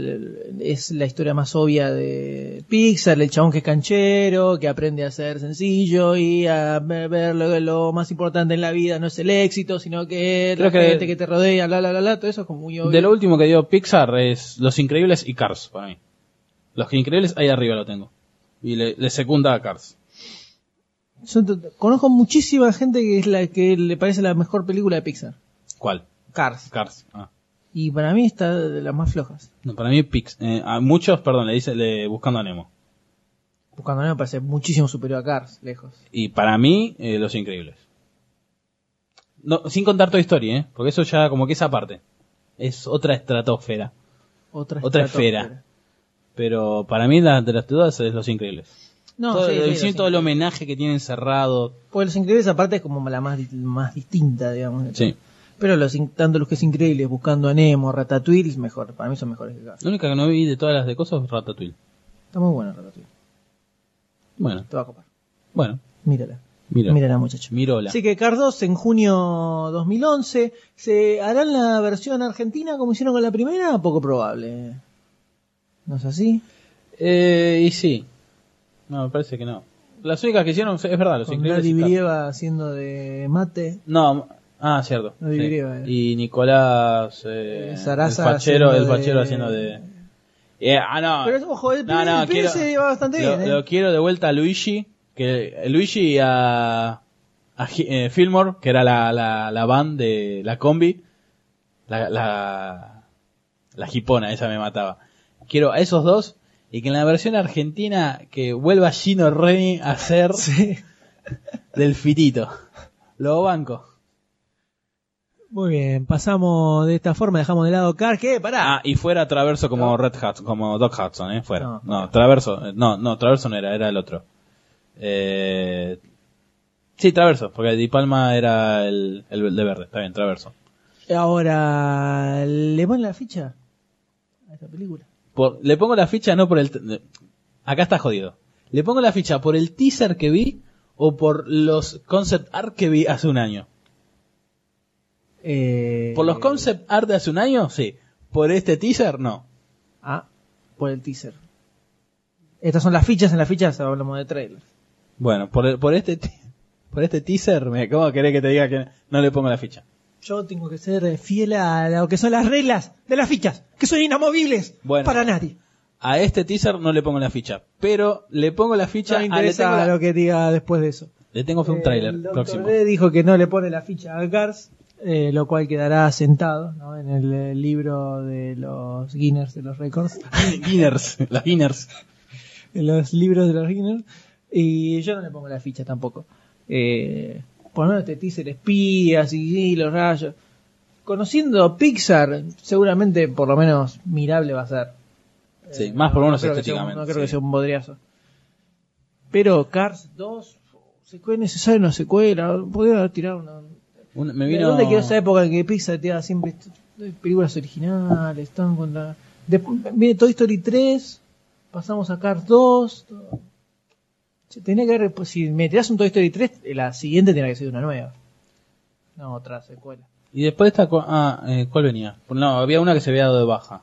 es la historia más obvia de Pixar, el chabón que es canchero, que aprende a ser sencillo y a ver lo, lo más importante en la vida no es el éxito, sino que es
Creo
la
que-
gente que te rodea, bla, bla, bla, bla, todo eso es como muy obvio.
De lo último que dio Pixar es Los Increíbles y Cars para mí. Los Increíbles ahí arriba lo tengo. Y le, le secunda a Cars.
Yo t- conozco muchísima gente que es la que le parece la mejor película de Pixar.
¿Cuál?
Cars.
Cars. Ah.
Y para mí está de las más flojas.
No, para mí Pix, eh, a muchos, perdón, le dice le, buscando a Nemo.
Buscando a Nemo me parece muchísimo superior a Cars, lejos.
Y para mí, eh, Los Increíbles. No, sin contar Toy Story, ¿eh? Porque eso ya como que esa parte. Es otra estratosfera.
Otra,
Otra
estratosfera.
esfera. Pero para mí la de las dudas es Los Increíbles.
No,
todo,
sí,
el-
sí,
sí,
Los
todo el
Increíbles.
homenaje que tienen cerrado.
Porque Los Increíbles aparte es como la más, más distinta, digamos. de
Sí.
todo. Pero los, in- tanto los que es Increíbles, Buscando a Nemo, Ratatouille, es mejor. Para mí son mejores que Cars.
La única que no vi de todas las de cosas es Ratatouille.
Está muy buena Ratatouille.
Bueno,
Te va a copar.
bueno,
Mírala.
mira.
Mírala, muchacho.
Mirola.
Así que Cars 2 en junio 2011. ¿Se harán la versión argentina como hicieron con la primera? Poco probable. ¿No es así?
Eh, y sí. No, me parece que no. Las únicas que hicieron, es verdad, Los
Con
Increíbles.
Daddy
y Cars.
Brieva haciendo de mate.
No, ah, cierto.
No
sí.
diría, eh.
Y Nicolás, eh,
Eh, Sarasa
el fachero,
haciendo
el fachero
de-
haciendo de... Eh, ah, no.
Pero ojo, el
No, no,
pibe- el pibe
quiero-
se va bastante
lo,
bien. ¿eh?
lo quiero de vuelta a Luigi, que eh, Luigi y a, a Gi- eh, Fillmore, que era la, la, la van de la combi, la, la, la jipona, esa me mataba. Quiero a esos dos y que en la versión argentina que vuelva Gino Reni a ser
Sí.
del fitito. Lo banco.
Muy bien, pasamos de esta forma, dejamos de lado Cars. ¿Qué? Pará.
Ah, y fuera Traverso como Red Hudson, como Doc Hudson, eh, fuera. No,
No.
Traverso, eh, no, no, Traverso no era, era el otro. Eh, sí, Traverso, porque Di Palma era el, el de verde, está bien, Traverso.
Ahora, ¿le ponen la ficha a esta película?
Por- le pongo la ficha no por el... t- Acá está jodido. Le pongo la ficha por el teaser que vi o por los concept art que vi hace un año.
Eh,
Por los concept art de hace un año, sí. Por este teaser, no.
Ah, por el teaser. Estas son las fichas, en las fichas hablamos de trailer.
Bueno, por, el- por este te- por este teaser, me, ¿cómo querés que te diga que no le pongo la ficha?
Yo tengo que ser eh, fiel a lo que son las reglas de las fichas, que son inamovibles
Bueno.
para nadie.
a este teaser no le pongo la ficha, pero le pongo la ficha
No me
a Ah, le
interesa
tengo, la-
lo que diga después de eso.
le tengo fe a un
Eh, El
trailer
Dr.
próximo.
D dijo que no le pone la ficha a Gars, eh, lo cual quedará sentado ¿no? en el eh, libro de los Guinness de los Records.
Guinness, las Guinness.
Eh, en los libros de los Guinness. Y yo no le pongo la ficha tampoco. Eh, por lo menos este teaser espías y, y los rayos. Conociendo Pixar, seguramente por lo menos mirable va a ser.
Sí,
Eh,
más por lo menos
no creo que sea un-
estéticamente.
No creo que
sí.
sea un bodriazo. Pero Cars 2, secuela necesaria, una secuela. Podría haber tirado una.
Un- me
¿De
vino
¿Dónde quedó esa época en que Pixar tiraba siempre est- películas originales? Estaban con la... Después viene Toy Story 3, pasamos a Cars 2. todo. Che, tenía que haber, pues, si me tirás un Toy Story 3, la siguiente tenía que ser una nueva. No, otra secuela.
Y después de esta, cu- ah, eh, ¿cuál venía? No, había una que se había dado de baja.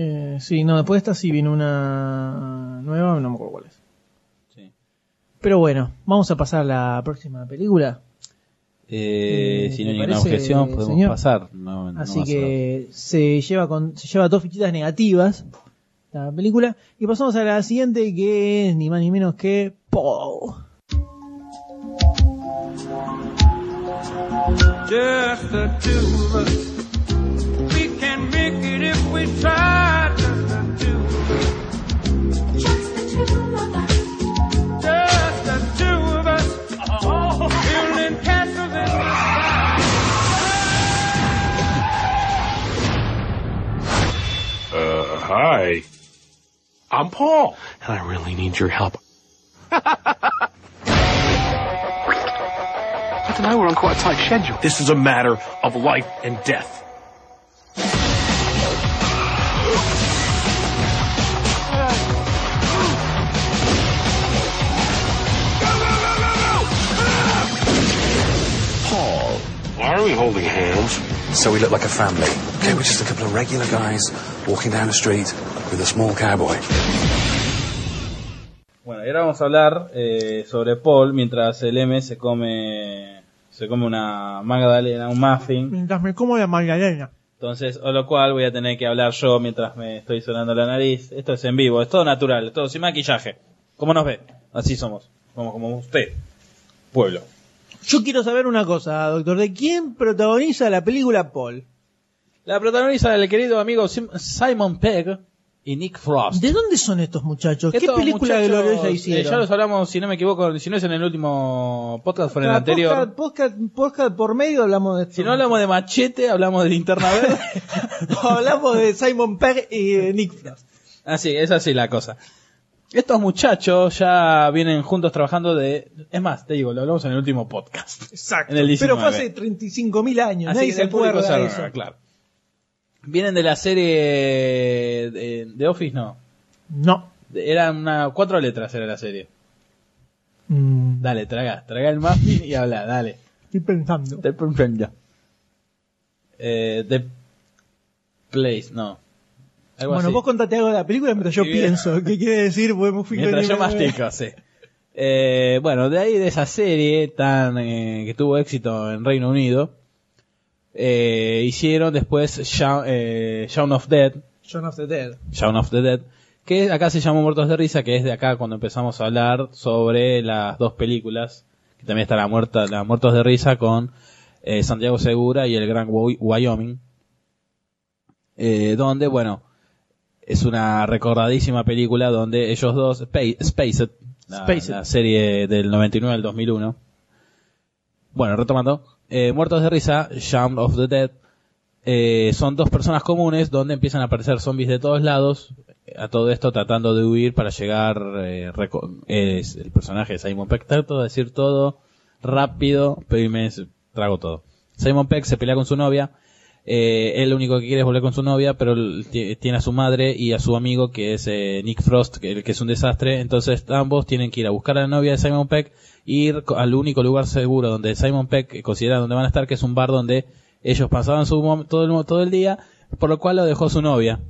Eh, sí, no, después de esta sí vino una nueva, no me acuerdo cuál es.
Sí.
Pero bueno, vamos a pasar a la próxima película.
Eh,
Eh,
si no
¿te
hay ninguna
parece,
objeción, podemos
señor?
pasar. No, no
Así
va a ser-
que se lleva con se lleva dos fichitas negativas la película y pasamos a la siguiente que es ni más ni menos que Paul.
Just the two of us. We can make it if we try. Just the two of us. Just the two of us. Building castles in the sky.
Uh, hi. I'm Paul, and I really need your help. I tonight we're on quite a tight schedule. This is a matter of life and death. Paul, why are we holding hands?
So we look like a family. Okay, we're just a couple of regular guys walking down the street with a small cowboy.
Bueno, y ahora vamos a hablar eh, sobre Paul mientras el M se come se come una magdalena, un muffin.
Mientras me como la magdalena.
Entonces, o lo cual voy a tener que hablar yo mientras me estoy sonando la nariz. Esto es en vivo, es todo natural, es todo sin maquillaje. ¿Cómo nos ve? Así somos. Somos como usted, pueblo.
Yo quiero saber una cosa, doctor, ¿de quién protagoniza la película Paul?
La protagonista del querido amigo Sim- Simon Pegg y Nick Frost.
¿De dónde son estos muchachos? ¿Qué
Estos
película
muchachos,
gloriosa
eh,
hicieron?
ya los hablamos, si no me equivoco, si no es en el último podcast, fue en el
Cada podcast-
anterior.
podcast- podcast por medio hablamos de esto.
Si no hablamos de machete, hablamos de linterna verde.
hablamos de Simon Pegg y de Nick Frost.
Así, Ah, es así la cosa. Estos muchachos ya vienen juntos trabajando de... Es más, te digo, lo hablamos en el último podcast.
Exacto.
En el
Pero
19.
fue hace 35.000 años, nadie
que
se
el público
acuerda
se
de
agarra,
eso.
claro. Vienen de la serie de, de Office, no.
No.
De- Eran una, cuatro letras era la serie.
Mm,
Dale, traga, traga el muffin y habla, dale.
estoy pensando.
Te comprendo. Eh, The Place, no. Algo
Bueno,
así.
vos contate algo de la película mientras yo
Sí, bien.
pienso. ¿Qué quiere decir? Porque me fui
Mientras
con-
yo mastico, sí. Eh, bueno, de ahí de esa serie tan eh, que tuvo éxito en Reino Unido, eh, hicieron después Shaun, eh, Shaun of Dead,
Shaun of the Dead.
Shaun of the Dead, que acá se llamó Muertos de Risa, que es de acá cuando empezamos a hablar sobre las dos películas, que también está la muerta, la Muertos de Risa con eh, Santiago Segura y el Gran Wy- Wyoming, eh, donde, bueno, es una recordadísima película donde ellos dos, Spa- Spaced, la,
Spaced.
la serie del 99 al 2001, bueno, retomando, eh, Muertos de Risa, Shaun of the Dead, eh, son dos personas comunes donde empiezan a aparecer zombies de todos lados, a todo esto tratando de huir para llegar, eh, reco- es el personaje de Simon Peck, trato de decir todo rápido, pero y me s- trago todo. Simon Peck se pelea con su novia, eh, él lo único que quiere es volver con su novia, pero él ti- tiene a su madre y a su amigo que es eh, Nick Frost, que, que es un desastre, entonces ambos tienen que ir a buscar a la novia de Simon Peck, ir co- al único lugar seguro donde Simon Peck considera donde van a estar, que es un bar donde ellos pasaban su mom- todo, el, mo- todo el día, por lo cual lo dejó su novia.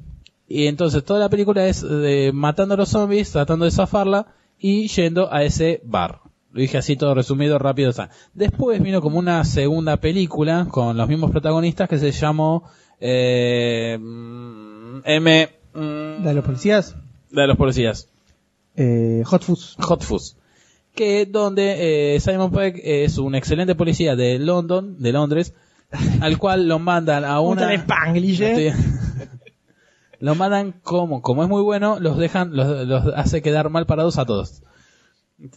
Y entonces toda la película es eh, matando a los zombies, tratando de zafarla y yendo a ese bar. Lo dije así todo resumido, rápido. o sea. Después vino como una segunda película con los mismos protagonistas que se llamó eh, mm, M... mm,
¿La de los policías?
La de los policías.
Eh, Hot Fuzz.
Hot Fuzz. Que es donde eh, Simon Pegg es un excelente policía de London, de Londres, al cual lo mandan a
¿Cómo
una...
está el Spanglish, eh?
Estoy- Lo mandan como, como es muy bueno, los dejan, los, los hace quedar mal parados a todos.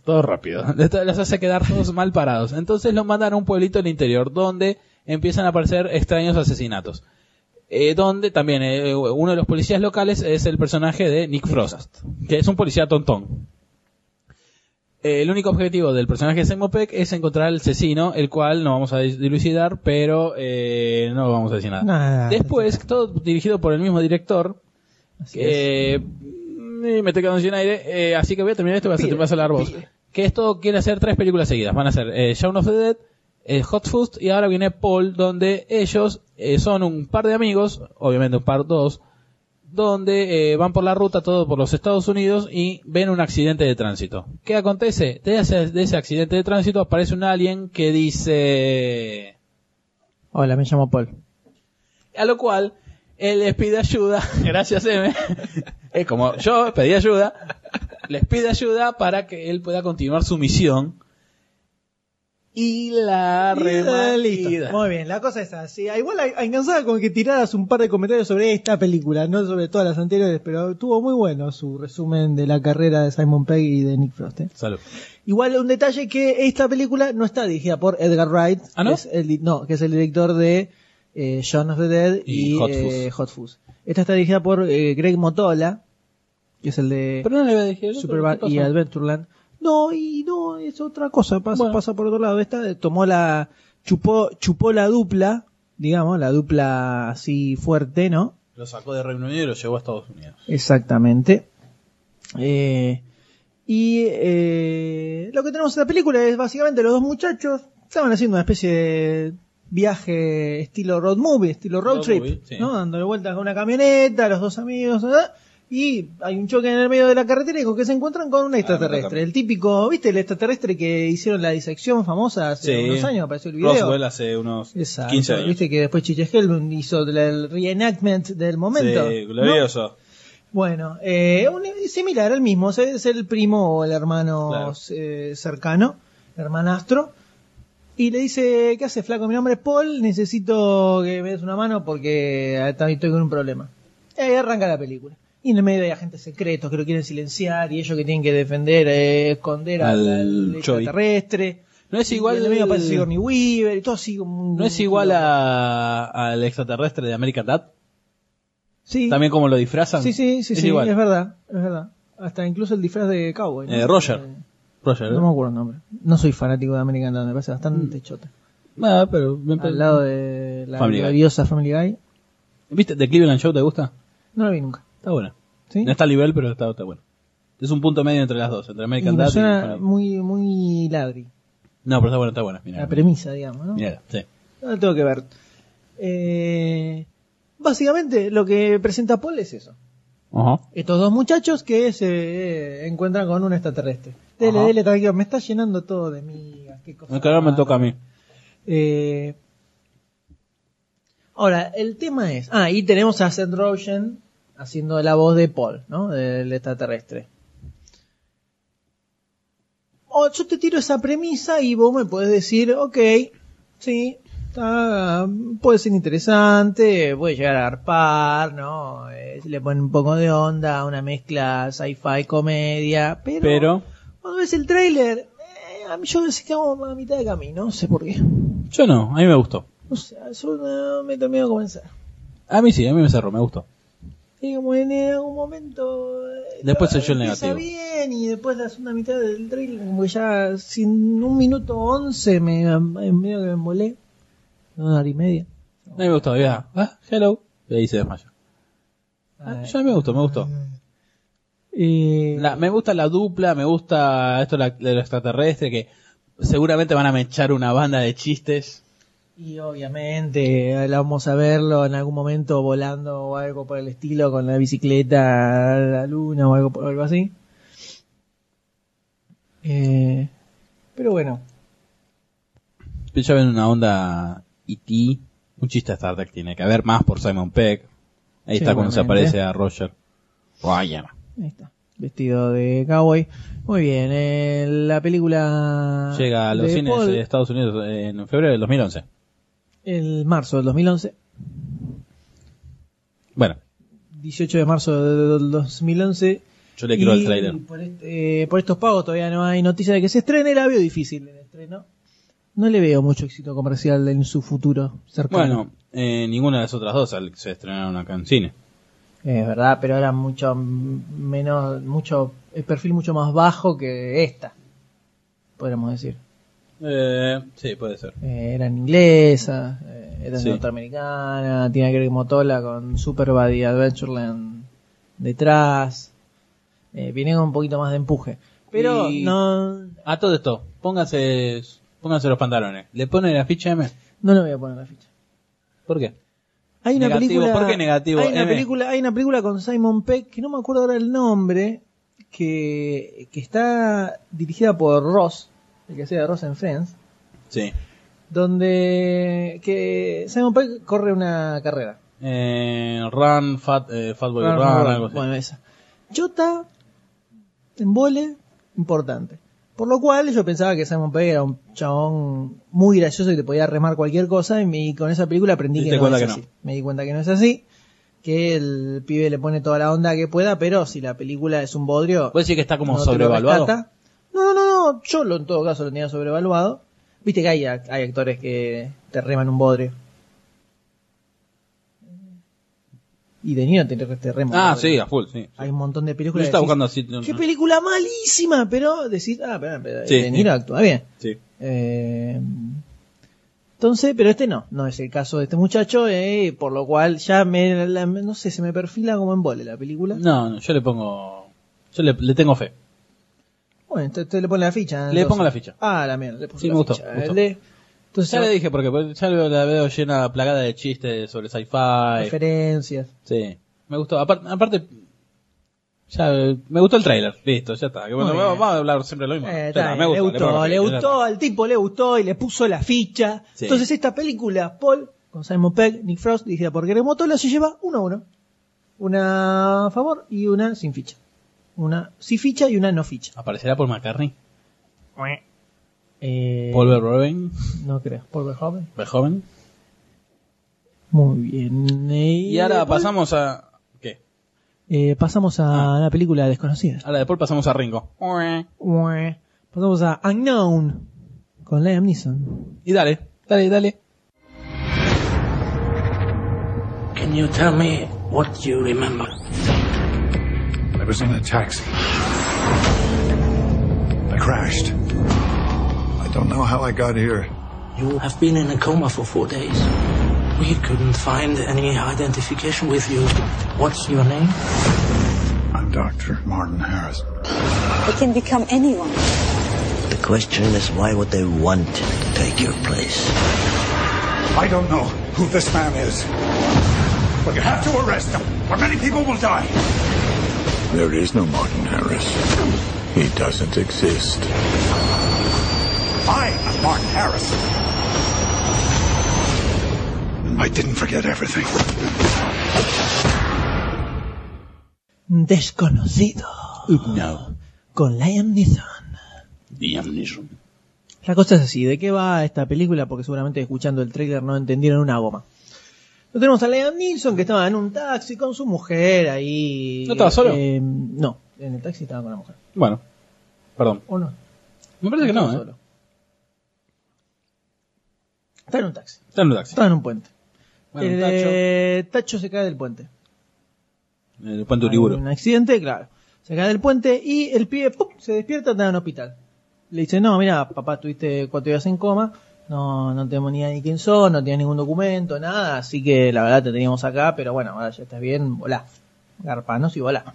Todo rápido.
Los hace quedar todos mal parados. Entonces los mandan a un pueblito del interior, donde empiezan a aparecer extraños asesinatos. Eh, donde también eh, uno de los policías locales es el personaje de Nick Frost, que es un policía tontón. Eh, el único objetivo del personaje de Simon Peck es encontrar al asesino, el cual no vamos a dilucidar, pero eh, no vamos a decir nada.
Nada.
Después, todo dirigido por el mismo director. que, Eh, mm, y me estoy quedando sin aire. eh, así que voy a terminar esto y vas a- te vas a hablar vos. Que esto quiere hacer tres películas seguidas. Van a ser eh, Shaun of the Dead, eh, Hot Fuzz y ahora viene Paul, donde ellos eh, son un par de amigos, obviamente un par dos, donde eh, van por la ruta todo por los Estados Unidos y ven un accidente de tránsito. ¿Qué acontece? De ese, de ese accidente de tránsito aparece un alien que dice...
Hola, me llamo Paul.
A lo cual, él les pide ayuda, gracias M, es como yo pedí ayuda, les pide ayuda para que él pueda continuar su misión. Y la
Eh,
rematida.
listo. Muy bien, la cosa es así. Ah, Igual a- alcanzaba con que tiraras un par de comentarios sobre esta película, no sobre todas las anteriores, pero tuvo muy bueno su resumen de la carrera de Simon Pegg y de Nick Frost. ¿eh?
Salud.
Igual un detalle que esta película no está dirigida por Edgar Wright,
¿Ah, no?
que es el, di- no, que es el director de eh, Shaun of the Dead
Y
y,
Hot
eh, Hot Fuzz. Esta está dirigida por eh, Greg Motola, que es el de
Pero no le voy a decir yo,
Superbad
¿qué
y
pasó?
Adventureland. No, y no, es otra cosa, pasa,
Bueno.
pasa por otro lado. Esta eh, tomó la, chupó, chupó la dupla, digamos, la dupla así fuerte, ¿no?
Lo sacó de Reino Unido y lo llevó a Estados Unidos.
Exactamente. Eh, y eh, lo que tenemos en la película es básicamente los dos muchachos estaban haciendo una especie de viaje estilo road movie, estilo road,
Road
trip,
movie, sí.
¿no? Dándole vueltas con una camioneta, los dos amigos, ¿verdad? y hay un choque en el medio de la carretera y con que se encuentran con
Ah,
un extraterrestre. El típico, ¿viste? El extraterrestre que hicieron la disección famosa hace
Sí.
unos años, apareció el video.
Roswell hace unos
Exacto.
15 años.
Viste que después Chiche Hellman hizo el reenactment del momento.
Sí,
¿no?
glorioso.
Bueno, eh, un, similar al mismo, o sea, es el primo o el hermano
Claro.
eh, cercano, hermanastro, y le dice, ¿qué hace flaco? Mi nombre es Paul, necesito que me des una mano porque estoy estoy con un problema. Y ahí arranca la película. Y en el medio hay agentes secretos que lo quieren silenciar y ellos que tienen que defender, eh, esconder al,
Al
al
Choi.
extraterrestre.
No es
Y
igual.
en el medio aparece Sigourney Weaver y todo así. como un-
No es igual a, al extraterrestre de American Dad.
Sí,
También como lo disfrazan.
sí, sí, sí,
es
sí,
igual.
es verdad, es verdad. Hasta incluso el disfraz de cowboy. ¿no?
Eh, Roger.
Eh,
Roger.
No me acuerdo el nombre. No soy fanático de American Dad, me parece bastante chota.
Ah, pero me-
Al lado de la
Family Guy.
gloriosa Family Guy.
¿Viste? ¿The Cleveland Show te gusta?
No la vi nunca.
Está buena.
¿Sí?
No está a nivel, pero está, está bueno. Es un punto medio entre las dos, entre
Y
American
me
Dad y.
suena
Family.
muy, muy ladri.
No, pero está buena, está buena. Mira,
La premisa, digamos, ¿no?
mira, sí.
No la tengo que ver. Eh, básicamente, lo que presenta Paul es eso.
Ajá.
Estos dos muchachos que se eh, encuentran con un extraterrestre. Dele,
Ajá.
dele, tranquilo. Me está llenando todo de migas. Qué cosa
El que ahora me
rara.
toca a mí.
Eh, ahora, el tema es. Ah, y tenemos a Seth Rogen haciendo la voz de Paul, ¿no? Del extraterrestre. O yo te tiro esa premisa y vos me puedes decir, ok, sí, está, puede ser interesante, puede llegar a arpar, ¿no? Eh, le ponen un poco de onda, una mezcla sci-fi, comedia,
Pero
cuando ves el tráiler, eh, a mí yo me quedamos a mitad de camino, no sé por qué.
yo no, a mí me gustó.
O sea, yo no me termino de comenzar.
A mí sí, a mí me cerró, me gustó.
Y como en algún momento... eh,
Después
estaba-
se oyó el
empieza
negativo.
bien y después la segunda mitad del tráiler, como que ya sin un minuto once me, en medio que me embolé. Una hora y media.
A mí me gustó, ya. Ah, hello. Y ahí se desmayó. Ah, yo a mí me gustó, me gustó.
Eh,
La- me gusta la dupla, me gusta esto de la- de lo extraterrestre, que seguramente van a mechar una banda de chistes.
Y obviamente eh, la vamos a verlo en algún momento volando o algo por el estilo con la bicicleta a la luna o algo, por- algo así. Eh, pero bueno,
Yo ven una onda E.T. Un chiste de Star Trek tiene que haber más por Simon Peck. Ahí está cuando se
Seguramente.
aparece a Roger. Ryan.
Ahí está. Vestido de cowboy. Muy bien. eh, la película.
Llega a los
Ah, de
cines eh.
Paul,
de Estados Unidos en febrero del 2011.
El marzo del 2011.
Bueno,
18 de marzo del 2011.
yo le quiero
Y
el trailer.
Por, este- eh, por estos pagos todavía no hay noticia de que se estrene. La veo difícil el estreno. No le veo mucho éxito comercial en su futuro cercano.
Bueno, eh, ninguna de las otras dos al- se estrenaron acá en cine.
Eh, Es verdad, pero era mucho mm, menos, mucho, el perfil mucho más bajo que esta, podríamos decir.
Eh, sí, puede ser.
Eh, eran inglesas, eh, eran
Sí.
norteamericanas, tiene que ver Motola con Superbad y Adventureland detrás. Eh, viene con un poquito más de empuje. Pero
Y-
no,
A todo esto, póngase, pónganse los pantalones. ¿Le ponen la ficha M?
no lo voy a poner en la ficha.
¿Por qué?
Hay una
Negativo,
película.
¿por qué negativo,
Hay una,
M?
película, hay una película con Simon Peck, que no me acuerdo ahora el nombre, que, que está dirigida por Ross, el que hacía de Ross en Friends,
Sí.
donde que Simon Peck corre una carrera.
Eh, run, fat, eh, Fatboy Run,
Run, run, run.
algo así.
Bueno, esa. Jota en vole, importante. Por lo cual yo pensaba que Simon Pegg era un chabón muy gracioso y te podía remar cualquier cosa y, me- y con esa película aprendí
Te
que
diste
no es
cuenta que
así.
no.
Me di cuenta que no es así, que el pibe le pone toda la onda que pueda, pero si la película es un bodrio,
¿Puede decir que está como
no te lo
sobrevaluado?
rescata. No, no, no, no, yo lo, en todo caso lo tenía sobrevaluado. Viste que hay, act- hay actores que te reman un bodrio. Y De Niro te, te rema. un
Ah,
bodrio.
sí, a full, sí.
Hay un montón de
Yo
películas.
estaba
que decís,
buscando así. no,
Qué
no.
película malísima, pero decís, ah, pero, pero
Sí.
De Niro actúa bien.
Sí.
Eh, entonces, pero este no, no es el caso de este muchacho, eh, por lo cual ya me, la- no sé, se me perfila como en vole la película.
No, no, yo le pongo. Yo le, le tengo fe.
Bueno, entonces usted le pone la ficha.
Le
entonces.
pongo la ficha.
Ah, la mierda, le puse
Sí,
la
me gustó,
ficha.
me gustó.
El de- entonces,
Ya le dije porque porque ya lo- la veo llena, plagada de chistes sobre sci-fi.
referencias.
Sí, me gustó. Apar- aparte, ya, eh, me gustó el tráiler. Listo, ya está. Que bueno,
Muy bien.
vamos, vamos a hablar siempre lo mismo.
Eh,
Ya
está
está,
bien,
me gusta,
le gustó,
pongo
le
la ficha, ya
gustó, al tipo le gustó y le puso la ficha.
Sí.
Entonces esta película, Paul, con Simon Pegg, Nick Frost, dirigida por Greg Motola, se lleva uno a uno. Una a favor y una sin ficha. Una sí ficha y una no ficha.
está. ¿Aparecerá por McCartney?
Eh,
¿Paul Verhoeven?
no creo, Paul Verhoeven.
Verhoeven.
Muy bien. Eh,
Y ahora
Paul,
pasamos Ah. a... ¿Qué?
eh, pasamos a la película desconocida.
Ahora después pasamos a Ringo.
Ué. Pasamos a Unknown con Liam Neeson.
Y dale, dale, dale.
Can you tell me what you remember?
I was in a taxi. I crashed. I don't know how I got here.
You have been in a coma for four days. We couldn't find any identification with you. What's your name?
I'm Dr. Martin Harris.
It can become anyone.
The question is why would they want to take your place?
I don't know who this man is, but you have to arrest him, or many people will die.
There is no Martin Harris. He doesn't exist.
I am Martin Harris. I didn't forget everything.
Desconocido
No.
con Liam Neeson.
Liam Neeson.
La cosa es así, ¿de qué va esta película? Porque seguramente escuchando el trailer no entendieron una goma. Lo tenemos a Liam Neeson que estaba en un taxi con su mujer ahí.
¿No estaba solo?
Eh, no, en el taxi estaba con la mujer.
Bueno, perdón.
¿O no?
Me parece que no,
estaba
¿eh?
solo. Está en un taxi,
Está en un taxi.
está en un puente.
Bueno,
el
un tacho.
eh, tacho se cae del puente.
El puente
Hay
Uriburu.
Un accidente, claro. Se cae del puente y el pibe ¡pum! se despierta, está en un hospital. Le dice, no, mira, papá, tuviste cuatro días en coma, no, no tenemos ni idea ni quién sos, no tienes ningún documento, nada, así que la verdad te teníamos acá, pero bueno, ahora ya estás bien, volá. Garpanos y volá.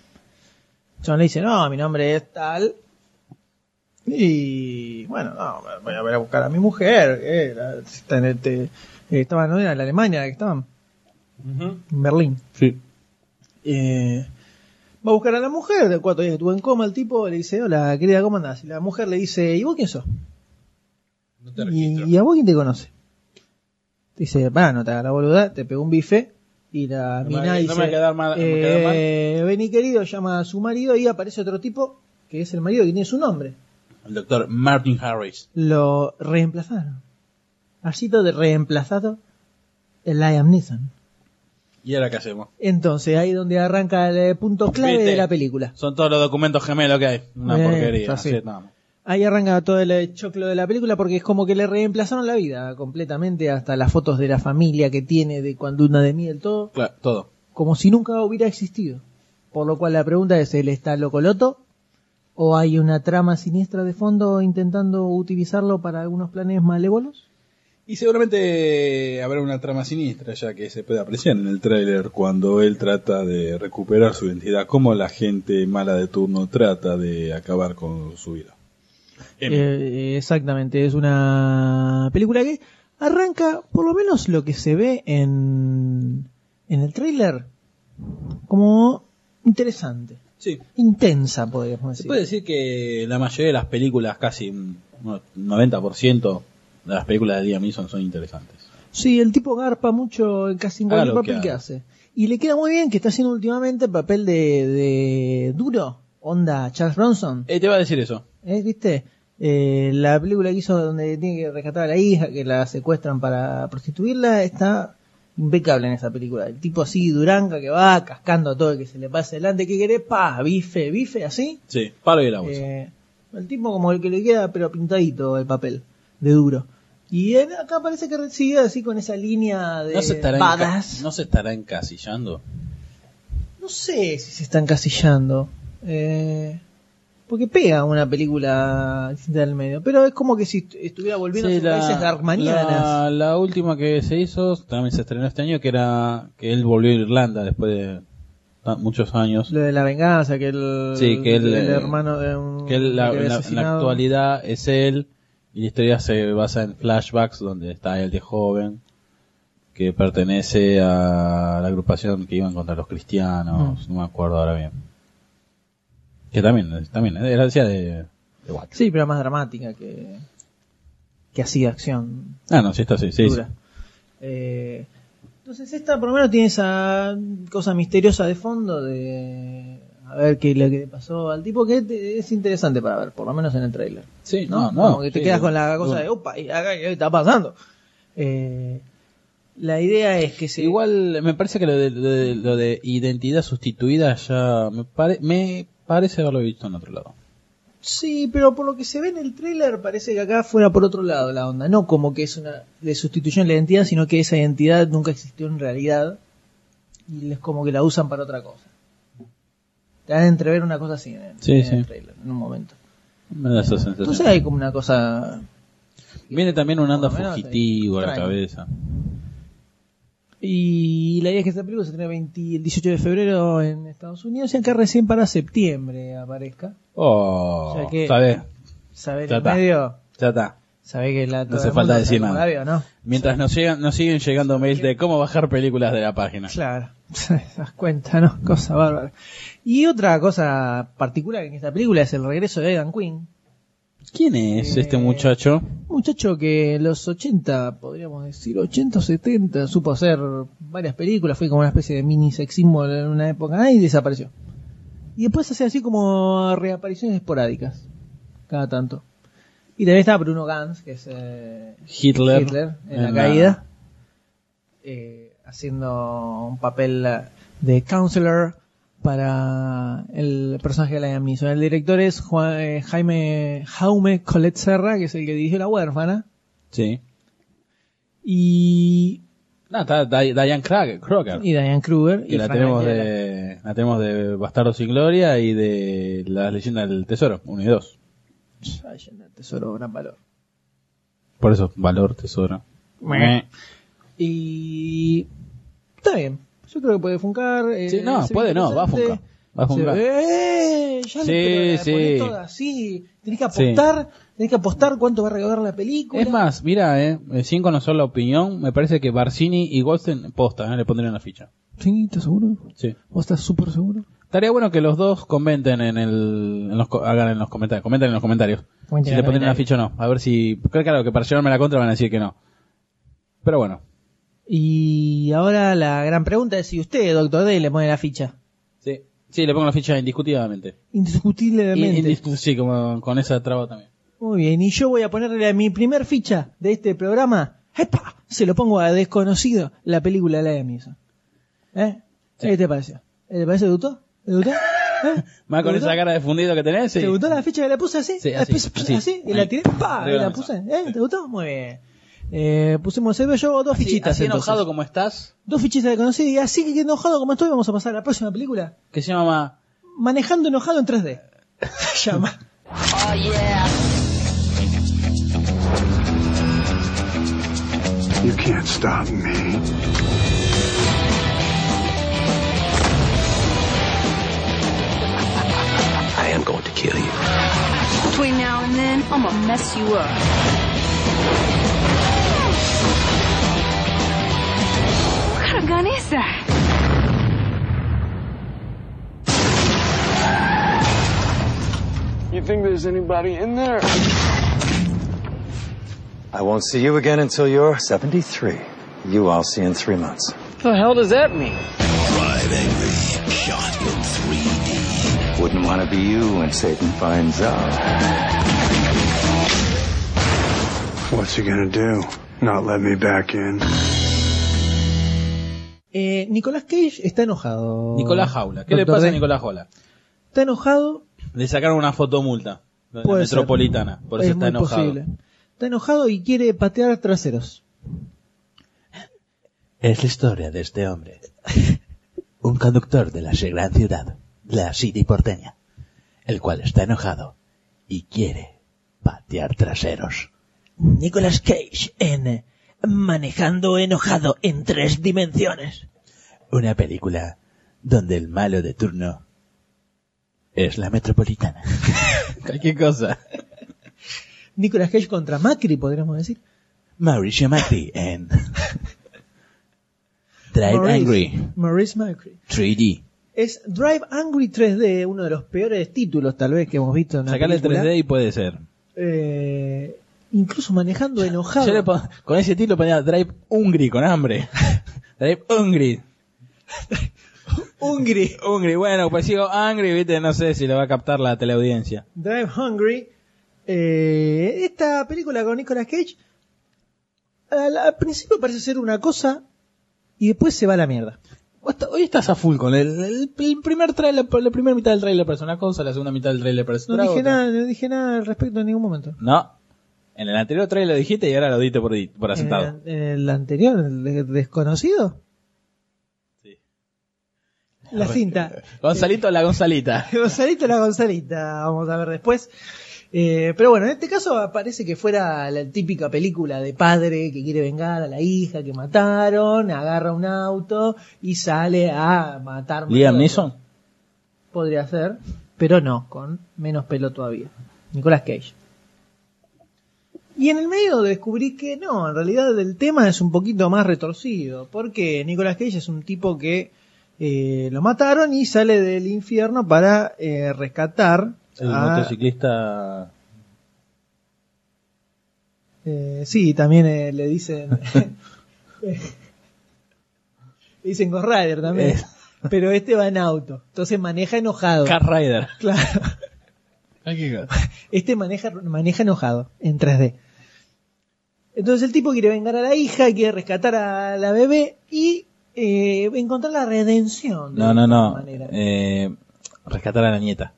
John le dice, no, mi nombre es tal. Y bueno, no, voy a ver a buscar a mi mujer, que era- está en este- eh, estaban, ¿no? Era en Alemania, que estaban. En Berlín.
Sí.
Eh, va a buscar a la mujer, de cuatro días que estuvo en coma, el tipo le dice, hola querida, ¿cómo andás? Y la mujer le dice, ¿y vos quién sos?
No te
¿Y, y a vos quién te conoce? Te dice, va, no te hagas la boluda, te pegó un bife y la
No me-
mina
no me
dice,
va a quedar mal- no me va a quedar mal.
eh, Vení querido, llama a su marido y aparece otro tipo que es el marido que tiene su nombre.
El doctor Martin Harris.
Lo reemplazaron. Ha sido de- reemplazado el Liam Neeson.
¿Y ahora qué hacemos?
Entonces ahí es donde arranca el eh, punto clave
Viste.
de la película.
Son todos los documentos gemelos que hay. Una
Eh,
porquería.
está así.
así estamos.
Ahí arranca todo el eh, choclo de la película porque es como que le reemplazaron la vida completamente, hasta las fotos de la familia que tiene, de cuando una de miel, todo,
Claro, todo.
como si nunca hubiera existido. Por lo cual la pregunta es, ¿él está locoloto? ¿O hay una trama siniestra de fondo intentando utilizarlo para algunos planes malévolos?
Y seguramente habrá una trama siniestra ya que se puede apreciar en el tráiler cuando él trata de recuperar su identidad, como la gente mala de turno trata de acabar con su vida. Em.
Eh, exactamente, es una película que arranca, por lo menos lo que se ve en, en el tráiler, como interesante.
Sí.
Intensa, podríamos
Se
decir.
puede decir que la mayoría de las películas, casi un un 90% de las películas de Liam Neeson son interesantes.
Sí, el tipo garpa mucho en casi en cualquier
Haga Ah, lo que
papel que,
haga.
hace. Y le queda muy bien que está haciendo últimamente papel de, de duro, onda Charles Bronson.
Eh, te va a decir eso.
¿eh? ¿Viste? Eh, la película que hizo donde tiene que rescatar a la hija, que la secuestran para prostituirla, está impecable en esa película. El tipo así, duranga, que va cascando a todo el que se le pase delante. ¿Qué querés? Pa, bife, bife, así.
Sí, palo y la bolsa.
Eh, el tipo como el que le queda, pero pintadito el papel, de duro. Y él acá parece que sigue así con esa línea de
¿No, se estará enca-
badass.
¿No se estará encasillando?
No sé si se está encasillando. eh, porque pega una película distinta del medio. Pero es como que si est- estuviera volviendo
Sí,
a sus raíces darkmanianas.
la- la última que se hizo, también se estrenó este año, que era que él volvió a Irlanda después de ta- muchos años.
Lo de la venganza, que el,
Sí, que él,
el
eh,
hermano de un.
que él, la-
que había
la- en la
asesinado.
actualidad es él y la historia se basa en flashbacks donde está él de joven que pertenece a la agrupación que iban contra los
Mm.
cristianos, no me acuerdo ahora bien. Que también, también eh, era decía de, de Watts.
Sí, pero más dramática que. que así de acción.
Ah, no, sí, está sí, sí, sí.
dura. Eh, entonces esta por lo menos tiene esa cosa misteriosa de fondo de a ver qué le qué le pasó al tipo que te- es interesante para ver, por lo menos en el trailer.
Sí, no, no,
Como que te
sí,
quedas
de-
con la cosa
de-
de, opa, y acá qué está pasando. Eh, la idea es que se...
Igual me parece que lo de, lo de- lo de identidad sustituida ya me, pare- me parece haberlo visto en otro lado.
Sí, pero por lo que se ve en el trailer parece que acá fuera por otro lado la onda. No como que es una le sustituyen la identidad, sino que esa identidad nunca existió en realidad. Y es como que la usan para otra cosa. Te dan a entrever una cosa así en el,
Sí,
en
sí.
el trailer, en un momento.
Me da esa sensación.
Entonces hay como una cosa...
Viene también un anda
Por lo menos te-
fugitivo a la
extraño.
cabeza.
Y la idea es que esta película se tiene 20 el 18 de febrero en Estados Unidos y acá recién para septiembre aparezca.
Oh,
O sea que-
¿sabés?
Saber
Ya
en
está.
medio,
Ya está.
saber que la... todo
hace
el mundo
falta
sabe
decir
cómo
nada.
la veo, ¿no?
Mientras nos, llegan, nos siguen llegando mails de cómo bajar películas de la página.
Claro, te das cuenta, ¿no? Cosa bárbara. Y otra cosa particular en esta película es el regreso de Aidan Quinn.
¿Quién es
Eh,
este muchacho?
Muchacho que en los 80, podríamos decir, 80 o 70, supo hacer varias películas, fue como una especie de mini sex symbol en una época y desapareció. Y después hace así como reapariciones esporádicas, cada tanto. Y también está Bruno Gans, que es eh,
Hitler.
en, la caída, eh, haciendo un papel eh, de counselor para el personaje de Liam Neeson. El director es Juan- eh, Jaime Jaume Colette Serra, que es el que dirigió La huérfana.
Sí.
Y,
No, está Di- Diane Craig- Crocker.
y Diane Kruger.
que
y
la
Frank
tenemos,
Langella.
de, la tenemos de Bastardos sin Gloria y de La Leyenda del Tesoro, 1 y 2.
Ay, llena de tesoro, gran valor.
Por eso, valor, tesoro.
Meh. Y está bien. Yo creo que puede funcar. eh,
Sí, no,
se ve
puede no, va a funcar.
interesante.
Va a
Se
funcar.
ve, ¡Eh! ya
Sí,
le- pero la
sí.
ponés toda así. Tenés que apostar, tenés que apostar cuánto va a recaudar la película.
Es más, mira, eh, eh, sin conocer la opinión, me parece que Barcini y Goldstein posta, eh, le pondrían la ficha.
Sí, ¿estás seguro?
Sí.
¿Vos estás súper seguro?
Estaría bueno que los dos comenten en el, en los, co- hagan en los comentarios, comenten en los comentarios.
Comenten
si
en
le
los
ponen la
comentarios.
ficha o no. A ver si, creo que, claro que para llevarme la contra van a decir que no. Pero bueno,
Y ahora la gran pregunta es si usted, doctor D, le pone la ficha.
Sí, sí le pongo la ficha indiscutidamente.
Indiscutiblemente.
Indis- sí, como con esa traba también.
Muy bien, y yo voy a ponerle a mi primer ficha de este programa. ¡Epa! Se lo pongo a Desconocido, la película de la Emmy. esa. ¿Eh? ¿Qué te pareció? ¿Eh, ¿Te parece, Duto? ¿Te gustó? ¿Eh?
Más con
¿Te gustó?
esa cara de fundido que tenés, sí.
¿Te gustó la ficha que le puse así?
Sí, así,
La puse
así.
y la
Ahí.
tiré, pa,
Arriba
y la
la
puse. ¿Eh? ¿Te gustó? Muy bien. Eh, pusimos, se ve yo dos fichitas.
así
entonces.
enojado como estás,
Dos fichitas de conocido y así que enojado como estoy, vamos a pasar a la próxima película.
que se llama...
Manejando enojado en 3D. Llama.
Oh, yeah.
You can't stop me.
I am going to kill you.
Between now and then, I'm gonna mess you up. What kind of gun is that?
You think there's anybody in there?
I won't see you again until you're 73. You I'll see in three months.
What the hell does that mean?
Drive Angry, shot in 3D. Wouldn't want to be you when Satan finds out.
What's he gonna do? Not let me back in?
Eh, Nicolás Cage está enojado.
Nicolás Jaula. ¿Qué le
Doctor
pasa a
D.
Nicolás Jaula?
Está enojado
Le sacaron una fotomulta de la
Puede ser.
metropolitana, por eso
Es
está
muy
enojado.
posible. Está enojado y quiere patear traseros.
Es la historia de este hombre. Un conductor de la gran ciudad, la City porteña, el cual está enojado y quiere patear traseros.
Nicolas Cage en Manejando enojado en tres dimensiones.
Una película donde el malo de turno es la metropolitana.
Cualquier cosa.
Nicolas Cage contra Macri, podríamos decir.
Mauricio Macri en Drive
Maurice-
Angry
Maurice Macri.
3D.
Es Drive Angry 3D, uno de los peores títulos tal vez que hemos visto en la
Sacarle el
película.
3D y puede ser.
Eh, incluso manejando enojado.
Yo le pon- con ese título ponía Drive Hungry con hambre. Drive Hungry.
Hungry.
Hungry, bueno, pues sigo Hungry, viste, no sé si lo va a captar la teleaudiencia.
Drive Hungry. Eh, esta película con Nicolas Cage al, al principio parece ser una cosa y después se va a la mierda.
Vos está- Hoy estás a full con el, el- el primer trailer, la primera mitad del trailer parece una cosa, la segunda mitad del trailer parece
No
otra.
dije
otra.
nada, no dije nada al respecto en ningún momento.
No. En el anterior trailer lo dijiste y ahora lo diste por, di- por
En
asentado.
el, en el anterior, el de- desconocido. Sí. La cinta.
Gonzalito la Gonzalita.
Gonzalita la Gonzalita, vamos a ver después. Eh, pero bueno, en este caso parece que fuera la típica película de padre que quiere vengar a la hija que mataron, agarra un auto y sale a matar.
Liam
más.
Neeson.
Podría ser, pero no, con menos pelo todavía. Nicolas Cage. Y en el medio descubrí que no, en realidad el tema es un poquito más retorcido, porque Nicolas Cage es un tipo que eh, lo mataron y sale del infierno para eh, rescatar
El
a-
motociclista.
eh, sí, también eh, le dicen... eh, le dicen Ghost Rider también.
Eh.
Pero este va en auto, entonces maneja enojado.
Car Rider.
Claro. Este maneja, maneja enojado en 3D. Entonces el tipo quiere vengar a la hija, quiere rescatar a la bebé y eh, encontrar la redención. de
No, no,
alguna
no.
manera.
Eh, rescatar a la nieta.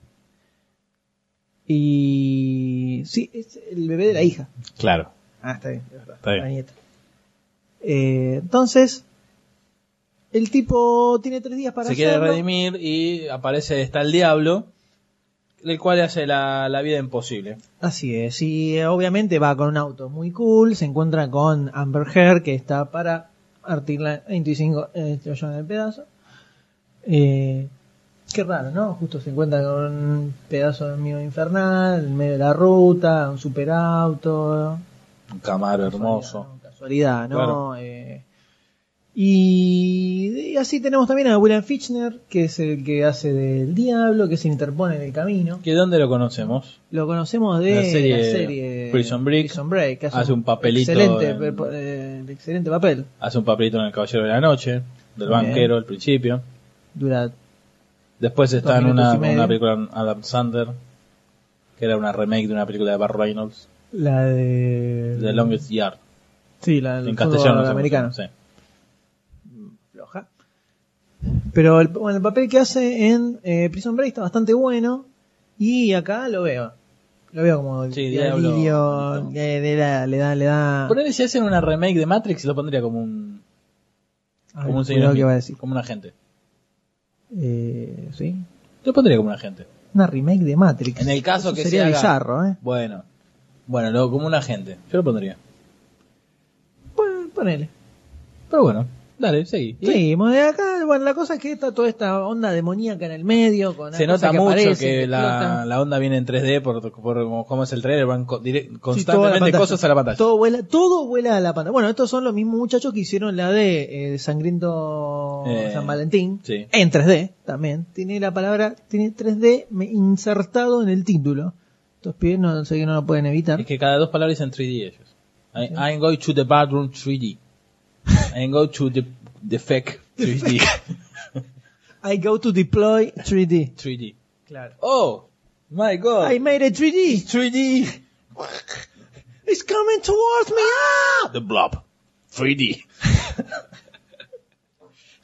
Y sí, es el bebé de la hija.
Claro.
Ah, está bien, es verdad.
Está bien.
La nieta. Eh, entonces, el tipo tiene tres días para
Se quiere
hacerlo.
redimir y aparece, está el diablo, el cual le hace la, la vida imposible.
Así es, y eh, obviamente va con un auto muy cool, se encuentra con Amber Heard, que está para partirla en 25 eh, en el pedazo. Eh, qué raro, ¿no? Justo se encuentra con un pedazo de mío infernal, en medio de la ruta, un superauto,
Un camaro hermoso.
casualidad, ¿no?
Claro.
Eh, y, y así tenemos también a William Fichtner, que es el que hace del diablo, que se interpone en el camino.
¿Que dónde lo conocemos?
Lo conocemos de
La serie
serie
Prison Break.
Prison Break, que
Hace un papelito
Excelente
en-
per- eh, excelente, excelente papel.
Hace un papelito en El Caballero de la Noche, del banquero al principio.
Dura
Después está
Dos
en
minutos
una,
y medio.
una película con Adam Sander, que era una remake de una película de Bar Reynolds,
la de...
The Longest Yard.
Sí, la del
En
fútbol
castellano. no sé
americano.
cómo se llama, sí.
Floja. Pero el, bueno, el papel que hace en eh, Prison Break está bastante bueno. Y acá lo veo. Lo veo como el
Sí, Diablo.
alivio, le, le da, le da, le da.
Ponele si hacen una remake de Matrix, lo pondría como un,
Ay,
como un señor
cuidado que
Smith,
va a decir.
como un agente.
Eh, sí.
Lo pondría como un agente.
Una remake de Matrix.
En el caso
Eso
que
sería
se haga-
bizarro, ¿eh?
Bueno, bueno, lo- como un agente. Yo lo pondría.
Bueno, ponele.
Pero bueno, dale, seguí. Y
Sí, bueno, de acá, bueno, la cosa es que está toda esta onda demoníaca en el medio. Con
Se
las
nota
cosas
mucho
aparecen,
que la,
explotan.
la onda viene en 3D por, por como- cómo es el trailer, van co- dire-
Sí, toda la
constantemente
pantalla.
cosas a la pantalla.
Todo vuela, todo vuela a la pantalla. Bueno, estos son los mismos muchachos que hicieron la de eh, Sangriento
Eh,
San Valentín.
sí.
En 3D también. Tiene la palabra, tiene 3D me- insertado en el título. Estos pies no sé que no lo pueden evitar.
Es que cada dos palabras dicen 3D ellos. I, I'm going to the bathroom 3D. I'm going to the, the fake 3D.
I go to deploy 3D.
3D.
Claro.
Oh, my God.
I made a 3D.
3D.
It's coming towards me. ¡Ah!
The blob. 3D.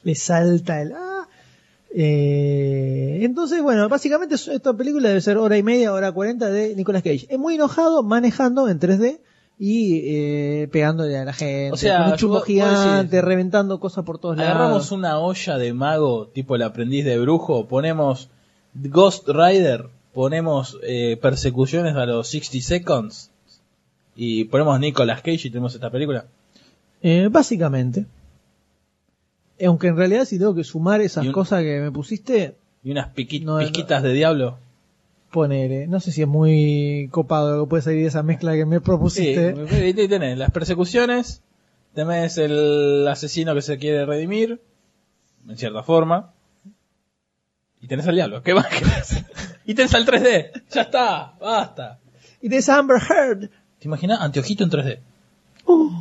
Le salta el. ¡Ah! Eh, entonces, bueno, básicamente es- esta película debe ser hora y media, hora cuarenta de Nicolas Cage. Es muy enojado, manejando en 3D y eh, pegándole a la gente.
O sea,
con un chumbo
vos- vos decís-
gigante, reventando cosas por todos
Agarramos
lados.
una olla de mago, tipo el aprendiz de brujo, ponemos Ghost Rider, ponemos eh, persecuciones a los 60 seconds y ponemos Nicolas Cage y tenemos esta película.
Eh, básicamente. eh, Aunque en realidad, si tengo que sumar esas
Y un-
cosas que me pusiste,
Y unas piqui-
No, no.
pizquitas de diablo.
poner, eh, no sé si es muy copado lo que puede salir de esa mezcla que me
Sí,
propusiste.
ahí tenés las persecuciones, tenés el asesino que se quiere redimir, en cierta forma, y tenés al diablo, ¿qué más querés? Y tenés al 3D, ya está, basta.
Y de esa Amber Heard.
¿Te imaginas? Anteojito en 3D.
Uh.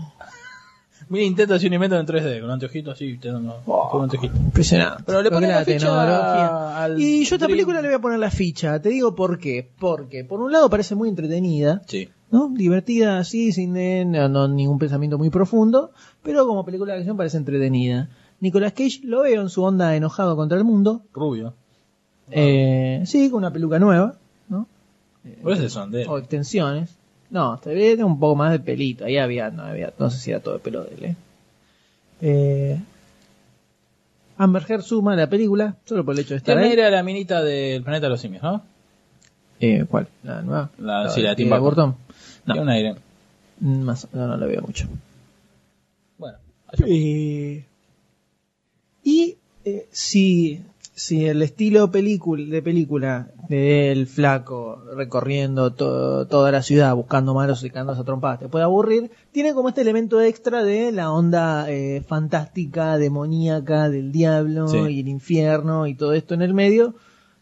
Mira, intento hacer un invento en 3D, con anteojito así, te dan- con anteojito.
Impresionante.
Pero le
Lo que
ponen
era
la ficha
tecnología.
al
Y yo a esta
Dream.
película le voy a poner la ficha. Te digo por qué. Porque, por un lado, parece muy entretenida.
Sí.
¿no? Divertida, así, sin eh, no, no, ningún pensamiento muy profundo, pero como película de acción parece entretenida. Nicolas Cage lo veo en su onda enojado contra el mundo,
Rubio.
eh, sí, con una peluca nueva,
Por eso son de él.
o extensiones. No, te ve un poco más de pelito, ahí había, no había, no sé si era todo de pelo de él, eh. Eh, Amber Heard suma a la película, solo por el hecho de estar
También
ahí.
era la minita del planeta de los simios, ¿no?
Eh, ¿Cuál? La nueva.
La, sí, la de
de
Tim Burton.
Burton. No.
Tiene un aire.
Mm, Más, no, no la veo mucho.
Bueno,
Eh, y eh, si, si el estilo película, de película del flaco recorriendo to- toda la ciudad buscando malos y cagando a trompadas te puede aburrir, tiene como este elemento extra de la onda eh, fantástica, demoníaca del diablo
Sí.
y el infierno y todo esto en el medio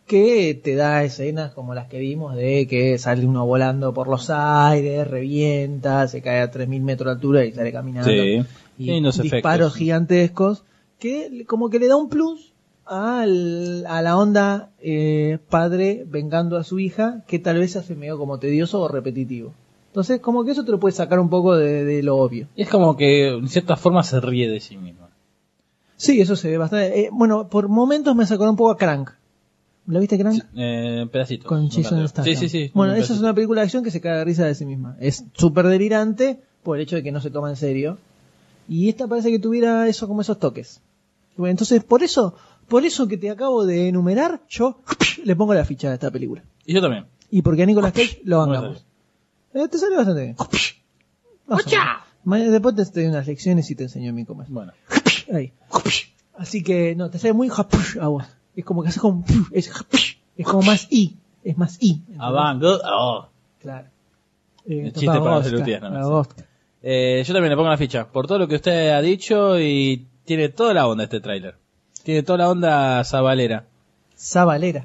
que te da escenas como las que vimos de que sale uno volando por los aires, revienta, se cae a 3.000 metros de altura y sale caminando
sí.
y
Y los
disparos
efectos.
gigantescos que le- como que le da un plus al- a la onda eh, padre vengando a su hija que tal vez se hace medio como tedioso o repetitivo. Entonces como que eso te lo puede sacar un poco de, de lo obvio.
Es como que en cierta forma se ríe de sí mismo.
Sí, eso se ve bastante. eh, bueno, por momentos me sacó un poco a Crank. ¿La viste Crank?
Eh, pedacitos.
Con
No
Jason
tanto.
Statham.
Sí, sí, sí.
Bueno,
un
esa es
pedacito.
una película de acción que se cae de risa de sí misma. Es súper delirante por el hecho de que no se toma en serio. Y esta parece que tuviera eso como esos toques. Bueno, entonces, por eso, por eso que te acabo de enumerar, yo le pongo la ficha a esta película.
Y yo también.
Y porque a Nicolas Cage lo
No me
bancamos. Eh, te sale bastante bien. Más o
¡Ocha!
menos. Después te doy unas lecciones y te enseño mi cómo es.
Bueno.
Ahí. Así que no, te sale muy japush a vos. Es como que haces como es japush. es como más i, es más i. ¿entendés?
Avant, good, Ah, oh.
Claro. Eh,
El
toca
chiste para los
Oscar,
Lutiers, no me
la
sé.
Oscar.
Eh, yo también le pongo la ficha. Por todo lo que usted ha dicho y tiene toda la onda este tráiler. Tiene toda la onda sabalera.
Zabalera.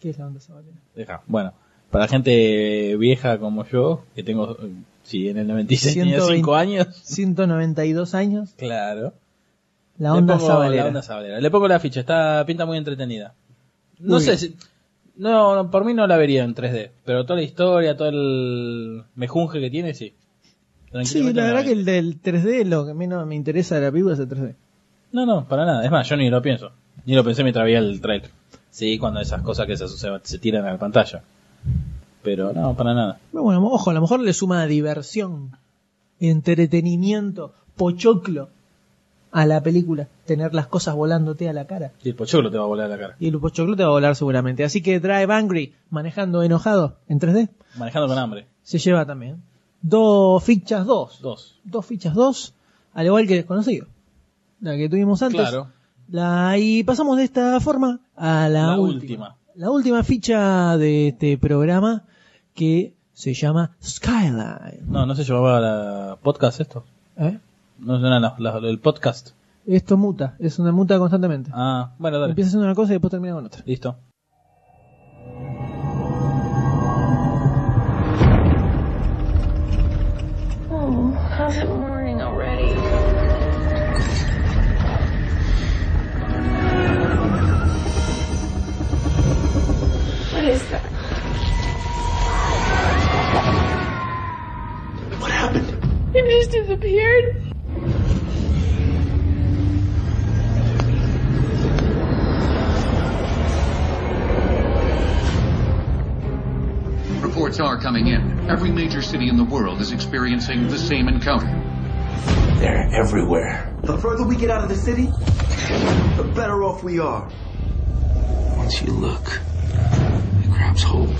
¿Qué es la onda Zabalera?
Deja. Bueno, para gente vieja como yo, que tengo eh, Sí, en el 96 tenía 5 años.
192 años.
Claro.
La onda
Le pongo
sabalera.
La onda sabalera. Le pongo la ficha, está pinta muy entretenida. No
Muy
sé
bien.
si. No, no, por mí no la vería en 3D, pero toda la historia, todo el mejunje que tiene, sí.
Sí,
Tranquilamente
la
me
verdad que
veo.
el del 3D, lo que menos me interesa de la película es el 3D.
No, no, para nada. Es más, yo ni lo pienso. Ni lo pensé mientras veía el trailer. Sí, cuando esas cosas que se, suceden- se tiran a la pantalla. Pero no, para nada.
Pero bueno, ojo, a lo mejor le suma diversión, entretenimiento, pochoclo a la película, tener las cosas volándote a la cara.
Y el pochoclo te va a volar la cara.
Y el pochoclo te va a volar seguramente. Así que Drive Angry, manejando enojado en 3D,
Manejando con hambre.
se lleva también dos fichas dos.
Dos.
Dos fichas dos, al igual que desconocido. La que tuvimos antes.
Claro.
La, y pasamos de esta forma a la,
La
última.
última.
La última ficha de este programa que se llama Skyline.
No, no se llamaba la podcast esto.
¿eh?
No suena la- la- el podcast.
Esto muta, es una muta constantemente.
Ah, bueno, dale.
Empieza haciendo una cosa y después termina con otra.
Listo.
Oh, how's it morning already? What is that?
What happened?
It just disappeared.
Reports are coming in. Every major city in the world is experiencing the same encounter.
They're everywhere.
The further we get out of the city, the better off we are.
Once you look, it grabs hold.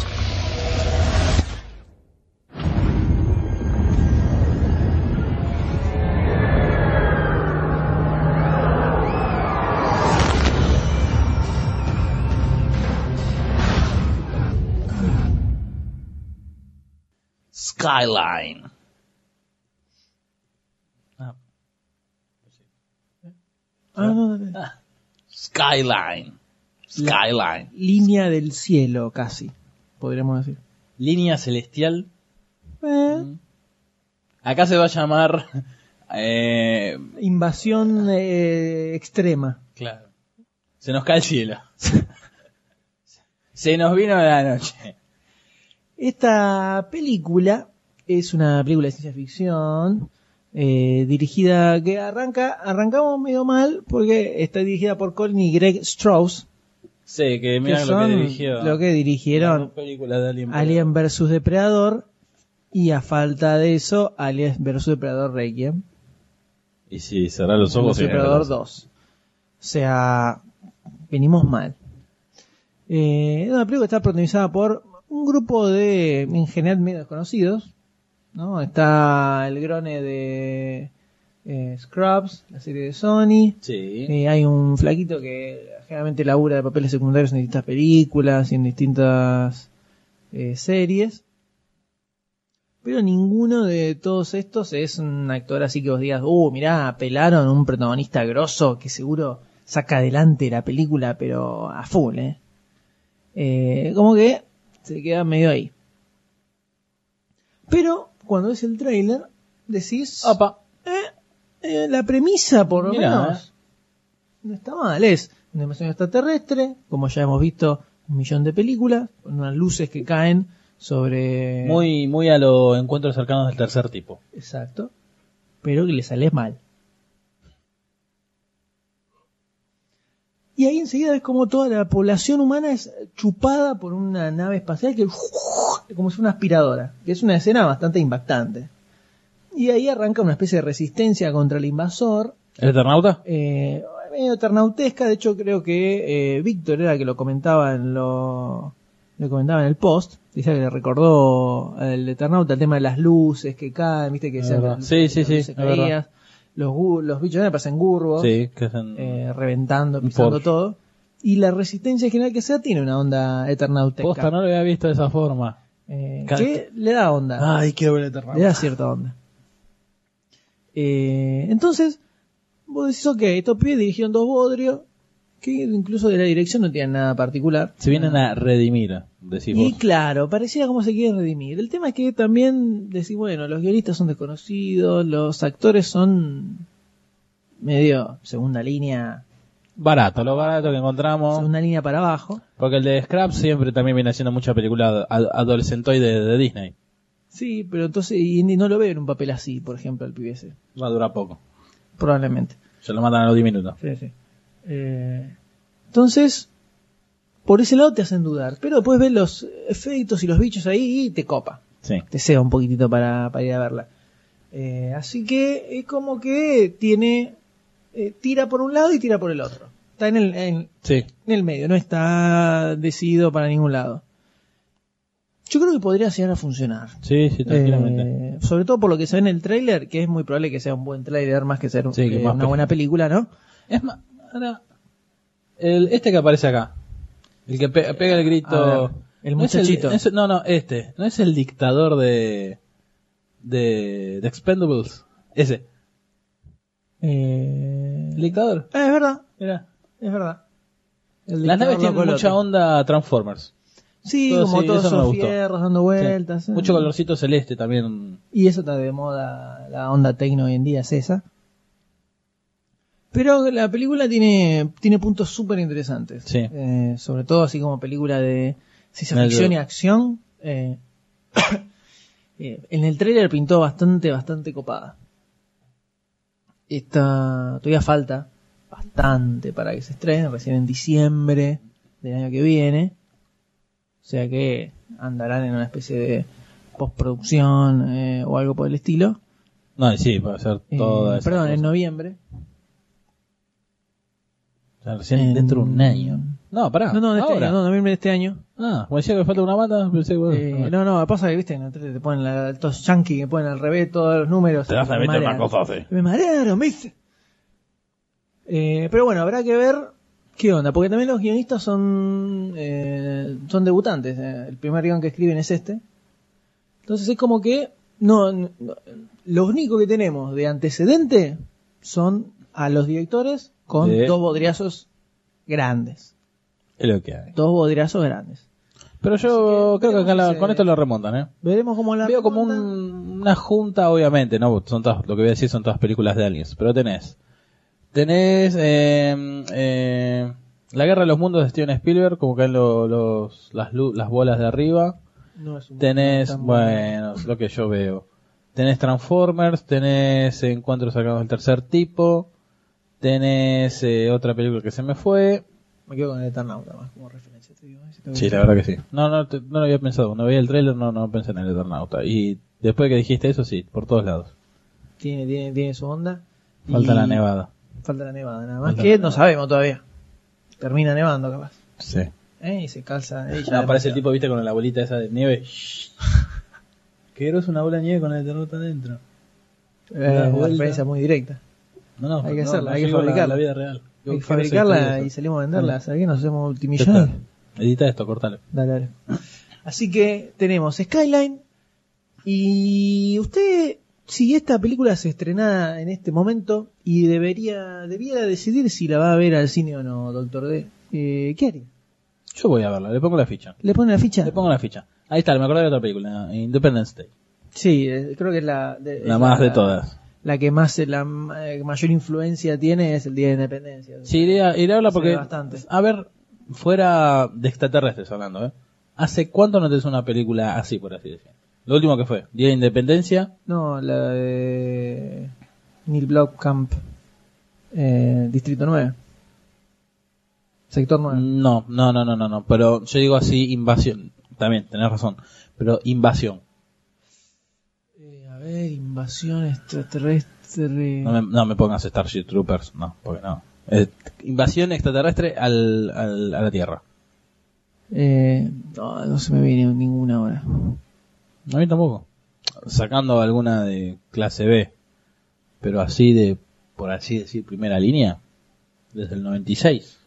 Skyline.
Ah, no, no, no.
Skyline. Skyline.
Línea del cielo, casi, podríamos decir.
Línea celestial.
Eh,
Acá se va a llamar. eh,
invasión eh, extrema.
claro. Se nos cae el cielo. se nos vino la noche.
Esta película es una película de ciencia ficción eh, dirigida que arranca arrancamos medio mal porque está dirigida por Colin y Greg Strauss
Sí, que mira
que
lo que
son
dirigió.
lo que dirigieron
película de Alien.
Alien vs Depredador y a falta de eso Alien vs Depredador Requiem
Y si cerrar los
Como
ojos. se viene la
Depredador
luz.
2. O sea, venimos mal. Eh, es una película que está protagonizada por un grupo de, en general, medio desconocidos. ¿no? Está el grone de eh, Scrubs, la serie de Sony.
Sí.
Eh, hay un flaquito que generalmente labura de papeles secundarios en distintas películas y en distintas eh, series. Pero ninguno de todos estos es un actor así que vos digas, uh, mirá, apelaron a un protagonista grosso que seguro saca adelante la película, pero a full, ¿eh? Eh, como que se queda medio ahí. Pero cuando ves el trailer, decís,
Opa.
eh, la premisa, por lo
Mirá,
menos, no está mal. Es una invasión extraterrestre, como ya hemos visto un millón de películas, con unas luces que caen sobre.
Muy, muy a los encuentros cercanos del tercer tipo.
Exacto. Pero que le sale mal. Y ahí enseguida ves como toda la población humana es chupada por una nave espacial que como si fuera una aspiradora, que es una escena bastante impactante. Y ahí arranca una especie de resistencia contra el invasor,
¿El Eternauta?
eh, medio ternautesca, de hecho creo que eh, Víctor era el que lo comentaba en lo, lo comentaba en el post, decía que le recordó el Eternauta el tema de las luces que caen, viste que
Es
decían
verdad.
las
Sí,
luces-
sí,
las
sí,
luces
es verdad.
caídas, los, gu- los bichos me pasan gurbos,
Sí, que es en-
eh, reventando,
Un
pisando
Porsche.
todo. Y la resistencia general que sea tiene una onda eternauteca.
Posta, no lo había visto de esa forma.
eh,
Ca- Ah,
que le da onda.
Ay, quiero ver el Eternauta.
Le da cierta onda. Eh, entonces, vos decís, ok, estos pibes dirigieron dos bodrios, que incluso de la dirección no tienen nada particular. Ah.
Se vienen a redimir, decís
Y
vos.
claro, pareciera como se quieren redimir. El tema es que también decís, bueno, los guionistas son desconocidos, los actores son medio segunda línea,
Barato, lo barato que encontramos.
segunda línea para abajo.
Porque el de Scrap siempre también viene haciendo mucha película ad- adolescentoide de, de Disney.
Sí, pero entonces, y ni- no lo veo en un papel así, por ejemplo, al pibese.
Va a durar poco.
Probablemente.
Se lo matan a los 10 minutos.
Sí, sí. Eh, entonces, por ese lado te hacen dudar, pero después ves los efectos y los bichos ahí y te copa.
Sí.
Te sea un poquitito para, para ir a verla. Eh, así que es como que tiene. eh, tira por un lado y tira por el otro. Está en el, en-
Sí.
en el medio, no está decidido para ningún lado. Yo creo que podría llegar a funcionar.
Sí, sí, tranquilamente.
Eh, sobre todo por lo que se ve en el tráiler, que es muy probable que sea un buen tráiler más que ser un-
Sí, que
eh,
más
una buena película, ¿no?
Es más, ahora, el, este que aparece acá, el que pe- pega el
A
grito.
ver, el
¿No es
muchachito.
no, es- no, no, este. ¿No es el dictador de. de. de Expendables? Ese.
Eh,
El dictador.
Ah, es verdad,
Mira.
es verdad. El
Las naves
dictador
tienen
Locolote.
mucha onda Transformers.
Sí,
Todo,
como
sí,
todos
eso me
esos
gustó.
fierros dando vueltas.
Sí.
eh.
Mucho colorcito celeste también.
Y eso está de moda, la onda tecno hoy en día es esa. Pero la película tiene, tiene puntos súper interesantes.
Sí.
Eh, sobre todo así como película de ciencia
Mel
ficción y
Brooks.
acción. eh, eh, en el trailer pintó bastante, bastante copada. Está, todavía falta bastante para que se estrene, recién en diciembre del año que viene. O sea que andarán en una especie de postproducción eh, o algo por el estilo.
No, y sí, para hacer
Eh,
todo eso.
perdón, en noviembre.
Recién
en-
dentro de un año. No, pará.
Eh, No, no, de este
ahora.
año, no, noviembre de este año.
Ah, como decía que me falta una banda, pensé que. bueno,
Eh,
bueno.
no, no, pasa que viste, en el trailer te ponen la, estos yankees que ponen al revés todos los números.
Te vas a
Me
meter una
marean.
cosa así.
Me marearon, ¿viste? Eh, pero bueno, habrá que ver qué onda, porque también los guionistas son eh, son debutantes. eh, El primer guion que escriben es este. Entonces es como que no, no- lo único que tenemos de antecedente son a los directores con
De-
dos bodriazos grandes,
Es lo que hay.
dos bodriazos grandes.
Pero yo creo que acá la-
se-
con esto lo remontan, ¿eh?
Veremos cómo la
Veo como
remontan.
un- una junta, obviamente, ¿no? Son todas, lo que voy a decir son todas películas de aliens, pero tenés. Tenés eh, eh, La Guerra de los Mundos de Steven Spielberg, como caen lo- los, las, lu- las bolas de arriba.
No es un-
Tenés,
tan
bueno, es lo que yo veo. Tenés Transformers, tenés Encuentros sacados del tercer tipo, tenés eh, otra película que se me fue.
Me quedo con el Eternauta más como referencia. Te digo, ¿eh? Si tengo
Sí, la verdad que sí. No, no, te- no lo había pensado. Cuando veía el trailer no, no pensé en el Eternauta. Y después que dijiste eso, sí, por todos lados.
Tiene, tiene, tiene su onda.
Falta
Y-
la nevada.
Falta la nevada, nada más.
Falta la
que no
nevada.
sabemos todavía. Termina nevando, capaz.
Sí.
¿Eh? Y se calza. eh, y ya
Aparece el tipo, viste, con la bolita esa de nieve. Que es una bola de nieve con el Eternauta adentro.
Eh,
la
una
vuelta.
referencia muy directa.
No, no,
Hay que
no,
hacerla,
no
hay que
llego a la-
fabricarla.
La, vida real.
Hay que
¿Qué no sé
fabricarla
ustedes?
y salimos a venderla. ¿Sabés que nos hacemos
Ya está.
multimillonarios?
Edita esto, cortale.
Dale, dale. Así que tenemos Skyline. Y usted, si esta película se estrenara en este momento y debería, debiera decidir si la va a ver al cine o no, Doctor D, eh, ¿qué haría?
Yo voy a verla, le pongo la ficha.
¿Le pone la ficha?
Le pongo la ficha. Ahí está, me acordé de otra película, Independence Day.
Sí, eh, creo que es la, de- es
La más de todas.
La que más eh, la ma- eh, mayor influencia tiene es el Día de la Independencia.
Sí, iré a, iré a hablar
Se
porque.
ve bastante.
A ver, fuera de extraterrestres hablando, ¿eh? ¿Hace cuánto no tenés una película así, por así decirlo? Lo último que fue, Día de Independencia.
No, la de Neil Blomkamp, eh, Distrito 9. Sector 9.
No, no, no, no, no, no. Pero yo digo así, invasión. También, tenés razón. Pero invasión.
Eh, a ver, invasión extraterrestre.
No me, no me pongas Starship Troopers, no, porque no. Eh, invasión extraterrestre al, al- a la Tierra.
Eh, no, no se me viene ninguna ahora.
A mí tampoco. Sacando alguna de clase B. Pero así de, por así decir, primera línea. Desde el 96.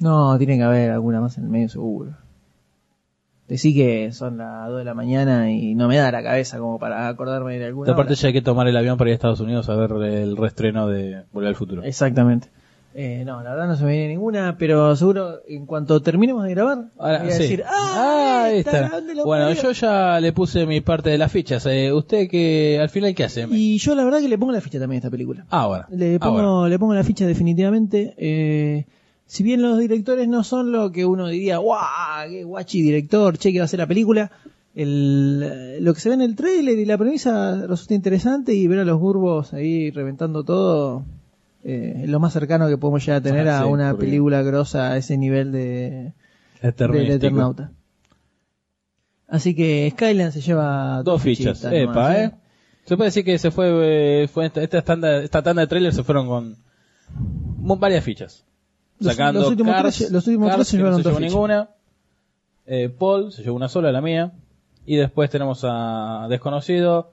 No, tiene que haber alguna más en el medio seguro. Decí que son las 2 de la mañana y no me da la cabeza como para acordarme de alguna.
Esta parte
hora.
ya hay que tomar el avión para ir a Estados Unidos a ver el restreno de Volver al Futuro.
Exactamente. Eh, no, la verdad no se me viene ninguna, pero seguro en cuanto terminemos de grabar,
Ahora,
voy a
sí.
decir,
Ah,
¡ah!
ahí
esta,
está.
¿dónde la
Bueno,
parió?".
yo ya le puse mi parte de las fichas. Eh, ¿Usted que al final qué hace?
Y yo la verdad que le pongo la ficha también a esta película.
Ah, bueno.
Le
Ah,
pongo,
bueno.
le pongo la ficha definitivamente. eh, si bien los directores no son lo que uno diría, ¡guau! ¡Qué guachi director! Che, que va a ser la película. El, eh, lo que se ve en el trailer y la premisa resulta interesante y ver a los burbos ahí reventando todo eh, es lo más cercano que podemos llegar a tener
Ah,
a
sí,
una
porque-
película grosa a ese nivel de del
Eternístico.
Eternauta. Así que Skyland se lleva
Dos fichas.
fichitas
Epa,
nomás, ¿eh?
eh. Se puede decir que se fue, eh, fue esta, esta tanda, esta tanda de trailers se fueron con mu- varias fichas.
Los-
Sacando
los últimos
Cars,
tres- los últimos
Cars,
tres se
que no
llevaron
se llevó
dos fichas.
ninguna. Eh, Paul se llevó una sola, la mía. Y después tenemos a Desconocido,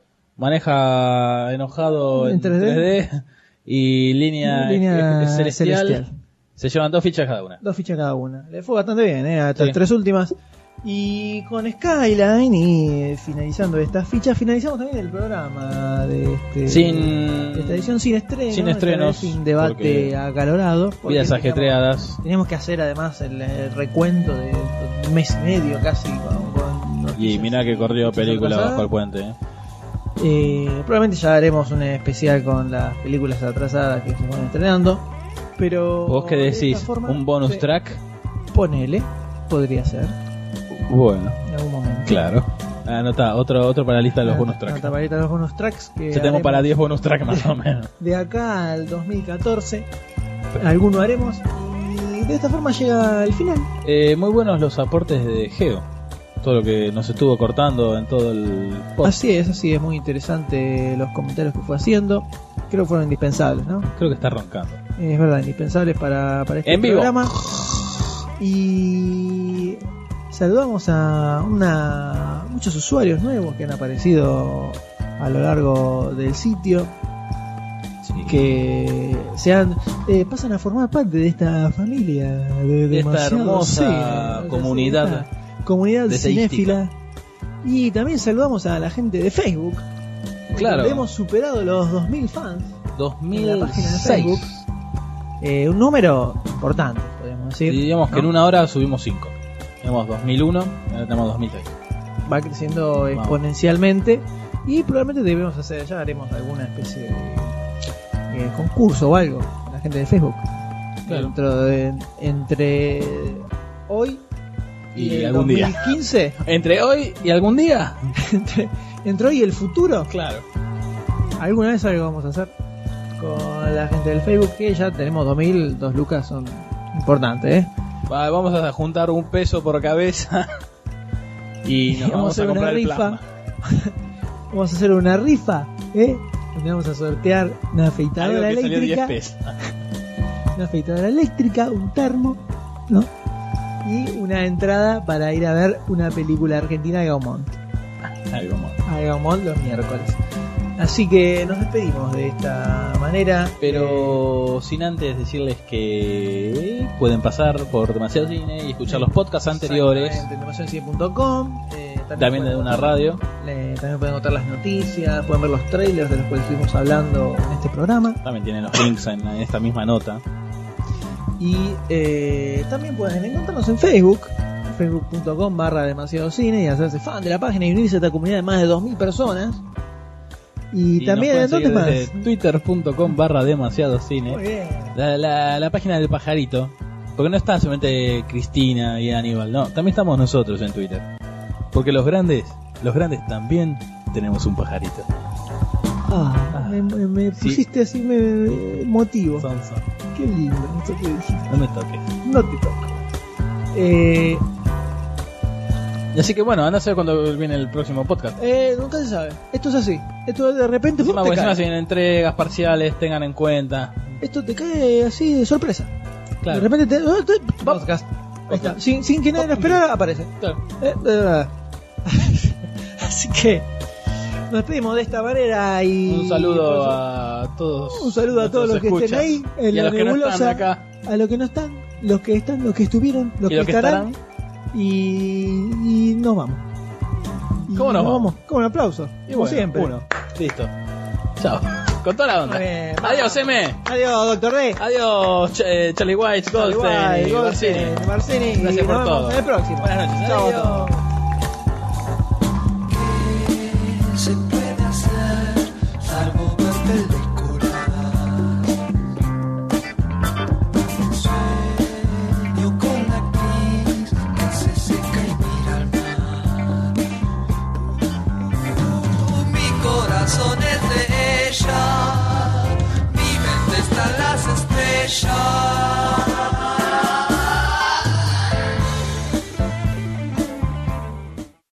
Maneja Enojado en
En 3D.
3D, y Línea,
Línea
eh, celestial.
Celestial.
Se llevan dos fichas cada una.
Dos fichas cada una. Le fue bastante bien, ¿eh? Hasta
Sí.
las tres últimas. Y con Skyline y eh, finalizando estas fichas, finalizamos también el programa de este,
Sin-
esta edición sin estreno.
sin
esta
estrenos,
vez Sin debate
porque-
acalorado. porque
Vidas
teníamos-
ajetreadas.
Teníamos que hacer además el, eh, recuento de un mes y medio casi. con- con
Y
noticias.
mirá que corrió película
pasada.
bajo el puente. eh.
Eh, probablemente ya haremos un especial con las películas atrasadas que se van estrenando. Pero.
¿Vos qué
de esta
decís?
forma,
¿Un bonus
sí.
track?
Ponele, podría ser,
Bueno,
en algún momento.
claro. Anota, otro, otro para la lista de los
Una-
bonus
una
tracks.
tapadita de los bonus tracks que
Ya tenemos
haremos
para 10 bonus tracks más o menos.
De acá al 2014, alguno haremos. Y de esta forma llega al final.
Eh, muy buenos los aportes de Geo. Todo lo que nos estuvo cortando en todo el podcast.
Así es, así es, muy interesante los comentarios que fue haciendo. Creo que fueron indispensables, ¿no?
Creo que está roncando.
Es verdad, indispensables para, para este
En vivo.
programa. Y saludamos a una, muchos usuarios nuevos que han aparecido a lo largo del sitio. Que se han, eh, pasan a formar parte de esta familia de,
De esta
Demasiado Cine,
hermosa
o sea,
comunidad.
esta comunidad
deseística.
cinéfila. Y también saludamos a la gente de Facebook.
Claro.
donde Hemos superado los 2.000 fans en la página de
2006.
Facebook. Eh, un número importante, podríamos
Y
decir.
digamos que en
¿no?
una hora subimos 5. Tenemos 2001, ahora tenemos 2006.
va creciendo exponencialmente y probablemente debemos hacer, ya haremos alguna especie de eh, concurso o algo con la gente de Facebook.
Claro.
Dentro de- entre hoy
Y
el
algún día.
2015,
Entre hoy y algún día.
entre, entre hoy y el futuro,
Claro.
alguna vez algo vamos a hacer con la gente del Facebook que ya tenemos 2000, dos lucas son importantes, ¿eh?
Va, vamos a juntar un peso por cabeza. Y nos vamos a
hacer
comprar
una
el
rifa.
plasma.
vamos a hacer una rifa, ¿eh? Donde vamos a sortear una
Algo
afeitadora
que salió 10
eléctrica,
pesos.
una afeitadora eléctrica, un termo, ¿no? Y una entrada para ir a ver una película argentina de Gaumont.
Ah, Algo más.
A Gaumont los miércoles. Así que nos despedimos de esta manera. Eh,
Pero sin antes decirles que eh, pueden pasar por demasiado cine y escuchar los podcasts anteriores.
Exactamente, informacioncine.com, eh,
También de
pueden
una
encontrar-
radio.
eh, también pueden encontrar las noticias, pueden ver los trailers de los cuales estuvimos hablando en este programa.
También tienen los links en esta misma nota.
Y eh, también pueden encontrarnos en Facebook, facebook.com barra demasiado cine y hacerse fan de la página y unirse a esta comunidad de más de 2.000 personas. Y,
nos
también,
pueden
¿en dónde
seguir
más?
desde Twitter.com barra demasiado
Muy
cine.
bien.
La, la- la página del pajarito. Porque no está solamente Cristina y Aníbal, no. También estamos nosotros en Twitter. Porque los grandes, los grandes también tenemos un pajarito.
Ah, me, me- me
Sí.
pusiste así me, me- motivo.
Son, son.
Qué lindo esto que dijiste.
No me toques.
No te toco. Eh,
Y Así que bueno, anda a saber cuando viene el próximo podcast.
eh, nunca se sabe. Esto es así. Esto de repente...
Encima, pues,
¡pum! te
porque encima
cae.
se vienen entregas parciales, tengan en cuenta.
Esto te cae así de sorpresa.
Claro.
De repente te. te- podcast. Ahí está. Sin, sin que nadie lo esperara, aparece.
Claro.
Eh, eh, Así que. Nos despedimos de esta manera y.
Un saludo a todos.
Un saludo a todos los que
nuestros
estén ahí.
escuchas.
En
y a
la
los que no
nebulosa.
están acá.
A los que no están, los que están, los que estuvieron, los,
y a los que estarán.
Y, y nos vamos. Y
¿Cómo nos vamos?
Con un aplauso.
Y
como
bueno,
siempre.
Uno. Listo. Chao. Con toda la onda.
Muy bien, vamos.
Adiós, M.
Adiós, doctor D.
Adiós, Ch- eh, Charlie White, Goldstein, y Barcini.
Goldstein, Barcini.
Gracias por
Nos vemos
todo.
En el próximo.
Buenas noches.
Chao a
Adiós.
todos.
se puede hacer salvo ver película sueño con la actriz que se seca y mira al mar mi corazón es de ella mi mente está en las estrellas